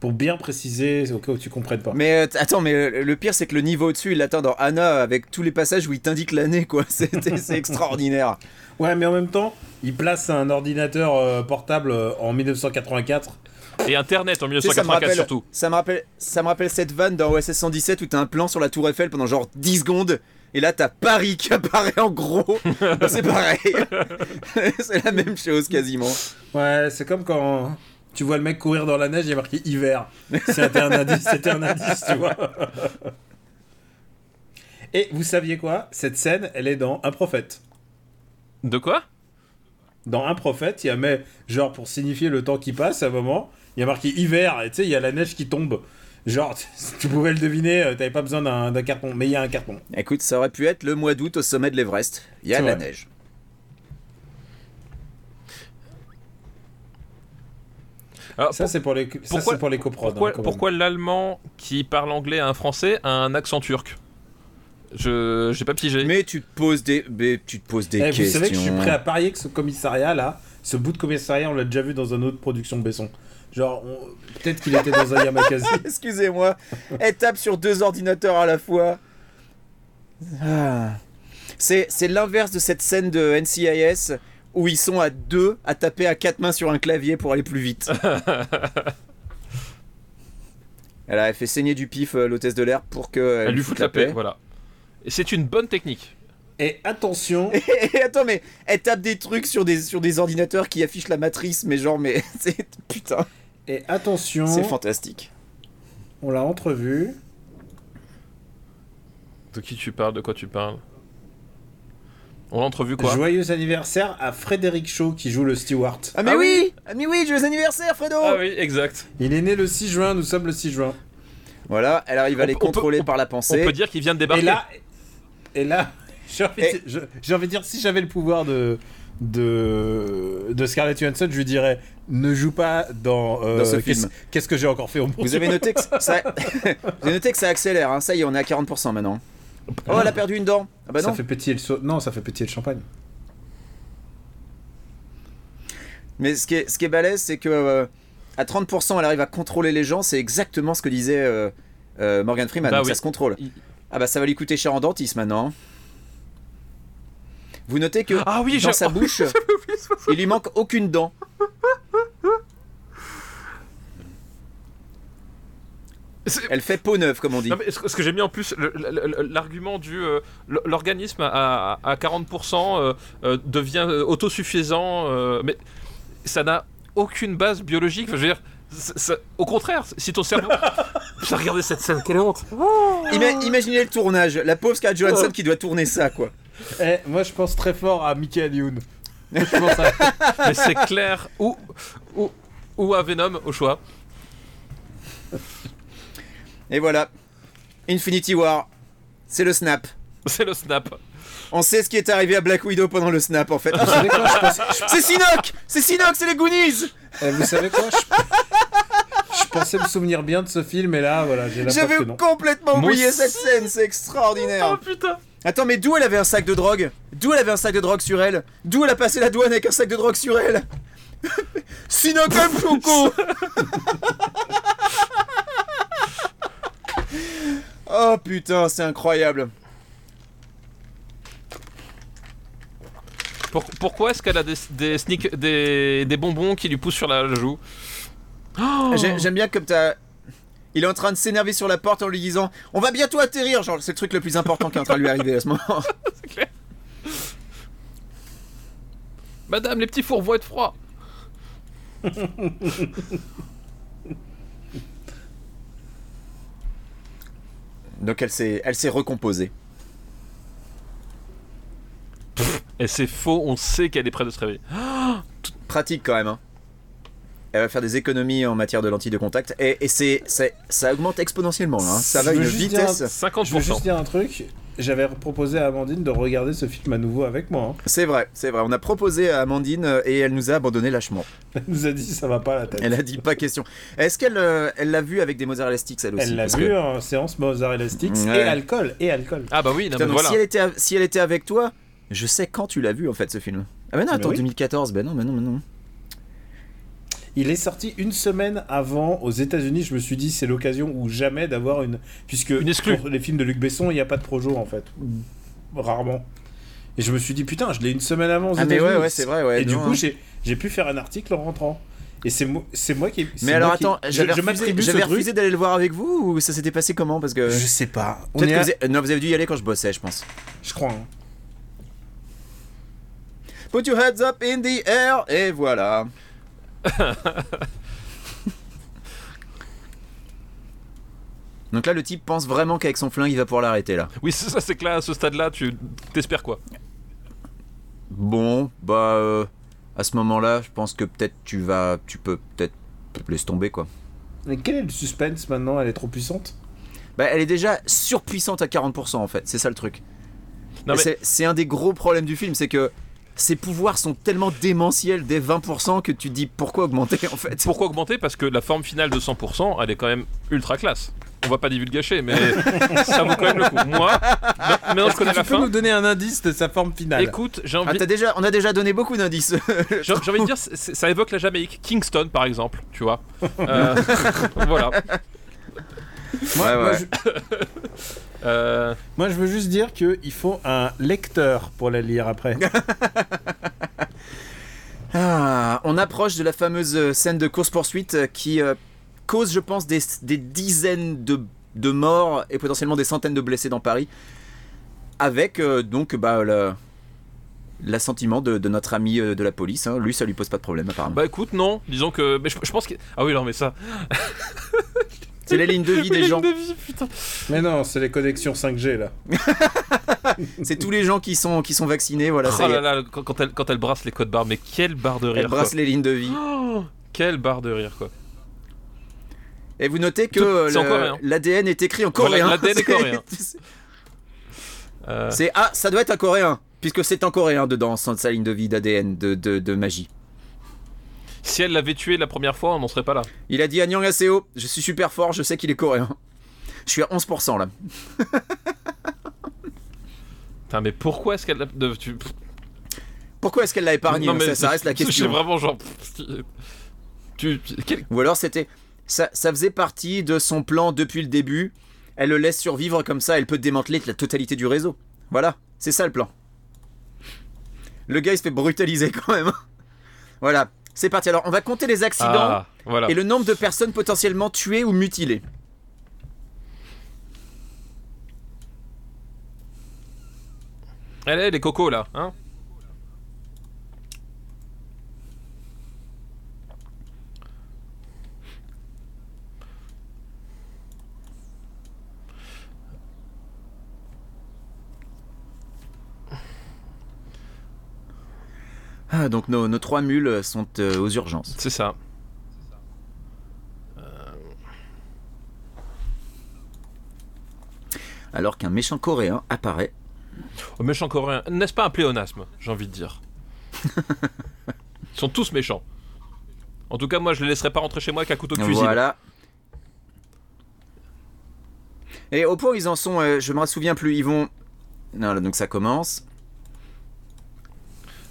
Speaker 2: Pour bien préciser, au cas où tu comprennes pas.
Speaker 1: Mais euh, t- attends, mais euh, le pire, c'est que le niveau au-dessus, il l'atteint dans Anna avec tous les passages où il t'indique l'année, quoi. C'était- C'est extraordinaire.
Speaker 2: Ouais, mais en même temps, il place un ordinateur euh, portable euh, en 1984.
Speaker 3: et Internet en
Speaker 1: Tu sais, ça me
Speaker 3: 1984
Speaker 1: rappelle,
Speaker 3: surtout.
Speaker 1: Ça me rappelle, ça me rappelle cette vanne dans OSS 117 où t'as un plan sur la Tour Eiffel pendant genre 10 secondes. Et là, t'as Paris qui apparaît en gros. Bah, c'est pareil. c'est la même chose quasiment.
Speaker 2: Ouais, c'est comme quand tu vois le mec courir dans la neige, il y a marqué hiver. C'était un indice, c'était un indice, tu vois. Et vous saviez quoi Cette scène, elle est dans Un prophète.
Speaker 3: De quoi
Speaker 2: Dans Un prophète, il y a mais genre pour signifier le temps qui passe à un moment, il y a marqué hiver et tu sais, il y a la neige qui tombe. Genre, tu pouvais le deviner, euh, t'avais pas besoin d'un d'un carton, mais il y a un carton.
Speaker 1: Écoute, ça aurait pu être le mois d'août au sommet de l'Everest. Il y a
Speaker 2: C'est
Speaker 1: de la
Speaker 2: vrai.
Speaker 1: neige.
Speaker 3: Alors,
Speaker 2: Ça, c'est pour les, ça,
Speaker 3: pourquoi-
Speaker 2: c'est pour les coprodes.
Speaker 3: Pourquoi,
Speaker 2: hein, quand même.
Speaker 3: pourquoi l'allemand qui parle anglais à un français a un accent turc Je j'ai pas pigé.
Speaker 1: Mais tu te poses des, mais tu te poses des
Speaker 2: Eh,
Speaker 1: questions.
Speaker 2: vous savez que je suis prêt à parier que ce commissariat là, ce bout de commissariat, on l'a déjà vu dans une autre production Besson. Genre, on- peut-être qu'il était dans un Yamakasi.
Speaker 1: Excusez-moi. Elle tape sur deux ordinateurs à la fois. Ah. C'est c'est l'inverse de cette scène de NCIS où ils sont à deux à taper à quatre mains sur un clavier pour aller plus vite. Elle a fait saigner du pif euh, l'hôtesse de l'air pour que
Speaker 3: Elle lui fout la paix, voilà. Et c'est une bonne technique.
Speaker 2: Et attention,
Speaker 1: Et attends, mais elle tape des trucs sur des, sur des ordinateurs qui affichent la matrice, mais genre, mais c'est putain,
Speaker 2: et attention,
Speaker 1: c'est fantastique.
Speaker 2: on l'a entrevu.
Speaker 3: De qui tu parles De quoi tu parles On l'a entrevu quoi
Speaker 2: Joyeux anniversaire à Frédéric Shaw qui joue le Steward.
Speaker 1: Ah mais
Speaker 3: Ah
Speaker 1: oui, Ah mais oui, joyeux anniversaire, Fredo.
Speaker 3: Ah oui, exact.
Speaker 2: Il est né le 6 juin, nous sommes le 6 juin.
Speaker 1: Voilà, elle arrive à
Speaker 3: On
Speaker 1: les
Speaker 3: peut- on peut-
Speaker 1: contrôler par la
Speaker 3: On
Speaker 1: pensée.
Speaker 3: peut dire qu'il vient de débarquer.
Speaker 2: Et là, et là, j'ai envie,
Speaker 1: Et-
Speaker 2: de- je- j'ai envie de dire si j'avais le pouvoir de de, de Scarlett Johansson, je lui dirais ne joue pas dans, euh,
Speaker 1: Dans ce
Speaker 2: qu'est-ce-
Speaker 1: film.
Speaker 2: Qu'est-ce que j'ai encore fait au monde
Speaker 1: Vous avez noté que ça, vous avez noté que ça accélère, hein. ça y est, on est à 40% maintenant. Oh, elle a perdu une dent. Ah bah
Speaker 2: ça
Speaker 1: non.
Speaker 2: fait pétiller le so- non, ça fait pétiller le champagne.
Speaker 1: Mais ce qui est, ce qui est balèze, c'est que euh, à 30%, elle arrive à contrôler les gens. C'est exactement ce que disait euh, euh, Morgan Freeman.
Speaker 3: Bah
Speaker 1: donc
Speaker 3: oui.
Speaker 1: Ça se contrôle.
Speaker 3: Il-
Speaker 1: Ah bah ça va lui coûter cher en dentistes maintenant. hein. Vous notez que
Speaker 3: Ah oui,
Speaker 1: dans
Speaker 3: j'ai-
Speaker 1: sa bouche, il lui manque aucune dent.
Speaker 3: C'est-
Speaker 1: Elle fait peau neuve, comme on dit.
Speaker 3: Non, mais ce que- ce que j'ai mis en plus, le- le- le- l'argument du euh, l- l'organisme à, à 40% euh, euh, devient euh, autosuffisant, euh, mais ça n'a aucune base biologique. Enfin, je veux dire, ça- ça- au contraire, si ton cerveau. J'ai regardé cette scène, quelle honte!
Speaker 1: Ima- imaginez le tournage. La pauvre Scarlett
Speaker 3: Oh.
Speaker 1: Johansson qui doit tourner ça, quoi.
Speaker 2: Eh, moi je pense très fort à Michael Youn. Je pense à-
Speaker 3: Mais c'est clair, ou, ou, ou à Venom au choix.
Speaker 1: Et voilà. Infinity War. C'est le snap.
Speaker 3: C'est le snap.
Speaker 1: On sait ce qui est arrivé à Black Widow pendant le snap en fait.
Speaker 2: Vous savez quoi je pense-
Speaker 1: c'est Sinoc C'est Sinoc, c'est les Goonies
Speaker 2: eh, Vous savez quoi je... je pensais me souvenir bien de ce film, et là, voilà, j'ai la preuve
Speaker 1: J'avais
Speaker 2: que non.
Speaker 1: complètement
Speaker 3: Moi
Speaker 1: oublié
Speaker 3: aussi.
Speaker 1: cette scène, c'est
Speaker 3: Oh
Speaker 1: extraordinaire.
Speaker 3: putain
Speaker 1: Attends, mais d'où elle avait un sac de drogue D'où elle avait un sac de drogue sur elle D'où elle a passé la douane avec un sac de drogue sur elle Sinoc comme Coco Oh putain, c'est incroyable.
Speaker 3: Pour- Pourquoi est-ce qu'elle a des, des, sneak- des, des bonbons qui lui poussent sur la joue Oh
Speaker 1: Ah, J'ai- J'aime bien comme t'as. Il est en train de s'énerver sur la porte en lui disant On va bientôt atterrir Genre, c'est le truc le plus important qui est en train de lui arriver à ce moment.
Speaker 3: Madame, les petits fours vont être froids
Speaker 1: Donc elle s'est elle s'est recomposée.
Speaker 3: Et c'est faux, on sait qu'elle est près de se réveiller.
Speaker 1: Pratique quand même. hein. Elle va faire des économies en matière de lentilles de contact. Et, et c'est, c'est- ça augmente exponentiellement là. hein. Ça
Speaker 2: Je
Speaker 1: va à
Speaker 2: veux
Speaker 1: une
Speaker 2: juste dire un-
Speaker 1: vitesse.
Speaker 2: Je veux
Speaker 3: 50%.
Speaker 2: juste dire un truc. J'avais proposé à Amandine de regarder ce film à nouveau avec moi. hein.
Speaker 1: C'est vrai, c'est vrai. On a proposé à Amandine euh, et elle nous a abandonné lâchement.
Speaker 2: Elle nous a dit ça va pas à la tête.
Speaker 1: Elle a dit pas question. Est-ce qu'elle euh, elle l'a vu avec des mozzarella élastiques elle aussi
Speaker 2: Elle l'a
Speaker 1: parce
Speaker 2: vu hein.
Speaker 1: que-
Speaker 2: en séance Mozart Elastics et
Speaker 1: Ouais.
Speaker 2: alcool et alcool.
Speaker 3: Ah bah oui, non,
Speaker 1: Putain,
Speaker 3: mais
Speaker 1: donc
Speaker 3: voilà.
Speaker 1: si, elle était, av- si elle était avec toi, je sais quand tu l'as vu en fait ce film. Ah mais non,
Speaker 2: Mais
Speaker 1: attends,
Speaker 2: oui.
Speaker 1: 2014, ben non, ben non, ben non.
Speaker 2: Il est sorti une semaine avant aux États-Unis. Je me suis dit c'est l'occasion ou jamais d'avoir une puisque
Speaker 3: Une exclue.
Speaker 2: pour les films de Luc Besson il n'y a pas de projo en fait rarement. Et je me suis dit putain je l'ai une semaine avant aux
Speaker 1: Ah mais
Speaker 2: États-Unis.
Speaker 1: ouais, ouais, c'est vrai, ouais.
Speaker 2: Et du
Speaker 1: non,
Speaker 2: coup
Speaker 1: hein.
Speaker 2: j'ai j'ai pu faire un article en rentrant. Et c'est moi c'est moi qui. c'est
Speaker 1: Mais alors
Speaker 2: moi qui-
Speaker 1: attends,
Speaker 2: je-
Speaker 1: j'avais
Speaker 2: je
Speaker 1: refusé,
Speaker 2: m'attribue ce
Speaker 1: j'avais
Speaker 2: truc.
Speaker 1: refusé d'aller le voir avec vous ou ça s'était passé comment Parce que.
Speaker 2: Je sais pas. On
Speaker 1: Peut-être
Speaker 2: est
Speaker 1: que
Speaker 2: à-
Speaker 1: vous avez- euh, Non, vous avez dû y aller quand je bossais, je pense.
Speaker 2: Je crois. hein.
Speaker 1: Put your heads up in the air et voilà. Donc là, le type pense vraiment qu'avec son flingue, il va pouvoir l'arrêter là.
Speaker 3: Oui, c'est ça, c'est que là, à ce stade-là, tu t'espères quoi
Speaker 1: Bon, bah, euh, à ce moment-là, je pense que peut-être tu vas, tu peux peut-être laisser tomber quoi.
Speaker 2: Mais quel est le suspense maintenant Elle est trop puissante.
Speaker 1: Bah, elle est déjà surpuissante à 40% en fait, c'est ça le truc.
Speaker 3: Non,
Speaker 1: Et
Speaker 3: mais-
Speaker 1: c'est- C'est un des gros problèmes du film, c'est que ses pouvoirs sont tellement démentiels dès 20% que tu te dis pourquoi augmenter en fait.
Speaker 3: Pourquoi augmenter Parce que la forme finale de 100%, elle est quand même ultra classe. On va pas divulgacher, mais ça vaut quand même le coup. Moi, ma- maintenant je connais la fin.
Speaker 2: donner un indice de sa forme finale
Speaker 3: Écoute, j'ai
Speaker 1: Ah,
Speaker 3: envie,
Speaker 1: t'as déjà, on a déjà donné beaucoup d'indices.
Speaker 3: j'ai j'ai envie de dire, c'est- c'est- ça évoque la Jamaïque, Kingston par exemple, tu vois. Euh, voilà.
Speaker 2: moi,
Speaker 1: Ouais,
Speaker 2: moi,
Speaker 1: ouais.
Speaker 2: je,
Speaker 3: Euh,
Speaker 2: moi, je veux juste dire qu'il faut un lecteur pour la lire après.
Speaker 1: Ah, on approche de la fameuse euh, scène de course-poursuite euh, qui euh, cause, je pense, des, des dizaines de, de morts et potentiellement des centaines de blessés dans Paris. Avec euh, donc bah, le- l'assentiment de, de notre ami euh, de la police. hein. Lui, ça lui pose pas de problème, apparemment.
Speaker 3: bah écoute, non, disons que. Mais je, je pense que. Ah oui, non, mais ça.
Speaker 1: C'est les lignes de vie
Speaker 3: Les
Speaker 1: des
Speaker 3: lignes
Speaker 1: gens.
Speaker 3: de vie, putain.
Speaker 2: Mais non, c'est les connexions 5G là.
Speaker 1: C'est tous les gens qui sont, qui sont vaccinés. Voilà, ça
Speaker 3: Oh
Speaker 1: y est.
Speaker 3: là là, quand, quand elle, quand elle brasse les codes barres, mais quelle barre de rire.
Speaker 1: Elle brasse
Speaker 3: quoi.
Speaker 1: les lignes de vie.
Speaker 3: Oh, quelle barre de rire, quoi.
Speaker 1: Et vous notez que
Speaker 3: Tout- c'est en
Speaker 1: euh,
Speaker 3: coréen.
Speaker 1: le- l'ADN est écrit en
Speaker 3: Voilà,
Speaker 1: coréen.
Speaker 3: l'ADN est
Speaker 1: C'est-
Speaker 3: coréen. Euh,
Speaker 1: C'est ah, ça doit être un coréen, puisque c'est un coréen dedans, sans sa ligne de vie d'ADN de, de, de magie.
Speaker 3: si elle l'avait tué la première fois, on n'en serait pas là.
Speaker 1: Il a dit à Nyang je suis super fort, je sais qu'il est coréen. Je suis à 11% là.
Speaker 3: Putain, mais pourquoi est-ce qu'elle l'a. de- tu-
Speaker 1: Pourquoi est-ce qu'elle l'a épargné Hein,
Speaker 3: Non, mais
Speaker 1: ça, ça reste la
Speaker 3: c'est- C'est
Speaker 1: question.
Speaker 3: vraiment genre. Tu. tu- quel-
Speaker 1: Ou alors c'était. Ça, ça faisait partie de son plan depuis le début. Elle le laisse survivre comme ça, elle peut démanteler la totalité du réseau. Voilà, c'est ça le plan. Le gars il se fait brutaliser quand même. hein. Voilà, c'est parti. Alors on va compter les accidents
Speaker 3: Ah, voilà.
Speaker 1: et le nombre de personnes potentiellement tuées ou mutilées.
Speaker 3: Elle est les cocos là, hein
Speaker 1: Ah, donc nos, nos trois mules sont euh, aux urgences.
Speaker 3: C'est ça.
Speaker 1: Alors qu'un méchant coréen apparaît
Speaker 3: Au méchant coréen, n'est-ce pas un pléonasme, j'ai envie de dire Ils sont tous méchants. En tout cas, moi, je les laisserai pas rentrer chez moi avec un couteau de cuisine.
Speaker 1: Voilà. Et au point où ils en sont, euh, je me souviens plus, ils vont. Non, là, donc ça commence.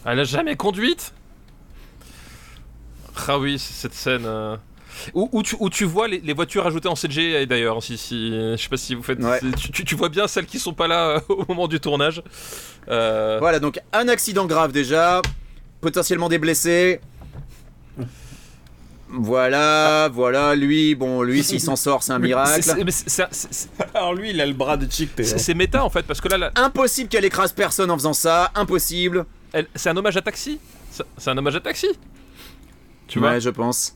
Speaker 3: Elle a jamais conduite Ah oui, c'est cette scène. euh, Où, où tu, où tu vois les, les voitures ajoutées en CGI d'ailleurs, si, si, je sais pas si vous faites.
Speaker 1: Ouais.
Speaker 3: c'est- Tu, tu- tu vois bien celles qui sont pas là euh, au moment du tournage. Euh,
Speaker 1: Voilà, donc un accident grave déjà, potentiellement des blessés. Voilà, voilà, lui, bon, lui, s'il s'en sort, c'est un
Speaker 3: c'est-
Speaker 1: miracle.
Speaker 3: c'est- mais c'est- c'est- c'est-
Speaker 2: Alors lui, il a le bras de Chick
Speaker 3: c'est- C'est méta en fait, parce que là, là,
Speaker 1: Impossible qu'elle écrase personne en faisant ça, impossible.
Speaker 3: elle- c'est un hommage à Taxi. C'est c'est un hommage à Taxi. Tu vois
Speaker 1: Ouais, je pense.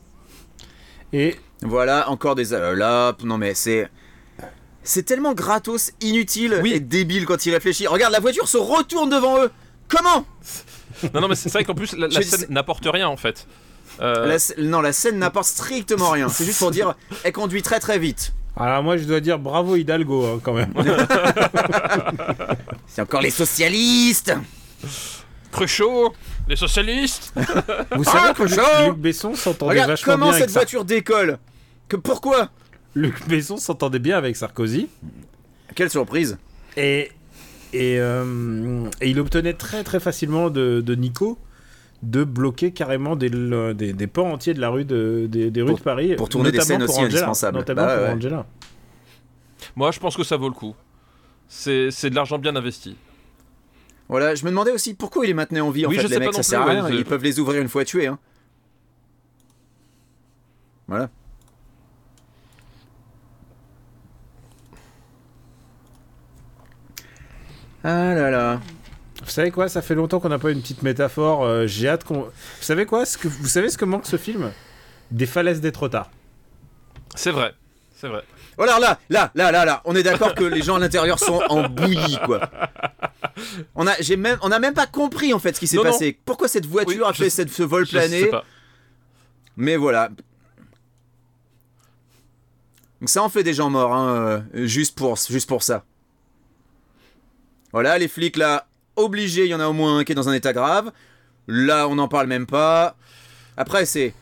Speaker 2: Et
Speaker 1: Voilà, encore des euh, là, p- non mais c'est c'est tellement gratos, inutile
Speaker 3: Oui.
Speaker 1: et débile quand il réfléchit. Regarde, la voiture se retourne devant eux. Comment
Speaker 3: Non, non, mais c'est c'est vrai qu'en plus, la, la
Speaker 1: Je-
Speaker 3: scène
Speaker 1: c'est-
Speaker 3: n'apporte rien en fait. Euh,
Speaker 1: La sc- Non, la scène n'apporte strictement rien. C'est juste pour dire, elle conduit très très vite.
Speaker 2: alors moi, je dois dire bravo Hidalgo hein, quand même.
Speaker 1: C'est encore les socialistes.
Speaker 3: Cruchot, les socialistes
Speaker 2: Vous
Speaker 1: Ah,
Speaker 2: savez que Luc,
Speaker 1: chaud
Speaker 2: Luc Besson s'entendait
Speaker 1: Regarde
Speaker 2: vachement
Speaker 1: comment
Speaker 2: bien avec
Speaker 1: cette
Speaker 2: Sar-
Speaker 1: voiture décolle. Que pourquoi
Speaker 2: Luc Besson s'entendait bien avec Sarkozy.
Speaker 1: Quelle surprise.
Speaker 2: Et, et, euh, et il obtenait très très facilement de, de Nico de bloquer carrément des, le- des, des pans entiers de la rue de, des, des rues
Speaker 1: Pour-
Speaker 2: de Paris.
Speaker 1: pour tourner des
Speaker 2: notamment
Speaker 1: scènes
Speaker 2: pour
Speaker 1: aussi
Speaker 2: Angela,
Speaker 1: indispensables.
Speaker 2: Notamment
Speaker 1: Bah
Speaker 2: pour
Speaker 1: ouais.
Speaker 2: Angela.
Speaker 3: Moi, je pense que ça vaut le coup. C'est c'est de l'argent bien investi.
Speaker 1: Voilà, je me demandais aussi pourquoi il est maintenu en vie. En
Speaker 3: Oui,
Speaker 1: fait,
Speaker 3: je
Speaker 1: les
Speaker 3: sais
Speaker 1: mecs,
Speaker 3: pas
Speaker 1: ça
Speaker 3: non plus,
Speaker 1: sert à
Speaker 3: ouais,
Speaker 1: rien.
Speaker 3: je-
Speaker 1: Ils peuvent les ouvrir une fois tués. Hein. Voilà. Ah là là.
Speaker 2: Vous savez quoi Ça fait longtemps qu'on n'a pas eu une petite métaphore. euh, J'ai hâte qu'on. Vous savez quoi ce que, Vous savez ce que manque ce film Des falaises des trottards.
Speaker 3: C'est vrai, c'est vrai.
Speaker 1: Oh là là, là, là, là, là. On est d'accord que les gens à l'intérieur sont en bouillie, quoi. On a, j'ai même, on a même pas compris en fait ce qui s'est
Speaker 3: Non, non.
Speaker 1: passé. Pourquoi cette voiture
Speaker 3: Oui,
Speaker 1: a
Speaker 3: je-
Speaker 1: fait cette- ce vol
Speaker 3: Je sais
Speaker 1: plané
Speaker 3: pas.
Speaker 1: Mais voilà. Donc ça en fait des gens morts, hein, euh, juste, pour, juste pour ça. Voilà, les flics là, obligés, il y en a au moins un qui est dans un état grave. Là, on n'en parle même pas. Après, c'est.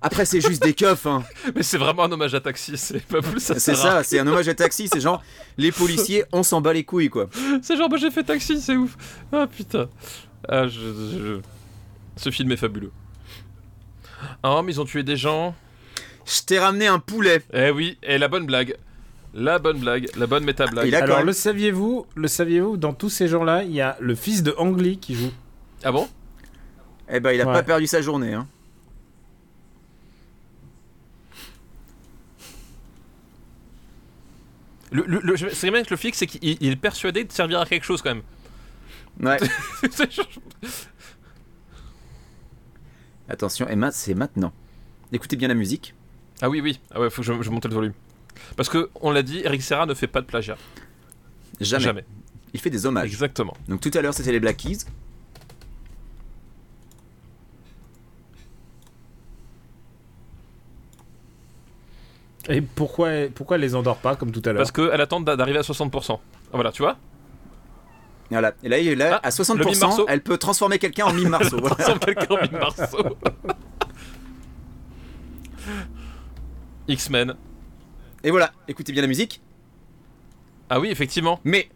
Speaker 1: Après, c'est juste des keufs, hein.
Speaker 3: Mais c'est vraiment un hommage à Taxi, c'est pas plus ça.
Speaker 1: C'est
Speaker 3: sert à-
Speaker 1: ça, c'est un hommage à Taxi, c'est genre, les policiers, on s'en bat les couilles, quoi.
Speaker 3: C'est genre, bah, j'ai fait Taxi, c'est ouf. Ah putain. Ah, je, je- Ce film est fabuleux. Ah, mais ils ont tué des gens.
Speaker 1: Je t'ai ramené un poulet.
Speaker 3: Eh oui, et la bonne blague. La bonne blague, la bonne méta-blague.
Speaker 1: Il a quand
Speaker 2: Alors
Speaker 1: même-
Speaker 2: le saviez-vous Le saviez-vous Dans tous ces gens-là, il y a le fils de Ang Lee qui joue.
Speaker 3: Ah bon
Speaker 1: Eh ben, il a
Speaker 2: Ouais.
Speaker 1: pas perdu sa journée, hein.
Speaker 3: le, le, le- je- C'est bien que le flic, c'est qu'il il est persuadé de servir à quelque chose quand même.
Speaker 1: Ouais.
Speaker 3: C'est genre-
Speaker 1: Attention, Emma, c'est maintenant. Écoutez bien la musique.
Speaker 3: ah oui, oui. Ah ouais, faut que je, je monte le volume. Parce que, on l'a dit, Eric Serra ne fait pas de plagiat.
Speaker 1: Jamais.
Speaker 3: Jamais.
Speaker 1: Il fait des hommages.
Speaker 3: Exactement.
Speaker 1: Donc tout à l'heure c'était les Black Keys.
Speaker 2: Et pourquoi, pourquoi elle les endort pas comme tout à l'heure
Speaker 3: Parce qu'elle attend d'a- d'arriver à 60%. Ah, voilà, tu vois
Speaker 1: Voilà. Et là, il est là
Speaker 3: Ah,
Speaker 1: à
Speaker 3: le mime
Speaker 1: 60%,
Speaker 3: Marceau.
Speaker 1: elle peut transformer quelqu'un en mime Marceau. Voilà.
Speaker 3: Transforme quelqu'un en Big Marceau. X-Men.
Speaker 1: Et voilà, écoutez bien la musique.
Speaker 3: Ah oui, effectivement.
Speaker 1: Mais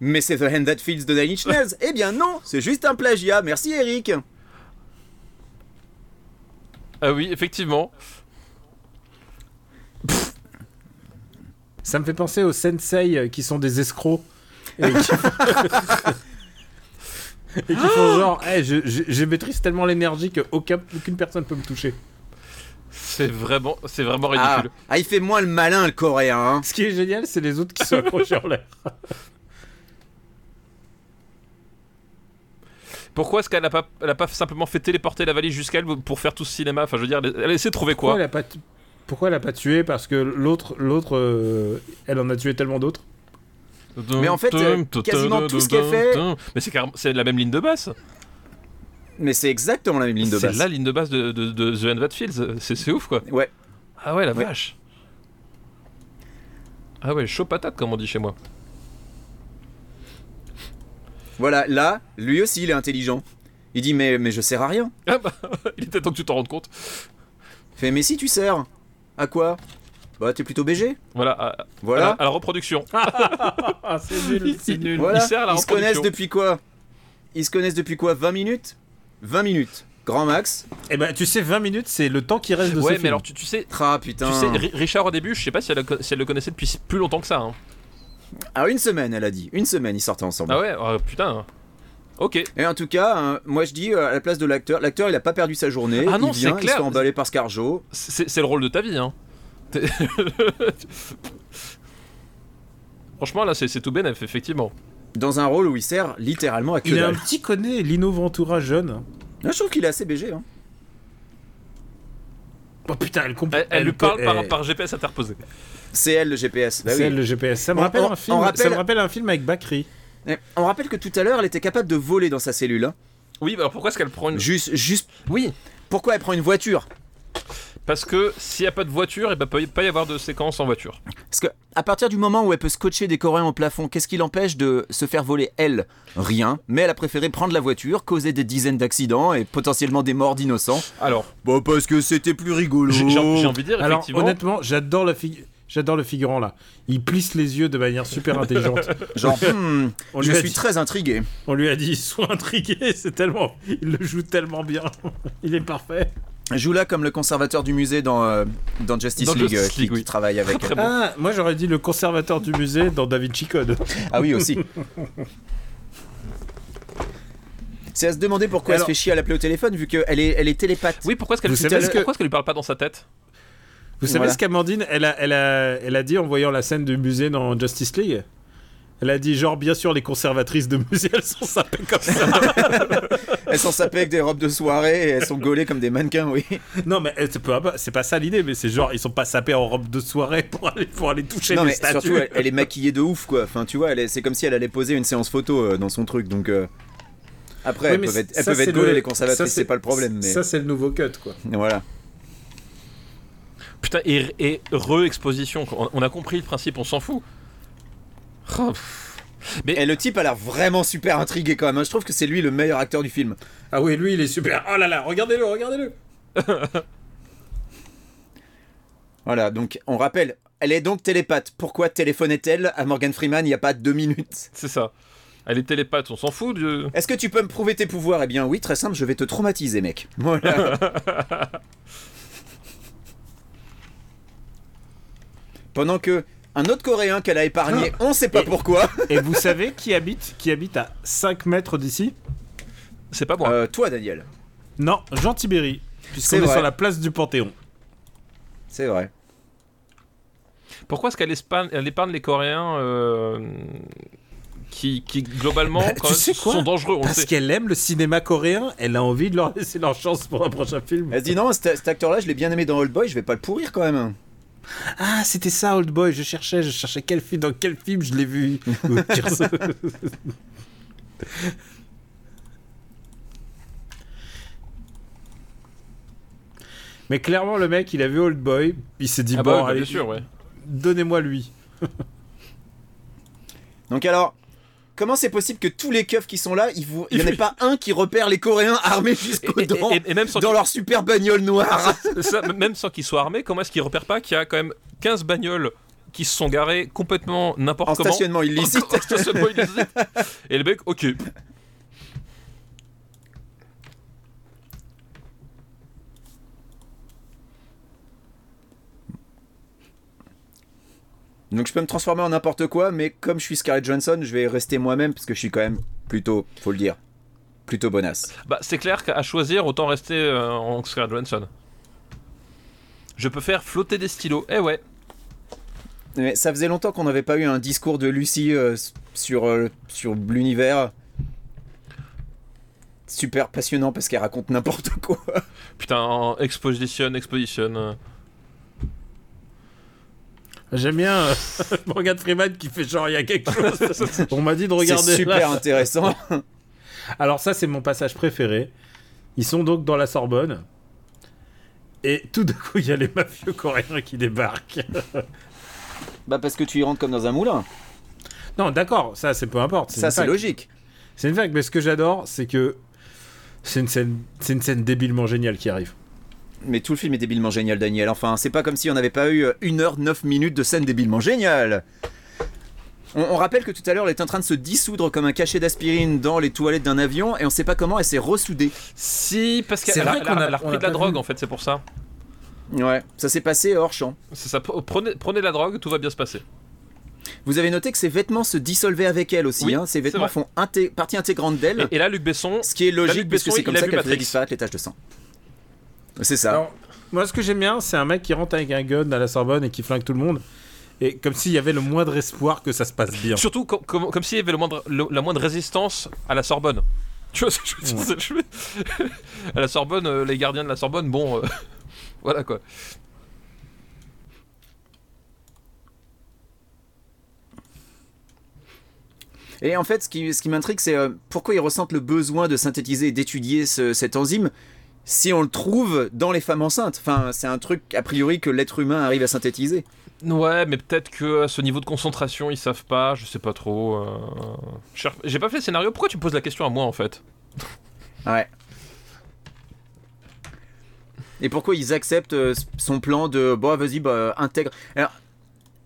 Speaker 1: mais c'est The Hand That Feels de Nine Inch Nails. eh bien non, c'est juste un plagiat. Merci Eric.
Speaker 3: Ah oui, effectivement.
Speaker 2: Ça me fait penser aux sensei euh, qui sont des escrocs. Et qui font, et qui font genre, Eh, je, je- je maîtrise tellement l'énergie qu'aucune personne peut me toucher.
Speaker 3: C'est vraiment, c'est vraiment
Speaker 1: Ah,
Speaker 3: ridicule.
Speaker 1: ah, il fait moins le malin le coréen. hein.
Speaker 2: Ce qui est génial, c'est les autres qui sont accrochés en l'air.
Speaker 3: Pourquoi est-ce qu'elle n'a pas, elle a pas simplement fait téléporter la valise jusqu'à elle pour faire tout ce cinéma Enfin, je veux dire, elle elle a essayé de trouver
Speaker 2: Pourquoi
Speaker 3: quoi
Speaker 2: elle a pas, tu- pourquoi elle a pas tué Parce que l'autre, l'autre, euh, elle en a tué tellement d'autres.
Speaker 1: Mais en fait, euh, quasiment tout ce qu'elle fait-
Speaker 3: Mais c'est carrément- c'est la même ligne de basse.
Speaker 1: Mais c'est exactement la même ligne de
Speaker 3: C'est
Speaker 1: base.
Speaker 3: la ligne de basse de, de, de The Enved Fields. C'est c'est ouf, quoi.
Speaker 1: Ouais.
Speaker 3: Ah ouais, la
Speaker 1: Ouais.
Speaker 3: vache. Ah ouais, chaud patate, comme on dit chez moi.
Speaker 1: Voilà, là, lui aussi, il est intelligent. Il dit mais, mais je sers à rien.
Speaker 3: Ah bah, il était temps que tu t'en rendes compte.
Speaker 1: Il fait mais si tu sers. À quoi Bah t'es plutôt BG.
Speaker 3: Voilà, ah, à, à
Speaker 1: Voilà.
Speaker 3: la, à la reproduction.
Speaker 2: Ah, c'est nul, c'est nul.
Speaker 1: Voilà.
Speaker 3: Il sert à la
Speaker 1: Ils se connaissent
Speaker 3: reproduction.
Speaker 1: depuis quoi Ils se connaissent depuis quoi 20 minutes 20 minutes. Grand max.
Speaker 2: Eh ben, tu sais, 20 minutes, c'est le temps qui reste de ce
Speaker 3: ouais, mais
Speaker 2: film.
Speaker 3: alors tu, tu sais,
Speaker 1: Ah putain.
Speaker 3: tu sais, Ri- Richard au début, je sais pas si elle, la- si elle le connaissait depuis si- plus longtemps que ça. hein.
Speaker 1: Alors Ah, une semaine, elle a dit. Une semaine, ils sortaient ensemble.
Speaker 3: Ah ouais, ah, putain. Ok.
Speaker 1: Et en tout cas, hein, moi je dis euh, à la place de l'acteur, l'acteur il a pas perdu sa journée.
Speaker 3: Ah non,
Speaker 1: il vient,
Speaker 3: c'est clair.
Speaker 1: Il se fait emballer par Scarjo.
Speaker 3: C'est c'est le rôle de ta vie, hein. T'es- Franchement, là, c'est c'est tout bénef, effectivement.
Speaker 1: Dans un rôle où il sert littéralement à que
Speaker 2: Il a un
Speaker 1: dalle.
Speaker 2: petit connaît Lino Ventura jeune.
Speaker 1: Non, je trouve qu'il est assez BG. Hein.
Speaker 2: Oh putain, elle comprend.
Speaker 3: Elle, elle lui parle par, par GPS interposé.
Speaker 1: C'est elle le GPS. Bah
Speaker 2: C'est
Speaker 1: oui.
Speaker 2: elle, le GPS. Ça me
Speaker 1: On-
Speaker 2: rappelle
Speaker 1: on-
Speaker 2: un film.
Speaker 1: on
Speaker 2: Ça
Speaker 1: rappelle-
Speaker 2: me rappelle un film avec Bakri.
Speaker 1: Eh, On rappelle que tout à l'heure elle était capable de voler dans sa cellule. hein.
Speaker 3: Oui, bah alors pourquoi est-ce qu'elle prend une.
Speaker 1: Juste, juste.
Speaker 3: Oui,
Speaker 1: Pourquoi elle prend une voiture
Speaker 3: parce que s'il n'y a pas de voiture, il ne peut pas y avoir de séquence en voiture.
Speaker 1: Parce que à partir du moment où elle peut scotcher des Coréens au plafond, qu'est-ce qui l'empêche de se faire voler elle Rien. Mais elle a préféré prendre la voiture, causer des dizaines d'accidents et potentiellement des morts d'innocents.
Speaker 3: Alors,
Speaker 1: Bah parce que c'était plus rigolo.
Speaker 3: j'ai j'ai envie de dire,
Speaker 2: Alors,
Speaker 3: effectivement.
Speaker 2: honnêtement, j'adore la figu- J'adore le figurant là. Il plisse les yeux de manière super intelligente.
Speaker 1: Genre, hmm,
Speaker 2: On
Speaker 1: je
Speaker 2: lui, a
Speaker 1: suis
Speaker 2: dit,
Speaker 1: très intrigué.
Speaker 2: on lui a dit, sois intrigué, c'est tellement. Il le joue tellement bien. Il est parfait.
Speaker 1: Joue là comme le conservateur du musée dans, euh, dans Justice
Speaker 3: Dans
Speaker 1: League,
Speaker 3: Justice
Speaker 1: euh, qui,
Speaker 3: League,
Speaker 1: qui
Speaker 3: oui.
Speaker 1: travaille avec.
Speaker 3: Très bon.
Speaker 2: Ah, moi j'aurais dit le conservateur du musée dans Da Vinci Code.
Speaker 1: ah oui, aussi. C'est à se demander pourquoi
Speaker 2: Alors-
Speaker 1: elle se fait chier à l'appeler au téléphone, vu qu'elle est, elle est télépathe.
Speaker 3: Oui, pourquoi est-ce qu'elle
Speaker 2: Vous savez
Speaker 3: pourquoi
Speaker 2: ce que-
Speaker 3: est-ce qu'elle lui parle pas dans sa tête
Speaker 2: Vous savez
Speaker 1: Voilà.
Speaker 2: ce qu'Amandine, elle a, elle, a, elle a dit en voyant la scène du musée dans Justice League Elle a dit genre, bien sûr, les conservatrices de musée, elles sont sapées comme ça.
Speaker 1: Elles sont sapées avec des robes de soirée et elles sont gaulées comme des mannequins, oui.
Speaker 2: non, mais euh, c'est pas, c'est pas ça l'idée, mais c'est genre, ils sont pas sapés en robe de soirée pour aller, pour aller toucher
Speaker 1: non,
Speaker 2: les
Speaker 1: mais
Speaker 2: statues.
Speaker 1: surtout, elle, elle est maquillée de ouf, quoi. Enfin, tu vois, elle est- c'est comme si elle allait poser une séance photo euh, dans son truc, donc. euh, Après,
Speaker 2: Oui,
Speaker 1: elles
Speaker 2: mais
Speaker 1: peuvent être, elles
Speaker 2: ça,
Speaker 1: peuvent être
Speaker 2: c'est
Speaker 1: gaulées,
Speaker 2: le-
Speaker 1: les
Speaker 2: ça,
Speaker 1: conservatrices, c'est pas le problème, mais.
Speaker 2: Ça, c'est le nouveau cut, quoi.
Speaker 1: Voilà.
Speaker 3: Putain, et, et re-exposition. quoi. On, on a compris le principe, on s'en fout. Ah, pff.
Speaker 1: Et le type a l'air vraiment super intrigué quand même. hein. Je trouve que c'est lui le meilleur acteur du film.
Speaker 2: Ah oui, lui, il est super. Oh là là, regardez-le, regardez-le.
Speaker 1: Voilà, donc on rappelle, elle est donc télépathe. Pourquoi téléphonait-elle à Morgan Freeman il n'y a pas deux minutes
Speaker 3: C'est ça. Elle est télépathe, on s'en fout. de-
Speaker 1: Est-ce que tu peux me prouver tes pouvoirs Eh bien oui, très simple, je vais te traumatiser, mec. Voilà. Pendant que un autre Coréen qu'elle a épargné, on sait pas
Speaker 2: Et-
Speaker 1: pourquoi.
Speaker 2: Et vous savez qui habite, qui habite à 5 mètres d'ici
Speaker 3: C'est pas moi.
Speaker 1: Euh, toi, Daniel,
Speaker 2: Non, Jean Tibéri.
Speaker 1: C'est
Speaker 2: Puisqu'on est
Speaker 1: vrai.
Speaker 2: sur la place du Panthéon.
Speaker 1: c'est vrai.
Speaker 3: Pourquoi est-ce qu'elle épargne, elle épargne les Coréens euh, qui, qui, globalement,
Speaker 2: Bah,
Speaker 3: quand
Speaker 2: tu
Speaker 3: même,
Speaker 2: sais quoi
Speaker 3: sont dangereux On le
Speaker 2: Parce
Speaker 3: sait.
Speaker 2: qu'elle aime le cinéma coréen, elle a envie de leur laisser leur chance pour un prochain film.
Speaker 1: Elle se dit non, cet, cet acteur-là, je l'ai bien aimé dans Old Boy, je vais pas le pourrir quand même.
Speaker 2: Ah, c'était ça, Old Boy. Je cherchais, je cherchais quel film, dans quel film je l'ai vu. Mais clairement, le mec, il a vu Old Boy, il s'est dit
Speaker 3: Ah bah ouais,
Speaker 2: bon,
Speaker 3: bah,
Speaker 2: allez,
Speaker 3: bien sûr, ouais.
Speaker 2: donnez-moi lui.
Speaker 1: Donc alors, comment c'est possible que tous les keufs qui sont là, ils vous- il n'y en ait pas un qui repère les Coréens armés jusqu'aux
Speaker 3: Et, et-
Speaker 1: dents
Speaker 3: et- et même sans
Speaker 1: dans leur super bagnole noire
Speaker 3: qu'il- ça, même sans qu'ils soient armés, comment est-ce qu'ils repèrent pas qu'il y a quand même 15 bagnoles qui se sont garées complètement n'importe
Speaker 1: en
Speaker 3: comment
Speaker 1: stationnement illicite.
Speaker 3: En stationnement illicite. Et le mec, ok.
Speaker 1: Donc je peux me transformer en n'importe quoi, mais comme je suis Scarlett Johansson, je vais rester moi-même parce que je suis quand même plutôt, faut le dire, plutôt bonasse.
Speaker 3: Bah, c'est clair qu'à choisir, autant rester euh, en Scarlett Johansson. Je peux faire flotter des stylos. Eh ouais.
Speaker 1: Mais ça faisait longtemps qu'on n'avait pas eu un discours de Lucie euh, s- sur, euh, sur l'univers. Super passionnant parce qu'elle raconte n'importe quoi.
Speaker 3: Putain, en exposition, exposition. euh.
Speaker 2: J'aime bien euh, Morgan Freeman qui fait genre, il y a quelque chose. On m'a dit de regarder.
Speaker 1: C'est super
Speaker 2: là.
Speaker 1: intéressant.
Speaker 2: Alors ça, c'est mon passage préféré. Ils sont donc dans la Sorbonne. Et tout d'un coup, il y a les mafieux coréens qui débarquent.
Speaker 1: bah parce que tu y rentres comme dans un moulin.
Speaker 2: Non, d'accord, ça, c'est peu importe.
Speaker 1: Ça
Speaker 2: une
Speaker 1: c'est
Speaker 2: fac.
Speaker 1: logique.
Speaker 2: C'est une vague, mais ce que j'adore, c'est que c'est une scène, c'est une scène débilement géniale qui arrive.
Speaker 1: Mais tout le film est débilement génial, Daniel. Enfin, c'est pas comme si on n'avait pas eu euh, 1h09 minutes de scène débilement géniale. On, on rappelle que tout à l'heure, elle est en train de se dissoudre comme un cachet d'aspirine dans les toilettes d'un avion et on sait pas comment elle s'est ressoudée.
Speaker 3: Si, parce
Speaker 2: C'est
Speaker 3: qu'elle a,
Speaker 2: vrai
Speaker 3: elle
Speaker 2: qu'on
Speaker 3: a-
Speaker 2: a-
Speaker 3: elle a
Speaker 2: on
Speaker 3: repris
Speaker 2: a
Speaker 3: de la
Speaker 2: pas
Speaker 3: drogue
Speaker 2: vu.
Speaker 3: en fait, c'est pour ça.
Speaker 1: Ouais, ça s'est passé hors champ.
Speaker 3: C'est ça. Prenez, prenez la drogue, tout va bien se passer.
Speaker 1: Vous avez noté que ses vêtements se dissolvaient avec elle aussi.
Speaker 3: Oui,
Speaker 1: hein. Ses vêtements
Speaker 3: vrai.
Speaker 1: font inté- partie intégrante d'elle,
Speaker 3: Et, et là, Luc Besson,
Speaker 1: ce qui est logique
Speaker 3: Luc
Speaker 1: puisque
Speaker 3: Besson,
Speaker 1: c'est
Speaker 3: il
Speaker 1: comme
Speaker 3: a
Speaker 1: ça
Speaker 3: vu
Speaker 1: qu'elle faisait
Speaker 3: Matrix.
Speaker 1: disparaître les taches de sang. C'est ça.
Speaker 2: Alors, moi, ce que j'aime bien, c'est un mec qui rentre avec un gun à la Sorbonne et qui flingue tout le monde. Et comme s'il y avait le moindre espoir que ça se passe bien.
Speaker 3: surtout com- com- comme s'il y avait le moindre- le- la moindre résistance à la Sorbonne. Tu vois ce que je veux dire, c'est- je veux- À la Sorbonne, euh, les gardiens de la Sorbonne, bon, euh, voilà quoi.
Speaker 1: Et en fait, ce qui, ce qui m'intrigue, c'est euh, pourquoi ils ressentent le besoin de synthétiser et d'étudier ce- cette enzyme si on le trouve dans les femmes enceintes. Enfin, c'est un truc a priori que l'être humain arrive à synthétiser.
Speaker 3: Ouais, mais peut-être que à ce niveau de concentration, ils savent pas, je sais pas trop. euh, cher- J'ai pas fait le scénario, pourquoi tu me poses la question à moi en fait
Speaker 1: Ouais. Et pourquoi ils acceptent euh, son plan de bon, vas-y, bah, intègre. Alors,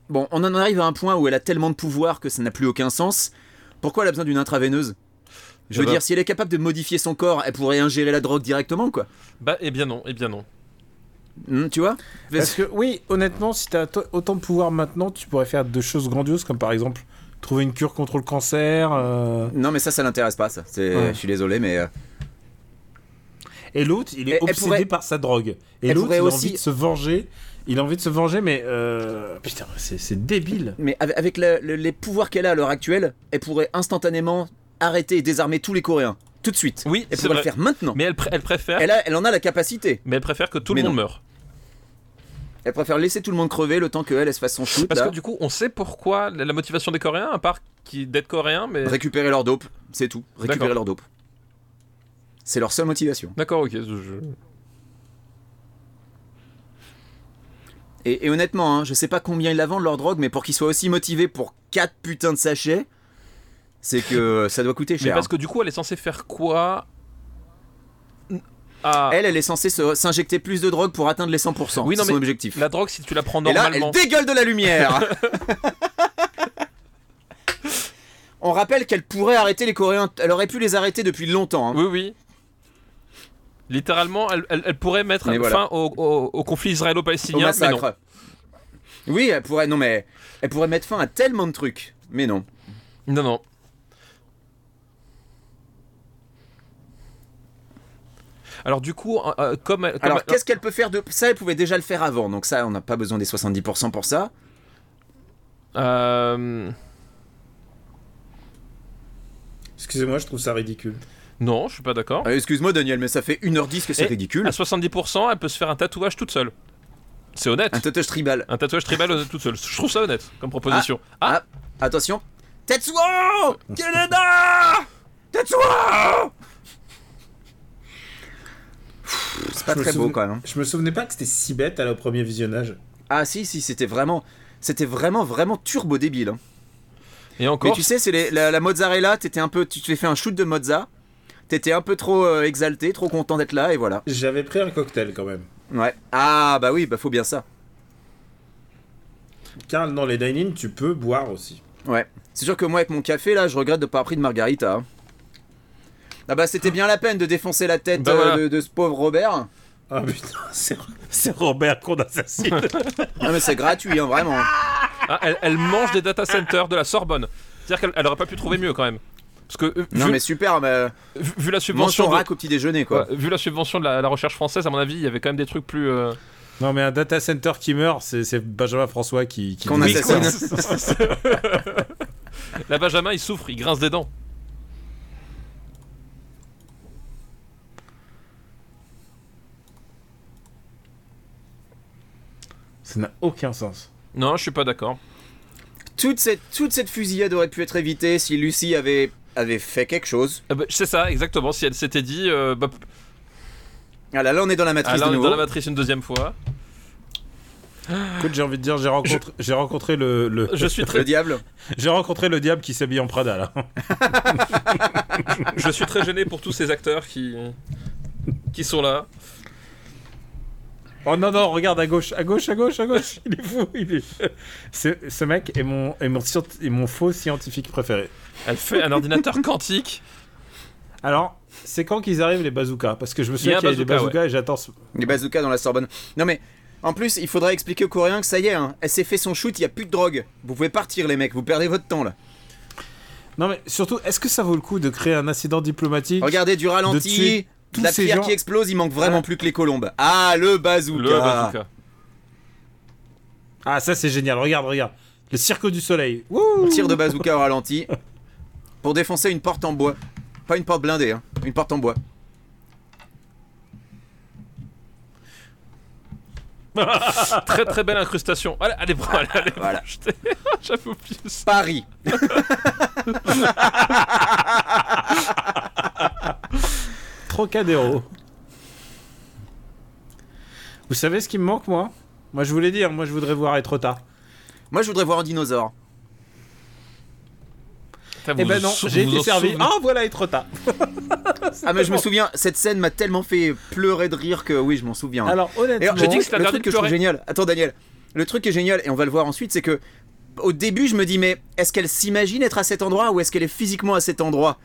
Speaker 1: bon, on en arrive à un point où elle a tellement de pouvoir que ça n'a plus aucun sens. Pourquoi elle a besoin d'une intraveineuse Je veux
Speaker 3: Ah bah.
Speaker 1: dire, si elle est capable de modifier son corps, elle pourrait ingérer la drogue directement, quoi.
Speaker 3: Bah, eh bien non, eh bien non.
Speaker 1: Hmm, tu vois
Speaker 2: Parce que, oui, honnêtement, si t'as to- autant de pouvoir maintenant, tu pourrais faire deux choses grandioses, comme par exemple trouver une cure contre le cancer. euh,
Speaker 1: Non, mais ça, ça l'intéresse pas, ça. C'est-
Speaker 2: Ouais.
Speaker 1: Je suis désolé, mais. euh,
Speaker 2: Et l'autre, il est
Speaker 1: Elle- elle
Speaker 2: obsédé
Speaker 1: pourrait-
Speaker 2: par sa drogue. Et
Speaker 1: elle
Speaker 2: l'autre,
Speaker 1: pourrait
Speaker 2: il a
Speaker 1: aussi-
Speaker 2: envie de se venger. Il a envie de se venger, mais euh, putain, c'est c'est débile.
Speaker 1: Mais avec, avec la- le- les pouvoirs qu'elle a à l'heure actuelle, elle pourrait instantanément arrêter et désarmer tous les Coréens. Tout de suite.
Speaker 3: Oui,
Speaker 1: Elle
Speaker 3: c'est
Speaker 1: pourrait
Speaker 3: vrai.
Speaker 1: le faire maintenant.
Speaker 3: Mais elle, pr- elle préfère,
Speaker 1: Elle, a- elle en a la capacité.
Speaker 3: mais elle préfère que tout
Speaker 1: Mais
Speaker 3: le
Speaker 1: non.
Speaker 3: monde meure.
Speaker 1: Elle préfère laisser tout le monde crever le temps qu'elle, elle se fasse son shoot.
Speaker 3: Parce
Speaker 1: là.
Speaker 3: que du coup, on sait pourquoi la la motivation des Coréens, à part qui- d'être Coréen, mais
Speaker 1: Récupérer leur dope, c'est tout. Récupérer
Speaker 3: D'accord.
Speaker 1: leur dope. C'est leur seule motivation.
Speaker 3: d'accord, ok. je-
Speaker 1: Et, et honnêtement, hein, je sais pas combien ils la vendent leur drogue, mais pour qu'ils soient aussi motivés pour 4 putains de sachets, c'est que ça doit coûter
Speaker 3: Mais
Speaker 1: cher. hein.
Speaker 3: parce que du coup, elle est censée faire quoi Ah,
Speaker 1: Elle, elle est censée se- s'injecter plus de drogue pour atteindre les 100%.
Speaker 3: Oui, non,
Speaker 1: c'est son
Speaker 3: mais
Speaker 1: objectif.
Speaker 3: la drogue, si tu la prends
Speaker 1: Et là, elle
Speaker 3: normalement.
Speaker 1: dégueule de la lumière On rappelle qu'elle pourrait arrêter les Coréens. Elle aurait pu les arrêter depuis longtemps. hein.
Speaker 3: Oui, oui. Littéralement, elle, elle- elle pourrait mettre
Speaker 1: Mais
Speaker 3: fin
Speaker 1: voilà.
Speaker 3: au, au- au conflit
Speaker 1: au
Speaker 3: israélo-palestinien, mais non.
Speaker 1: massacre. Oui, elle pourrait. Non, mais elle pourrait mettre fin à tellement de trucs. Mais non.
Speaker 3: Non, non. Alors du coup, euh, euh, comme, elle- comme
Speaker 1: Alors,
Speaker 3: elle-
Speaker 1: qu'est-ce qu'elle peut faire de ça Elle pouvait déjà le faire avant, donc ça, on n'a pas besoin des 70% pour ça.
Speaker 3: euh,
Speaker 2: Excusez-moi, je trouve ça ridicule.
Speaker 3: non, je suis pas d'accord.
Speaker 1: Euh, Excuse-moi, Daniel, mais ça fait 1h10 que c'est
Speaker 3: Et-
Speaker 1: ridicule.
Speaker 3: À 70%, elle peut se faire un tatouage toute seule. C'est honnête.
Speaker 1: Un tatouage tribal.
Speaker 3: Un tatouage tribal honnête toute seule. Je trouve ça honnête comme proposition. Ah,
Speaker 1: Attention. Tetsuo Canada Tetsuo Pff, C'est pas
Speaker 2: Je me
Speaker 1: très beau
Speaker 2: souvenais-
Speaker 1: quand même. hein.
Speaker 2: Je me souvenais pas que c'était si bête à au premier visionnage.
Speaker 1: Ah si, si, c'était vraiment... C'était vraiment, vraiment turbo débile. hein.
Speaker 3: Et
Speaker 1: Mais
Speaker 3: encore,
Speaker 1: tu sais, c'est les- la, la mozzarella, t'étais un peu... Tu t'es fait un shoot de mozza. T'étais un peu trop euh, exalté, trop content d'être là, et voilà.
Speaker 2: J'avais pris un cocktail quand même.
Speaker 1: Ouais. Ah bah oui, bah faut bien ça.
Speaker 2: Car dans les dining, tu peux boire aussi.
Speaker 1: Ouais. C'est sûr que moi, avec mon café, là, je regrette de pas avoir pris de margarita. hein. Ah bah, c'était bien la peine de défoncer la tête
Speaker 3: Bah
Speaker 1: euh,
Speaker 3: voilà.
Speaker 1: de, de ce pauvre Robert.
Speaker 2: Ah putain, c'est- c'est Robert qu'on assassine.
Speaker 1: Non, mais c'est gratuit, hein, vraiment.
Speaker 3: ah, elle, elle mange des data centers de la Sorbonne. C'est-à-dire qu'elle elle aurait pas pu trouver mieux quand même. Parce que euh,
Speaker 1: Non,
Speaker 3: vu,
Speaker 1: mais super, mais...
Speaker 3: vu- vu la
Speaker 1: Mange
Speaker 3: subvention,
Speaker 1: ton
Speaker 3: de,
Speaker 1: rack au petit déjeuner, quoi.
Speaker 3: ouais, vu la subvention de la, la recherche française, à mon avis, il y avait quand même des trucs plus. euh,
Speaker 2: Non, mais un data center qui meurt, c'est c'est Benjamin François qui. qui
Speaker 1: Qu'on
Speaker 2: dit
Speaker 1: Oui, assassine.
Speaker 2: ça.
Speaker 3: Là, Benjamin, il souffre, il grince des dents.
Speaker 2: Ça n'a aucun sens.
Speaker 3: Non, je suis pas d'accord.
Speaker 1: Toute, cette, toute cette fusillade aurait pu être évitée si Lucie avait, avait fait quelque chose.
Speaker 3: Eh ben, c'est ça, exactement. Si elle s'était dit, euh, bah,
Speaker 1: Ah là, là, on est dans la matrice de
Speaker 3: alors, on est dans
Speaker 1: nouveau.
Speaker 3: la matrice une deuxième fois.
Speaker 2: Écoute, j'ai envie de dire, j'ai rencontré, j'ai rencontré le, le-
Speaker 3: Je suis très
Speaker 1: Le diable
Speaker 2: j'ai rencontré le diable qui s'habille en Prada là.
Speaker 3: Je suis très gêné pour tous ces acteurs qui, qui sont là.
Speaker 2: Oh non non, regarde à gauche, à gauche, à gauche, à gauche. Il est fou, il est. Ce, ce mec est mon est mon, scient- est mon faux scientifique préféré.
Speaker 3: Elle fait un ordinateur quantique.
Speaker 2: Alors, c'est quand qu'ils arrivent les bazookas Parce que je me
Speaker 3: Il y
Speaker 2: souviens
Speaker 3: a un
Speaker 2: qu'il y avait des
Speaker 3: bazooka,
Speaker 2: bazookas et j'attends. ce-
Speaker 1: Les bazookas dans la Sorbonne. Non mais, en plus, il faudra expliquer aux Coréens que ça y est, hein, elle s'est fait son shoot, il n'y a plus de drogue. Vous pouvez partir les mecs, vous perdez votre temps là.
Speaker 2: Non mais surtout, est-ce que ça vaut le coup de créer un incident diplomatique
Speaker 1: Regardez du
Speaker 2: De tuer
Speaker 1: ralenti,
Speaker 2: tous
Speaker 1: la
Speaker 2: ces
Speaker 1: pierre
Speaker 2: gens.
Speaker 1: qui explose, il manque vraiment
Speaker 2: Ouais.
Speaker 1: plus que les colombes. Ah, le bazooka,
Speaker 3: Le bazooka.
Speaker 2: Ah ça c'est génial. Regarde, regarde. Le cirque du soleil. Wouh
Speaker 1: Tir de bazooka au ralenti pour défoncer une porte en bois. Pas une porte blindée, hein, une porte en bois.
Speaker 3: Très très belle incrustation. Allez, allez, bon, allez, allez,
Speaker 1: Voilà.
Speaker 3: jetez. J'avoue plus.
Speaker 1: Paris
Speaker 2: Trocadéro. Vous savez ce qui me manque moi Moi je voulais dire, hein, moi je voudrais voir être tard.
Speaker 1: Moi je voudrais voir un dinosaure.
Speaker 3: Putain,
Speaker 2: Eh
Speaker 3: vous
Speaker 2: ben
Speaker 3: vous
Speaker 2: non,
Speaker 3: sou-
Speaker 2: j'ai
Speaker 3: vous
Speaker 2: été
Speaker 3: en
Speaker 2: servi.
Speaker 3: souvenez-
Speaker 2: Ah voilà être tard.
Speaker 1: Ah mais je me souviens, cette scène m'a tellement fait pleurer de rire que oui je m'en souviens.
Speaker 3: Ah.
Speaker 2: Alors honnêtement,
Speaker 1: Alors,
Speaker 3: J'ai dit que c'était
Speaker 1: le
Speaker 3: interdit
Speaker 1: truc
Speaker 3: de
Speaker 1: que je trouve
Speaker 3: pleurer.
Speaker 1: génial. Attends, Daniel. Le truc qui est génial, et on va le voir ensuite, c'est que au début, je me dis, mais est-ce qu'elle s'imagine être à cet endroit ou est-ce qu'elle est physiquement à cet endroit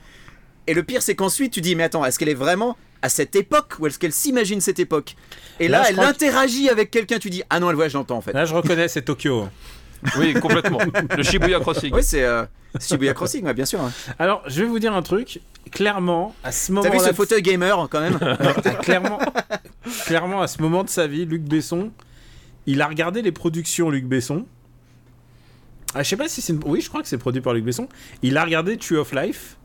Speaker 1: Et le pire, c'est qu'ensuite, tu dis, mais attends, est-ce qu'elle est vraiment à cette époque ou est-ce qu'elle s'imagine cette époque Et là,
Speaker 2: Là, je
Speaker 1: elle
Speaker 2: crois que-
Speaker 1: interagit avec quelqu'un, tu dis, ah non, elle voyage dans le temps en fait.
Speaker 2: là je reconnais c'est Tokyo.
Speaker 3: Oui, complètement. Le Shibuya Crossing.
Speaker 1: Oui, c'est euh, Shibuya Crossing, ouais, bien sûr. hein.
Speaker 2: Alors je vais vous dire un truc. Clairement, à ce
Speaker 1: T'as
Speaker 2: moment-là,
Speaker 1: vu ce fauteuil gamer hein, quand même
Speaker 2: Ah, clairement, clairement, à ce moment de sa vie, Luc Besson, il a regardé les productions Luc Besson. Ah, je sais pas si c'est. une- Oui, je crois que c'est produit par Luc Besson. Il a regardé Tree of Life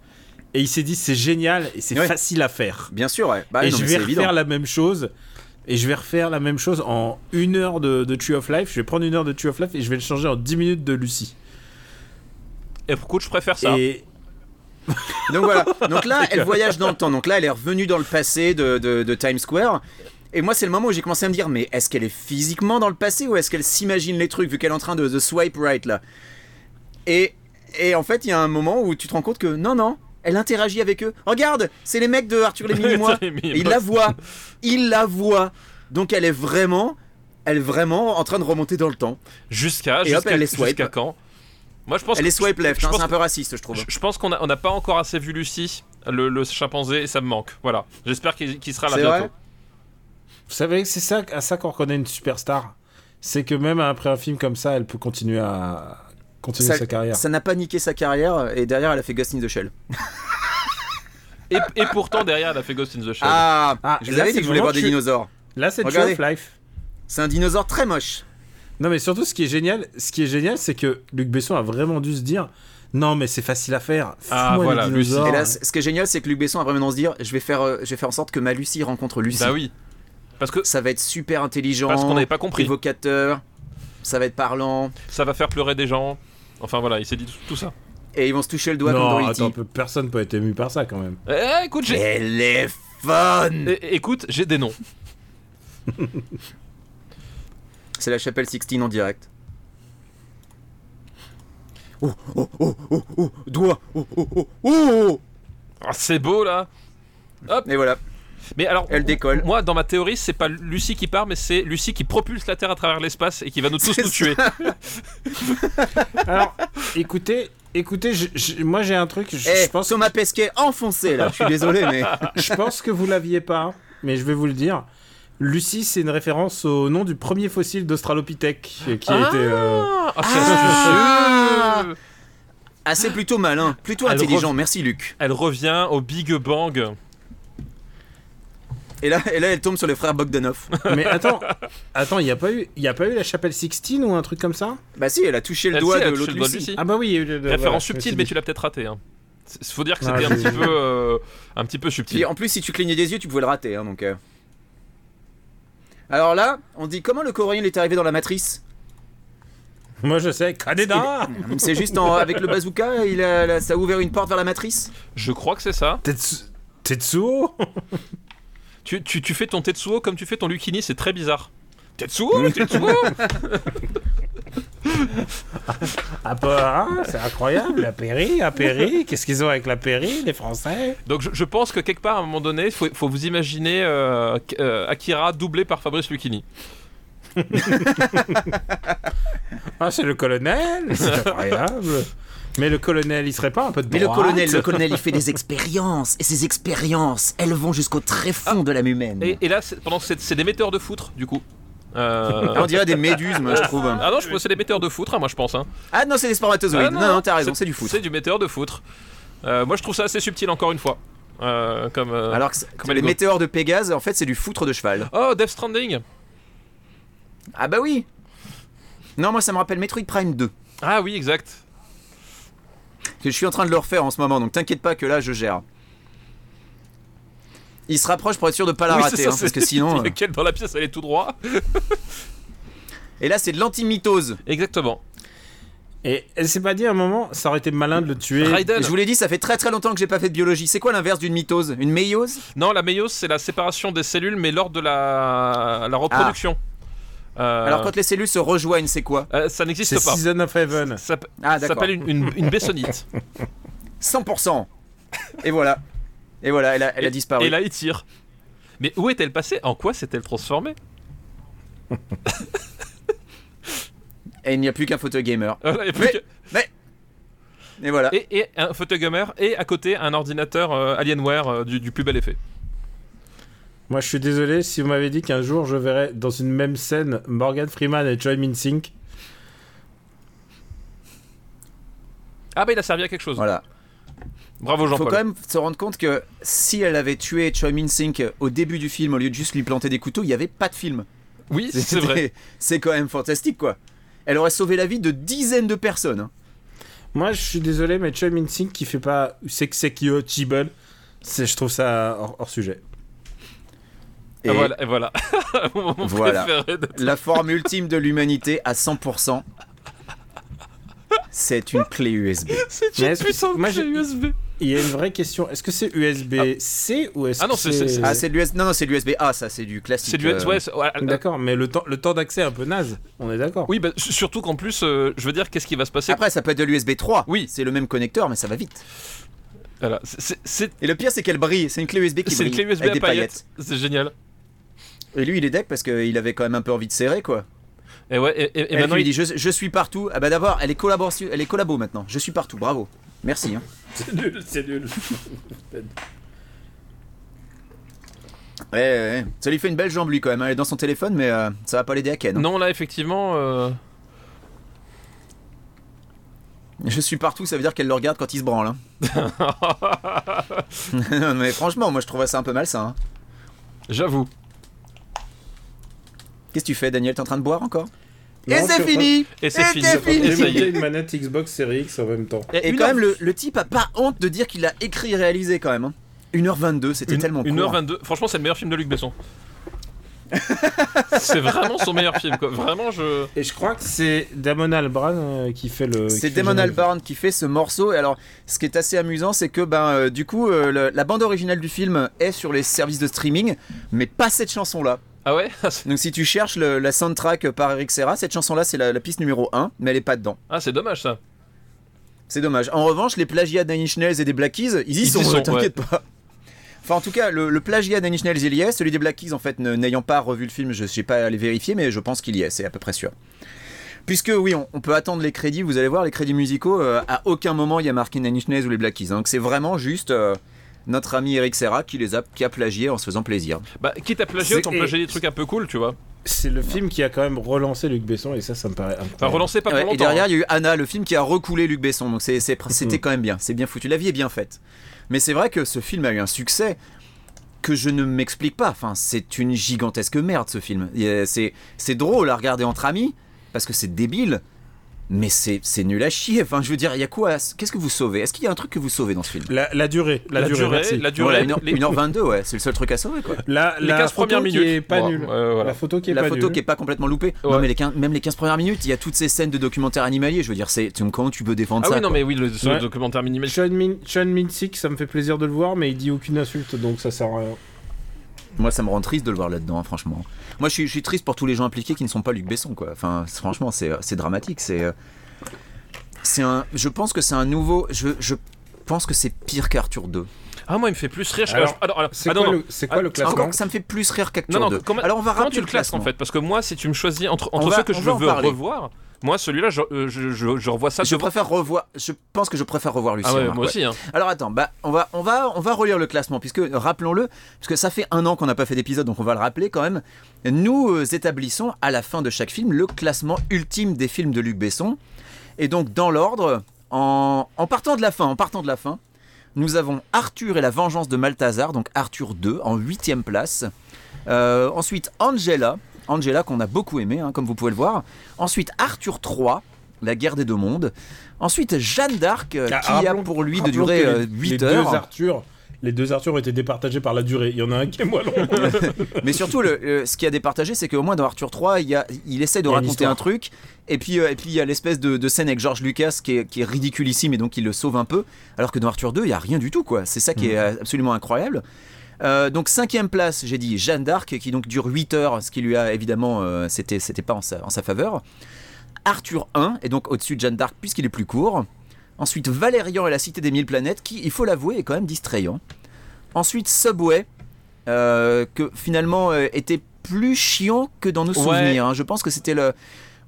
Speaker 2: et il s'est dit c'est génial et c'est
Speaker 1: Ouais.
Speaker 2: facile à faire.
Speaker 1: Bien sûr, ouais. Bah,
Speaker 2: et
Speaker 1: non,
Speaker 2: je
Speaker 1: mais
Speaker 2: vais
Speaker 1: c'est
Speaker 2: refaire
Speaker 1: évident.
Speaker 2: la même chose. Et je vais refaire la même chose en une heure de, de Tree of Life. Je vais prendre une heure de Tree of Life et je vais le changer en 10 minutes de Lucie.
Speaker 3: Et pour coup, Eh, je préfère ça.
Speaker 2: Et
Speaker 1: Donc voilà. Donc là, elle voyage dans le temps. Donc là, elle est revenue dans le passé de, de- de Times Square. Et moi, c'est le moment où j'ai commencé à me dire, mais est-ce qu'elle est physiquement dans le passé ou est-ce qu'elle s'imagine les trucs vu qu'elle est en train de, de swipe right là et, et en fait, il y a un moment où tu te rends compte que non, non, elle interagit avec eux. Regarde, c'est les mecs de Arthur les
Speaker 3: Oui,
Speaker 1: Mini-Moi.
Speaker 3: t'as aimé,
Speaker 1: Et il
Speaker 3: moi.
Speaker 1: la voit. Il la voit. Donc elle est vraiment, elle est vraiment en train de remonter dans le temps.
Speaker 3: Jusqu'à
Speaker 1: Et hop,
Speaker 3: jusqu'à
Speaker 1: elle les swipe.
Speaker 3: jusqu'à quand Moi, je pense.
Speaker 1: Elle
Speaker 3: que-
Speaker 1: est swipe left.
Speaker 3: je
Speaker 1: hein,
Speaker 3: pense
Speaker 1: c'est un peu raciste, je trouve.
Speaker 3: Je, je pense qu'on n'a on n'a pas encore assez vu Lucie, le, le chimpanzé, et ça me manque. Voilà. J'espère qu'il qu'il sera là
Speaker 1: C'est
Speaker 3: bientôt.
Speaker 1: vrai
Speaker 2: vous savez, c'est ça, à ça qu'on reconnaît une superstar. C'est que même après un film comme ça, elle peut continuer à continuer
Speaker 1: Ça-
Speaker 2: sa carrière.
Speaker 1: Ça n'a pas niqué sa carrière et derrière, elle a fait Ghost in the Shell.
Speaker 3: Et, et pourtant, derrière, elle a fait Ghost in the Shell. Bah
Speaker 1: Ah,
Speaker 2: Ah,
Speaker 1: je
Speaker 2: là,
Speaker 1: vous avais
Speaker 2: c'est
Speaker 1: dit que je voulais
Speaker 2: vraiment
Speaker 1: voir des
Speaker 2: tu-
Speaker 1: dinosaures.
Speaker 2: Là, c'est Tree
Speaker 1: Regardez.
Speaker 2: of Life.
Speaker 1: C'est un dinosaure très moche.
Speaker 2: Non, mais surtout, ce qui est génial, ce qui est génial, c'est que Luc Besson a vraiment dû se dire, non, mais c'est facile à faire.
Speaker 3: Ah,
Speaker 2: Fous-moi
Speaker 3: voilà,
Speaker 2: les
Speaker 3: Lucie.
Speaker 2: dinosaures.
Speaker 1: Et là, c- ce qui est génial, c'est que Luc Besson a vraiment se dire je vais faire, euh, je vais faire en sorte que ma Lucie rencontre Lucie.
Speaker 3: Bah oui. Parce que
Speaker 1: Ça va être super intelligent,
Speaker 3: parce qu'on n'avait pas compris.
Speaker 1: provocateur, ça va être parlant,
Speaker 3: Ça va faire pleurer des gens. Enfin voilà, il s'est dit tout, tout ça.
Speaker 1: et ils vont se toucher le doigt
Speaker 2: non,
Speaker 1: comme dans E
Speaker 2: attends,
Speaker 1: E.T.
Speaker 2: peu- personne peut être ému par ça quand même.
Speaker 3: Eh, écoute, j'ai.
Speaker 1: Téléphone
Speaker 3: eh, Écoute, j'ai des noms.
Speaker 1: C'est la chapelle Sixtine en direct. Oh, oh, oh, oh, oh, doigt, oh, oh, oh, oh
Speaker 3: Ah, c'est beau là.
Speaker 1: Et voilà,
Speaker 3: Mais alors,
Speaker 1: Elle
Speaker 3: on-
Speaker 1: décolle.
Speaker 3: Moi, dans ma théorie, c'est pas Lucie qui part, mais c'est Lucie qui propulse la Terre à travers l'espace et qui va nous tous
Speaker 1: C'est
Speaker 3: nous
Speaker 1: ça.
Speaker 3: tuer.
Speaker 2: Alors, écoutez, écoutez, je- je- moi j'ai un truc, je,
Speaker 1: Eh,
Speaker 2: je pense,
Speaker 1: Thomas Pesquet enfoncé là, je suis désolé mais...
Speaker 2: je pense que vous l'aviez pas, mais je vais vous le dire. Lucie, c'est une référence au nom du premier fossile d'Australopithèque euh, qui a
Speaker 3: Ah,
Speaker 2: été. euh,
Speaker 3: ah, c'est
Speaker 1: Ah.
Speaker 3: astucieux.
Speaker 1: Ah, c'est plutôt malin, plutôt
Speaker 3: Elle
Speaker 1: intelligent, merci Luc.
Speaker 3: Elle revient au Big Bang.
Speaker 1: Et là, et là, elle tombe sur les frères Bogdanov.
Speaker 2: Mais attends, attends, il n'y a pas eu, il y a pas eu la chapelle Sixtine ou un truc comme ça
Speaker 1: bah si, elle a touché le
Speaker 3: Elle,
Speaker 1: doigt
Speaker 3: si, elle a
Speaker 1: de
Speaker 3: touché
Speaker 1: l'autre
Speaker 3: le doigt de
Speaker 1: Lucie.
Speaker 3: Lucie.
Speaker 2: Ah bah oui, il y a eu le- le- voilà,
Speaker 3: Référence
Speaker 2: je me suis
Speaker 3: subtile,
Speaker 2: dit.
Speaker 3: mais tu l'as peut-être raté. Hein. C'est- Faut dire que
Speaker 2: Ah,
Speaker 3: c'était un
Speaker 2: j'ai-
Speaker 3: petit peu, euh, un petit peu
Speaker 1: Puis
Speaker 3: subtil.
Speaker 1: en plus, si tu clignais des yeux, tu pouvais le rater. hein, donc, euh. Alors là, on dit comment le coréen il est arrivé dans la matrice Eh ben,
Speaker 2: Moi je sais,
Speaker 3: Ah.
Speaker 2: Canada.
Speaker 1: C'est juste en- avec le bazooka, il a- là, ça a ouvert une porte vers la matrice
Speaker 3: Je crois que c'est ça.
Speaker 2: Tetsu- Tetsuo
Speaker 3: Tu, tu, tu fais ton Tetsuo comme tu fais ton Lucini, c'est très bizarre. Tetsuo, Tetsuo
Speaker 2: Ah, pas, hein, c'est incroyable, la Péry, la Péry, qu'est-ce qu'ils ont avec la Péry, les Français
Speaker 3: Donc je, je pense que quelque part, à un moment donné, il faut, faut vous imaginer euh, euh, Akira doublé par Fabrice Lucchini.
Speaker 2: Ah, c'est le colonel, c'est incroyable. Mais le colonel, il serait pas un peu de
Speaker 1: Mais le
Speaker 2: droite
Speaker 1: colonel, le colonel, il fait des expériences. Et ces expériences, elles vont jusqu'au très fond de l'âme humaine.
Speaker 3: Et, et là, c'est- pendant que c'est c'est des metteurs de foutre, du coup. Euh,
Speaker 1: On dirait des méduses, moi, je trouve.
Speaker 3: Ah non, je pense que c'est des metteurs de foutre, hein, moi je pense. hein.
Speaker 1: Ah non, c'est des spermatozoïdes.
Speaker 3: Ah
Speaker 1: non, non, t'as raison, c'est du foot.
Speaker 3: C'est du météore de foutre. Euh, moi je trouve ça assez subtil, encore une fois. Euh, comme, euh,
Speaker 1: Alors que c'est-
Speaker 3: Comme
Speaker 1: les
Speaker 3: Lego.
Speaker 1: météores de Pégase, en fait, c'est du foutre de cheval.
Speaker 3: Oh, Death Stranding
Speaker 1: Ah bah oui Non, moi, ça me rappelle Metroid Prime 2.
Speaker 3: Ah oui, exact.
Speaker 1: que Je suis en train de le refaire en ce moment, donc t'inquiète pas que là, je gère. Il se rapproche pour être sûr de pas la
Speaker 3: Oui, c'est
Speaker 1: rater,
Speaker 3: ça,
Speaker 1: hein, parce
Speaker 3: c'est-
Speaker 1: que sinon... euh,
Speaker 3: Lequel dans la pièce, elle est tout droit
Speaker 1: Et là, c'est de l'antimythose.
Speaker 3: Exactement.
Speaker 2: Et elle s'est pas dit à un moment, ça aurait été malin de le tuer.
Speaker 3: Raiden
Speaker 1: Et Je vous l'ai dit, ça fait très très longtemps que j'ai pas fait de biologie. C'est quoi l'inverse d'une mitose Une méiose
Speaker 3: Non, la méiose, c'est la séparation des cellules, mais lors de la, la reproduction.
Speaker 1: Ah.
Speaker 3: Euh,
Speaker 1: Alors quand les cellules se rejoignent, c'est quoi
Speaker 3: euh, ça n'existe
Speaker 2: C'est
Speaker 3: pas.
Speaker 2: Season of Heaven.
Speaker 3: Ça p-
Speaker 1: Ah
Speaker 3: ça
Speaker 1: d'accord.
Speaker 3: s'appelle une, une, une bessonite.
Speaker 1: 100%. Et voilà. Et voilà, elle a, elle a disparu.
Speaker 3: Et là, il tire. Mais où est-elle passée En quoi s'est-elle transformée
Speaker 1: Et il n'y a plus qu'un fauteuil gamer.
Speaker 3: Voilà, il y a plus
Speaker 1: Mais-
Speaker 3: que-
Speaker 1: Et voilà.
Speaker 3: Euh, et, et un fauteuil gamer et à côté un ordinateur euh, Alienware euh, du, du plus bel effet.
Speaker 2: Moi, je suis désolé si vous m'avez dit qu'un jour je verrais dans une même scène Morgan Freeman et Joy Minsink.
Speaker 3: Ah bah il a servi à quelque chose.
Speaker 1: Voilà.
Speaker 3: Bravo
Speaker 1: Faut
Speaker 3: Jean-Paul.
Speaker 1: quand même se rendre compte que si elle avait tué Choi Min Sink au début du film au lieu de juste lui planter des couteaux, il n'y avait pas de film.
Speaker 3: Oui, c'est
Speaker 1: C'était-
Speaker 3: vrai.
Speaker 1: C'est quand même fantastique quoi. Elle aurait sauvé la vie de dizaines de personnes. hein.
Speaker 2: Moi, je suis désolé, mais Joy Minsink qui fait pas Seksekyo Chibel, c'est, je trouve ça hors, hors sujet.
Speaker 1: Et
Speaker 3: Et Ah, voilà. Et voilà. Mon moment
Speaker 1: Voilà.
Speaker 3: préféré de-
Speaker 1: la forme ultime de l'humanité à 100%, c'est une clé USB.
Speaker 3: C'est
Speaker 2: Mais
Speaker 3: une
Speaker 2: est-ce que-
Speaker 3: puissante
Speaker 2: moi,
Speaker 3: clé
Speaker 2: j'ai-
Speaker 3: USB.
Speaker 2: Il y a une vraie question. Est-ce que c'est USB-C ou est-ce
Speaker 3: Ah non,
Speaker 2: que
Speaker 3: c'est-
Speaker 2: c'est...
Speaker 3: c'est-
Speaker 1: Ah c'est de l'USB. Non non c'est de l'USB A Ah, ça c'est du classique.
Speaker 3: C'est du
Speaker 1: euh,
Speaker 3: ouais, c'est- ouais, euh,
Speaker 2: D'accord, mais le temps, le temps d'accès est un peu naze. On est d'accord.
Speaker 3: Oui, bah, s- surtout qu'en plus, euh, je veux dire, qu'est-ce qui va se passer
Speaker 1: Après ça peut être de l'USB 3.
Speaker 3: Oui.
Speaker 1: C'est le même connecteur mais ça va vite.
Speaker 3: Voilà. C'est- c'est- C'est
Speaker 1: Et le pire c'est qu'elle brille. C'est une clé USB qui
Speaker 3: c'est une
Speaker 1: brille
Speaker 3: clé USB
Speaker 1: avec
Speaker 3: à
Speaker 1: des
Speaker 3: paillettes. C'est génial.
Speaker 1: Et lui il est deck parce qu'il avait quand même un peu envie de serrer quoi.
Speaker 3: Et ouais. Et, et- et
Speaker 1: Et
Speaker 3: maintenant,
Speaker 1: lui
Speaker 3: Eh ben il
Speaker 1: il dit je, je suis partout. Ah bah d'abord elle est collaboration, elle est collabo maintenant. Je suis partout. Bravo. Merci. hein.
Speaker 2: C'est nul, c'est nul.
Speaker 1: Ouais, ouais, ouais. Ça lui fait une belle jambe lui quand même. hein. Elle est dans son téléphone mais euh, ça va pas l'aider à Ken. hein.
Speaker 3: Non, là, effectivement. euh,
Speaker 1: Je suis partout ça veut dire qu'elle le regarde quand il se branle. hein. Non, mais franchement moi je trouve ça un peu malsain. hein.
Speaker 3: J'avoue.
Speaker 1: Qu'est-ce que tu fais Daniel T'es en train de boire encore Et
Speaker 2: Non, je
Speaker 1: c'est
Speaker 2: suis en
Speaker 1: fini
Speaker 3: Et c'est
Speaker 1: Et
Speaker 3: fini.
Speaker 1: c'est fini.
Speaker 3: Et ça y est.
Speaker 2: une manette Xbox Series X en même temps.
Speaker 1: Et
Speaker 3: une
Speaker 1: quand
Speaker 3: heure-
Speaker 1: même, le, le type a pas honte de dire qu'il a écrit et réalisé quand même. hein. 1h22, c'était
Speaker 3: une-
Speaker 1: tellement court. hein.
Speaker 3: 1h22. Franchement, c'est le meilleur film de Luc Besson. c'est vraiment son meilleur film, quoi. Vraiment, je.
Speaker 2: Et je crois que c'est Damon Albarn euh, qui fait le.
Speaker 1: C'est Damon Albarn qui fait ce morceau. Et alors, ce qui est assez amusant, c'est que ben, euh, du coup, euh, le- la bande originale du film est sur les services de streaming, mais pas cette chanson-là.
Speaker 3: Ah ouais Ah, c'est-
Speaker 1: Donc, si tu cherches le- la soundtrack par Eric Serra, cette chanson-là, c'est la, la piste numéro 1, mais elle est pas dedans.
Speaker 3: Ah, c'est dommage ça.
Speaker 1: C'est dommage. En revanche, les plagiats d'Annie Schnells et des Black Keys, ils y
Speaker 3: y
Speaker 1: sont,
Speaker 3: sont,
Speaker 1: t'inquiète pas. Enfin, en tout cas, le, le plagiat d'Annie Schnells, il y est. Celui des Black Keys, en fait, ne- n'ayant pas revu le film, je ne sais pas aller vérifier, mais je pense qu'il y est, c'est à peu près sûr. Puisque, oui, on, on peut attendre les crédits, vous allez voir, les crédits musicaux, euh, à aucun moment il y a marqué Annie Schnells ou les Black Keys. hein. Donc c'est vraiment juste euh, notre ami Eric Serra qui les a, qui a plagié en se faisant plaisir.
Speaker 3: Bah, quitte à plagier,
Speaker 2: C'est-
Speaker 3: autant
Speaker 2: et-
Speaker 3: plagier des trucs un peu cool, tu vois.
Speaker 2: C'est le film qui a quand même relancé Luc Besson et ça, ça me paraît incroyable.
Speaker 3: Enfin, relancer pas pour
Speaker 1: Ouais,
Speaker 3: longtemps. hein.
Speaker 1: et derrière, il y a eu Anna, le film qui a recoulé Luc Besson. Donc c'est- c'est-
Speaker 2: Mm-hmm.
Speaker 1: c'était quand même bien. C'est bien foutu. La vie est bien faite. Mais c'est vrai que ce film a eu un succès que je ne m'explique pas. Enfin, c'est une gigantesque merde ce film. Il y a- C'est c'est drôle à regarder entre amis parce que c'est débile. Mais c'est c'est nul à chier. Enfin, je veux dire, il y a quoi à- Qu'est-ce que vous sauvez Est-ce qu'il y a un truc que vous sauvez dans ce film
Speaker 2: La, la durée, la,
Speaker 3: La,
Speaker 2: durée,
Speaker 3: durée,
Speaker 2: merci.
Speaker 3: la
Speaker 1: Voilà,
Speaker 3: durée,
Speaker 1: une heure-
Speaker 3: les-
Speaker 1: 1h22, ouais, c'est le seul truc à sauver quoi.
Speaker 2: La,
Speaker 3: les
Speaker 2: la
Speaker 3: 15
Speaker 2: photo
Speaker 3: premières
Speaker 2: qui
Speaker 3: minutes.
Speaker 2: est pas
Speaker 3: Bon,
Speaker 2: nulle.
Speaker 3: euh, voilà.
Speaker 2: La photo qui est
Speaker 1: La
Speaker 2: pas
Speaker 1: photo
Speaker 2: nulle.
Speaker 1: qui est pas complètement loupée. Non,
Speaker 3: Ouais.
Speaker 1: mais les 15 même les 15 premières minutes, il y a toutes ces scènes de documentaire animalier. Je veux dire, c'est tu- comment tu peux défendre
Speaker 3: Ah
Speaker 1: ça
Speaker 3: oui, non,
Speaker 1: quoi
Speaker 3: mais oui, le, ce
Speaker 2: Ouais.
Speaker 3: documentaire minimaliste.
Speaker 2: Sean, Min Sean Minsick, ça me fait plaisir de le voir, mais il dit aucune insulte, donc ça sert à rien.
Speaker 1: Moi, ça me rend triste de le voir là-dedans, hein, franchement. Moi, je suis, je suis triste pour tous les gens impliqués qui ne sont pas Luc Besson, quoi. Enfin, c'est- franchement, c'est c'est dramatique. C'est euh, c'est un. Je pense que c'est un nouveau. Je, je pense que c'est pire qu'Arthur 2.
Speaker 3: Ah, moi, il me fait plus rire. je-
Speaker 2: Alors,
Speaker 3: ah, non, alors-
Speaker 2: C'est
Speaker 3: ah, non,
Speaker 2: quoi,
Speaker 3: non.
Speaker 2: le- c'est quoi
Speaker 3: Ah,
Speaker 2: le
Speaker 1: Encore
Speaker 2: classement
Speaker 1: que ça me fait plus rire qu'Arthur
Speaker 3: Non, non,
Speaker 1: 2.
Speaker 3: comment,
Speaker 1: Alors, on va
Speaker 3: comment
Speaker 1: rappeler
Speaker 3: tu le classes en
Speaker 1: classement.
Speaker 3: fait Parce que moi, si tu me choisis entre, entre
Speaker 1: On va-
Speaker 3: ceux que
Speaker 1: on
Speaker 3: je veux
Speaker 1: va en parler.
Speaker 3: revoir, moi, celui-là, je, euh, je, je- je revois ça
Speaker 1: Je
Speaker 3: devant-
Speaker 1: préfère revoir. Je pense que je préfère revoir Lucien.
Speaker 3: Ah ouais,
Speaker 1: Marc,
Speaker 3: moi
Speaker 1: ouais.
Speaker 3: aussi. hein.
Speaker 1: Alors attends, bah, on, va, on, va, on va relire le classement, puisque rappelons-le, puisque ça fait un an qu'on n'a pas fait d'épisode, donc on va le rappeler quand même. Nous euh, établissons à la fin de chaque film le classement ultime des films de Luc Besson. Et donc dans l'ordre, en, en partant de la fin, en partant de la fin, nous avons Arthur et la vengeance de Malthazar, donc Arthur 2 en huitième place. Euh, ensuite Angela, Angela qu'on a beaucoup aimé, hein, comme vous pouvez le voir. Ensuite Arthur 3, la guerre des deux mondes. Ensuite Jeanne d'Arc, euh,
Speaker 2: Ah,
Speaker 1: qui a
Speaker 2: rappelons-
Speaker 1: pour lui de
Speaker 2: rappelons
Speaker 1: durer
Speaker 2: que les-
Speaker 1: euh, 8
Speaker 2: les
Speaker 1: heures.
Speaker 2: Deux Arthur, les deux Arthur ont été départagés par la durée. Il y en a un qui est moins long.
Speaker 1: Mais surtout, le, le- ce qui a départagé, c'est qu'au moins dans Arthur 3, il, y a- il essaie de
Speaker 2: Il y a une
Speaker 1: raconter
Speaker 2: histoire.
Speaker 1: un truc. Et puis, euh, et puis il y a l'espèce de, de scène avec George Lucas qui est, qui est ridicule ici, mais donc il le sauve un peu. Alors que dans Arthur 2, il y a rien du tout, quoi. C'est ça qui est
Speaker 2: Mm.
Speaker 1: euh, absolument incroyable. Euh, donc cinquième place, j'ai dit Jeanne d'Arc, qui donc dure 8 heures, ce qui lui a évidemment, euh, c'était, c'était pas en sa, en sa faveur. Arthur 1, et donc au-dessus de Jeanne d'Arc, puisqu'il est plus court. Ensuite, Valérian et la Cité des Mille Planètes, qui, il faut l'avouer, est quand même distrayant. Ensuite, Subway, euh, que finalement euh, était plus chiant que dans nos
Speaker 3: Ouais.
Speaker 1: souvenirs. hein. Je pense que c'était le.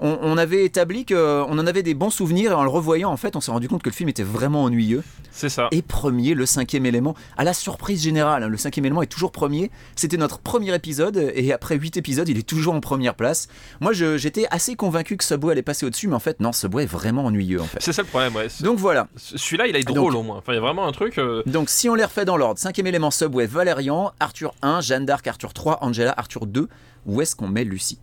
Speaker 1: On, on avait établi qu'on en avait des bons souvenirs et en le revoyant, en fait, on s'est rendu compte que le film était vraiment ennuyeux.
Speaker 3: C'est ça.
Speaker 1: Et premier, le cinquième élément, à la surprise générale, hein, le cinquième élément est toujours premier. C'était notre premier épisode et après huit épisodes, il est toujours en première place. Moi, je- j'étais assez convaincu que Subway allait passer au-dessus, mais en fait, non, Subway est vraiment ennuyeux, en fait.
Speaker 3: C'est ça le problème, ouais. C'est-
Speaker 1: Donc voilà.
Speaker 3: Celui-là, il est
Speaker 1: Donc-
Speaker 3: drôle au moins. Enfin, il y a vraiment un truc. euh,
Speaker 1: Donc si on les refait dans l'ordre, cinquième élément Subway, Valérian, Arthur 1, Jeanne d'Arc, Arthur 3, Angela, Arthur 2, où est-ce qu'on met Lucie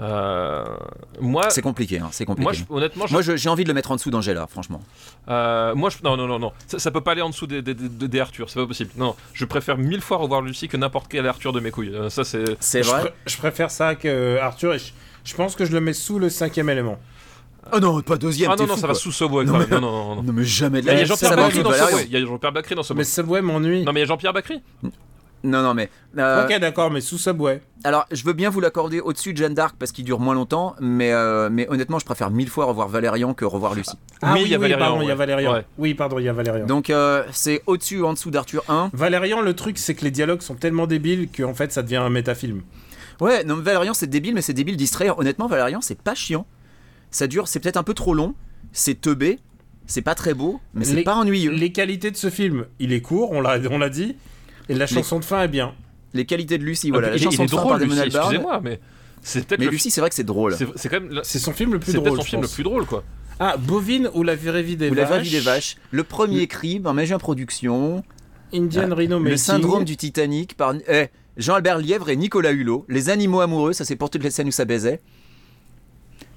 Speaker 3: euh, Moi,
Speaker 1: C'est compliqué, hein, c'est compliqué.
Speaker 3: moi je- honnêtement, je-
Speaker 1: Moi, je- j'ai envie de le mettre en dessous d'Angela, franchement.
Speaker 3: euh, moi, je- non, non, non, non. Ça, ça peut pas aller en dessous des, des, des- des Arthur. C'est pas possible. Non, je préfère mille fois revoir Lucie que n'importe quel Arthur de mes couilles. Euh, ça, c'est.
Speaker 1: C'est
Speaker 2: je,
Speaker 1: vrai
Speaker 2: pr- je préfère ça que euh, Arthur et je, je pense que je le mets sous le cinquième élément.
Speaker 1: Oh non, pas deuxième,
Speaker 3: Ah non,
Speaker 1: t'es
Speaker 3: non,
Speaker 1: fou,
Speaker 3: ça va
Speaker 1: quoi.
Speaker 3: sous Subway quand même. Non, non, non, non.
Speaker 1: Non mais jamais de
Speaker 3: Il
Speaker 1: la
Speaker 3: y a
Speaker 1: Ça
Speaker 3: Jean-Pierre
Speaker 1: manque
Speaker 3: Bacri
Speaker 1: de
Speaker 3: dans
Speaker 1: Valérian.
Speaker 3: Subway. Il y a Jean-Pierre Bacri dans Subway.
Speaker 2: Mais Subway m'ennuie.
Speaker 3: Non, mais il y a Jean-Pierre Bacri.
Speaker 1: Non, non, mais... euh,
Speaker 2: Ok, d'accord, mais sous Subway.
Speaker 1: Alors, je veux bien vous l'accorder au-dessus de Jeanne d'Arc parce qu'il dure moins longtemps, mais, euh, mais honnêtement, je préfère mille fois revoir Valérian que revoir Lucie.
Speaker 2: Ah
Speaker 3: oui,
Speaker 2: oui,
Speaker 3: il y a
Speaker 2: oui,
Speaker 3: Valérian,
Speaker 2: pardon, il y a
Speaker 3: ouais.
Speaker 2: Valérian.
Speaker 3: Ouais.
Speaker 2: Oui, pardon, il y a Valérian.
Speaker 1: Donc, euh, c'est au-dessus ou en dessous d'Arthur 1.
Speaker 2: Valérian, le truc, c'est que les dialogues sont tellement débiles qu'en fait, ça devient un métafilm.
Speaker 1: Ouais, non, mais Valérian, c'est débile, mais c'est débile distraire. Honnêtement, Valérian, c'est pas chiant. Ça dure, c'est peut-être un peu trop long, c'est teubé, c'est pas très beau, mais c'est
Speaker 2: Les-
Speaker 1: pas ennuyeux.
Speaker 2: Les qualités de ce film, il est court, on l'a on l'a dit, et la chanson de fin est bien.
Speaker 1: Les qualités de Lucie, voilà.
Speaker 3: Il-
Speaker 1: les
Speaker 3: il,
Speaker 1: chansons
Speaker 3: est
Speaker 1: de fin par
Speaker 3: drôle, Lucie.
Speaker 1: Damon Albarn.
Speaker 3: Excusez-moi, mais c'est peut-être
Speaker 1: Mais
Speaker 3: le.
Speaker 1: Lucie, c'est vrai que c'est drôle.
Speaker 3: C'est c'est quand même. la-
Speaker 2: C'est son film le plus
Speaker 3: C'est peut-être
Speaker 2: drôle.
Speaker 3: son
Speaker 2: je
Speaker 3: film le
Speaker 2: pense.
Speaker 3: plus drôle, quoi.
Speaker 2: Ah, Bovine ou La vraie vie des
Speaker 1: Ou la
Speaker 2: vaches.
Speaker 1: vraie vie des vaches, le premier ben, crime, un magien production,
Speaker 2: Indian Rhino
Speaker 1: Ah, le syndrome du Titanic par eh, Jean-Albert Lièvre et Nicolas Hulot, les animaux amoureux, ça c'est pour toutes les scènes où ça baisait.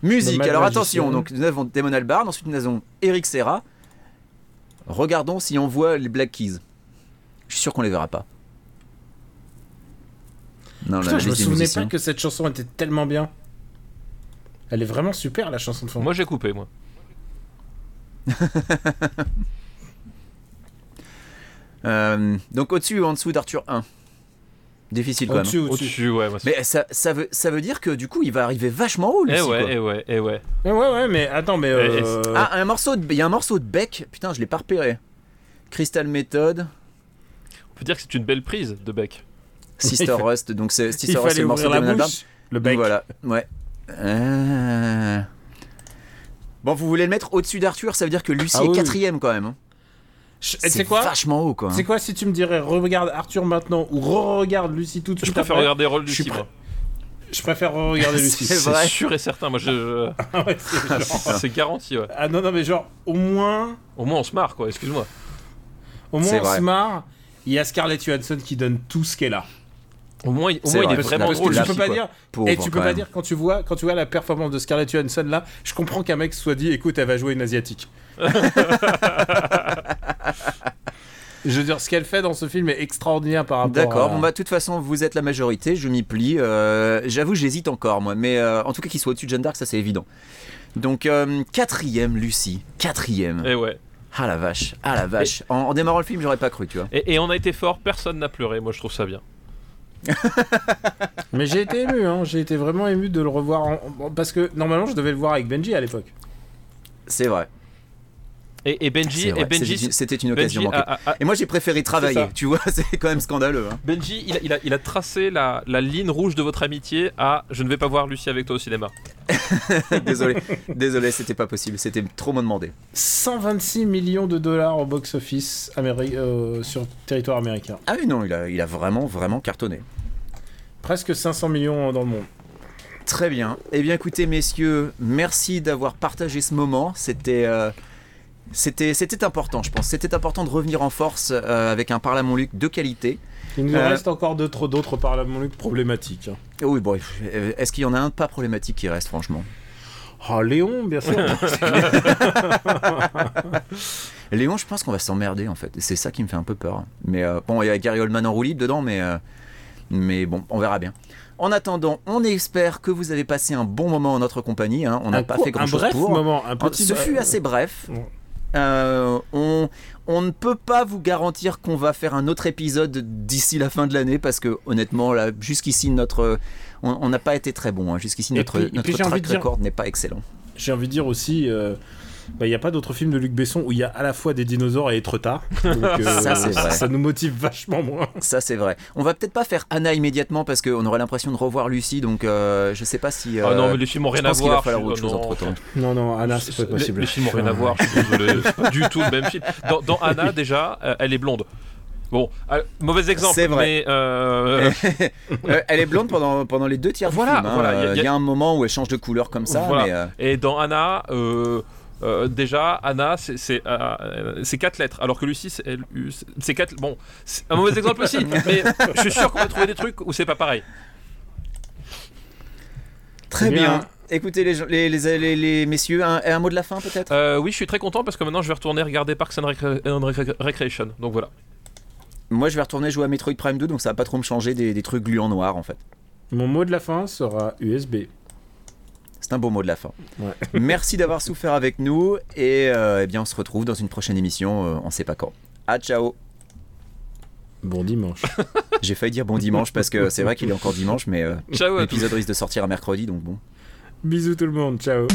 Speaker 1: Musique,
Speaker 2: Le
Speaker 1: alors
Speaker 2: Mad
Speaker 1: attention,
Speaker 2: Magicien.
Speaker 1: donc nous avons Damon Albarn, ensuite nous avons Eric Serra. Regardons si on voit les Black Keys. Je suis sûr qu'on les verra pas. Non, la
Speaker 2: Putain, je me
Speaker 1: liste des
Speaker 2: souvenais
Speaker 1: musiciens.
Speaker 2: pas que cette chanson était tellement bien. Elle est vraiment super, la chanson de fin.
Speaker 3: Moi, j'ai coupé, moi.
Speaker 1: Euh, donc au-dessus ou en dessous d'Arthur 1 Difficile quand même.
Speaker 2: au-dessus, au-dessus.
Speaker 3: Au-dessus, ouais. moi, c'est-
Speaker 1: Mais ça, ça, veut, ça veut dire que du coup il va arriver vachement haut Lucie,
Speaker 3: Eh
Speaker 1: quoi.
Speaker 3: ouais, eh ouais, eh ouais.
Speaker 2: Ouais, ouais, ouais, mais attends, mais.
Speaker 3: Et-
Speaker 2: euh,
Speaker 1: Ah, un morceau de- il y a un morceau de Beck, putain, je l'ai pas repéré. Crystal Method,
Speaker 3: On peut dire que c'est une belle prise de Beck.
Speaker 1: Sister
Speaker 2: Il fa-
Speaker 1: Rust, donc c'est
Speaker 2: il
Speaker 1: Sister Rust, c'est
Speaker 2: fallait
Speaker 1: le morceau
Speaker 2: ouvrir
Speaker 1: de
Speaker 2: la
Speaker 1: Damon Albarn.
Speaker 2: bouche. Le bec.
Speaker 1: Voilà, ouais. Euh. Bon, vous voulez le mettre au-dessus d'Arthur, ça veut dire que Lucie
Speaker 2: Ah
Speaker 1: est
Speaker 2: oui.
Speaker 1: quatrième quand même. hein.
Speaker 2: Je- Et
Speaker 1: C'est
Speaker 2: c'est quoi
Speaker 1: vachement haut quoi. hein.
Speaker 2: C'est quoi si tu me dirais regarde Arthur maintenant ou re-regarde Lucie tout de suite
Speaker 3: Je préfère
Speaker 2: après
Speaker 3: regarder Roll du
Speaker 2: je suis
Speaker 3: Cibre.
Speaker 2: Je préfère regarder Lucie.
Speaker 1: C'est vrai.
Speaker 3: C'est sûr et certain. Moi, je- je-
Speaker 2: Ah ouais, c'est genre-
Speaker 3: c'est garanti, ouais.
Speaker 2: Ah non, non, mais genre, au moins,
Speaker 3: Au moins, on se marre, quoi. Excuse-moi.
Speaker 2: au moins
Speaker 1: C'est
Speaker 2: on
Speaker 1: vrai.
Speaker 2: se marre. Il y a Scarlett Johansson qui donne tout ce qu'elle a.
Speaker 3: Au moins, il- au
Speaker 1: C'est
Speaker 3: moins, il est
Speaker 1: vrai,
Speaker 3: vraiment
Speaker 1: parce que
Speaker 3: drôle.
Speaker 1: là,
Speaker 2: tu peux
Speaker 1: Lucie,
Speaker 2: pas
Speaker 1: quoi.
Speaker 2: dire.
Speaker 1: Pauvre,
Speaker 2: et tu peux
Speaker 1: quand
Speaker 2: pas
Speaker 1: même.
Speaker 2: dire quand tu vois quand tu vois la performance de Scarlett Johansson là, je comprends qu'un mec soit dit écoute elle va jouer une asiatique. je veux dire ce qu'elle fait dans ce film est extraordinaire par rapport.
Speaker 1: D'accord,
Speaker 2: à-
Speaker 1: bon bah de toute façon vous êtes la majorité, je m'y plie. Euh, J'avoue j'hésite encore moi, mais euh, en tout cas qu'il soit au-dessus de Jeanne d'Arc, ça c'est évident. Donc euh, quatrième Lucie, quatrième.
Speaker 3: Et Eh ouais.
Speaker 1: Ah la vache, ah la vache. En, en démarrant le film j'aurais pas cru tu vois.
Speaker 3: Et, et on a été fort. Personne n'a pleuré. Moi, je trouve ça bien.
Speaker 2: Mais j'ai été ému, hein. j'ai été vraiment ému de le revoir. en- Parce que normalement, je devais le voir avec Benji à l'époque.
Speaker 1: C'est vrai.
Speaker 3: Et, et Benji,
Speaker 1: c'est vrai.
Speaker 3: et Benji,
Speaker 1: C'était- C'était une
Speaker 3: Benji,
Speaker 1: occasion manquée.
Speaker 3: a- a- a-
Speaker 1: Et moi j'ai préféré travailler,
Speaker 2: ça.
Speaker 1: tu vois, c'est quand même scandaleux. hein.
Speaker 3: Benji, il a, il a- il a tracé la, la ligne rouge de votre amitié à je ne vais pas voir Lucie avec toi au cinéma.
Speaker 1: hein. désolé, désolé, c'était pas possible, c'était trop me demander.
Speaker 2: 126 millions de dollars au box-office améri- euh, sur territoire américain.
Speaker 1: Ah oui, non, il a, il a vraiment, vraiment cartonné.
Speaker 2: Presque 500 millions dans le monde.
Speaker 1: Très bien. Eh bien écoutez messieurs, merci d'avoir partagé ce moment, c'était... euh, C'était, c'était important, je pense. C'était important de revenir en force euh, avec un parle à mon Luc de qualité.
Speaker 2: Il nous
Speaker 1: Euh,
Speaker 2: en reste encore deux, trop d'autres par la Montluc problématiques. hein.
Speaker 1: Et Oui, bon, euh, est-ce qu'il y en a un pas problématique qui reste, franchement
Speaker 2: Oh, Léon, bien sûr.
Speaker 1: Léon, je pense qu'on va s'emmerder en fait. C'est ça qui me fait un peu peur. Mais euh, bon, il y a Gary Oldman en roue libre dedans, mais, euh, mais bon, on verra bien. En attendant, on espère que vous avez passé un bon moment en notre compagnie. hein. On n'a
Speaker 2: Un
Speaker 1: pas
Speaker 2: court-
Speaker 1: fait grand
Speaker 2: un
Speaker 1: chose
Speaker 2: bref
Speaker 1: pour.
Speaker 2: moment, un petit
Speaker 1: Ce
Speaker 2: bref-
Speaker 1: fut assez bref.
Speaker 2: Ouais.
Speaker 1: Euh, on, on ne peut pas vous garantir qu'on va faire un autre épisode d'ici la fin de l'année parce que honnêtement, là, jusqu'ici, notre, on on n'a pas été très bon. hein. Jusqu'ici,
Speaker 2: Et
Speaker 1: notre,
Speaker 2: puis- et puis
Speaker 1: notre
Speaker 2: j'ai envie
Speaker 1: track
Speaker 2: de dire-
Speaker 1: record n'est pas excellent.
Speaker 2: J'ai envie de dire aussi, euh, bah, il n'y a pas d'autre film de Luc Besson où il y a à la fois des dinosaures et être tard. Donc, euh,
Speaker 1: Ça, c'est vrai.
Speaker 2: ça nous motive vachement moins.
Speaker 1: Ça, c'est vrai. On va peut-être pas faire Anna immédiatement parce qu'on aurait l'impression de revoir Lucie, donc euh, je sais pas si. euh,
Speaker 3: Ah non, mais les films ont
Speaker 1: je
Speaker 3: rien à
Speaker 1: pense qu'il va
Speaker 3: voir.
Speaker 1: falloir
Speaker 3: je-
Speaker 1: autre chose
Speaker 3: non,
Speaker 1: entre temps.
Speaker 2: Non, non, Anna, c'est pas
Speaker 3: Les-
Speaker 2: possible.
Speaker 3: Les, films n'ont rien à voir, je suis désolé. C'est pas du tout le même film. Dans, dans Anna, déjà, euh, elle est blonde. Bon, euh, mauvais exemple,
Speaker 1: C'est vrai.
Speaker 3: mais euh,
Speaker 1: Euh, elle est blonde pendant, pendant les deux tiers
Speaker 3: Voilà,
Speaker 1: du film. hein.
Speaker 3: voilà,
Speaker 1: Euh,
Speaker 3: y a-
Speaker 1: Il
Speaker 3: y
Speaker 1: y,
Speaker 3: a-
Speaker 1: a un moment où elle change de couleur comme ça,
Speaker 3: Voilà.
Speaker 1: mais, euh,
Speaker 3: et dans Anna, euh, euh, déjà, Anna, c'est- c'est euh, euh, c'est quatre lettres, alors que Lucie, c'est L U- c'est- c'est quatre. Bon, c'est un mauvais exemple aussi, mais je suis sûr qu'on va trouver des trucs où c'est pas pareil.
Speaker 1: très bien.
Speaker 2: bien.
Speaker 1: Écoutez les, gens- les, les, les- les messieurs, un, un mot de la fin peut-être.
Speaker 3: Euh, oui, je suis très content parce que maintenant je vais retourner regarder Parks and, Recre- euh, and Recre- Recreation. Donc voilà.
Speaker 1: Moi, je vais retourner jouer à Metroid Prime 2, donc ça va pas trop me changer des, des trucs gluants noirs en fait.
Speaker 2: Mon mot de la fin sera USB.
Speaker 1: C'est un beau mot de la fin.
Speaker 2: Ouais.
Speaker 1: Merci d'avoir souffert avec nous et euh, eh bien on se retrouve dans une prochaine émission, euh, on sait pas quand. À ciao.
Speaker 2: Bon dimanche.
Speaker 1: J'ai failli dire bon dimanche parce que c'est vrai qu'il est encore dimanche, mais euh,
Speaker 3: Ciao à tous.
Speaker 1: L'épisode risque de sortir un mercredi, donc bon.
Speaker 2: Bisous tout le monde, ciao.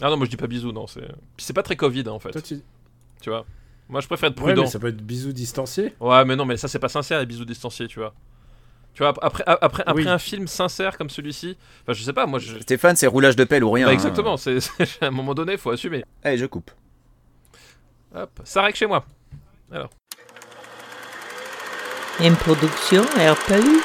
Speaker 3: Ah non, moi je dis pas bisous, non. C'est Puis c'est pas très Covid hein, en fait.
Speaker 2: Toi, tu...
Speaker 3: Tu vois. Moi je préfère être
Speaker 2: Ouais,
Speaker 3: prudent.
Speaker 2: mais ça peut être bisous distanciés.
Speaker 3: Ouais, mais non, mais ça c'est pas sincère les bisous distanciés, tu vois. Tu vois, ap- après, ap- après, après
Speaker 2: Oui.
Speaker 3: un film sincère comme celui-ci, enfin je sais pas, moi je.
Speaker 1: Stéphane, c'est roulage de pelle ou rien.
Speaker 3: Bah,
Speaker 1: hein.
Speaker 3: exactement, c'est c'est- à un moment donné, faut assumer.
Speaker 1: Allez, je coupe.
Speaker 3: Hop, ça règle chez moi.
Speaker 4: En producción RPU.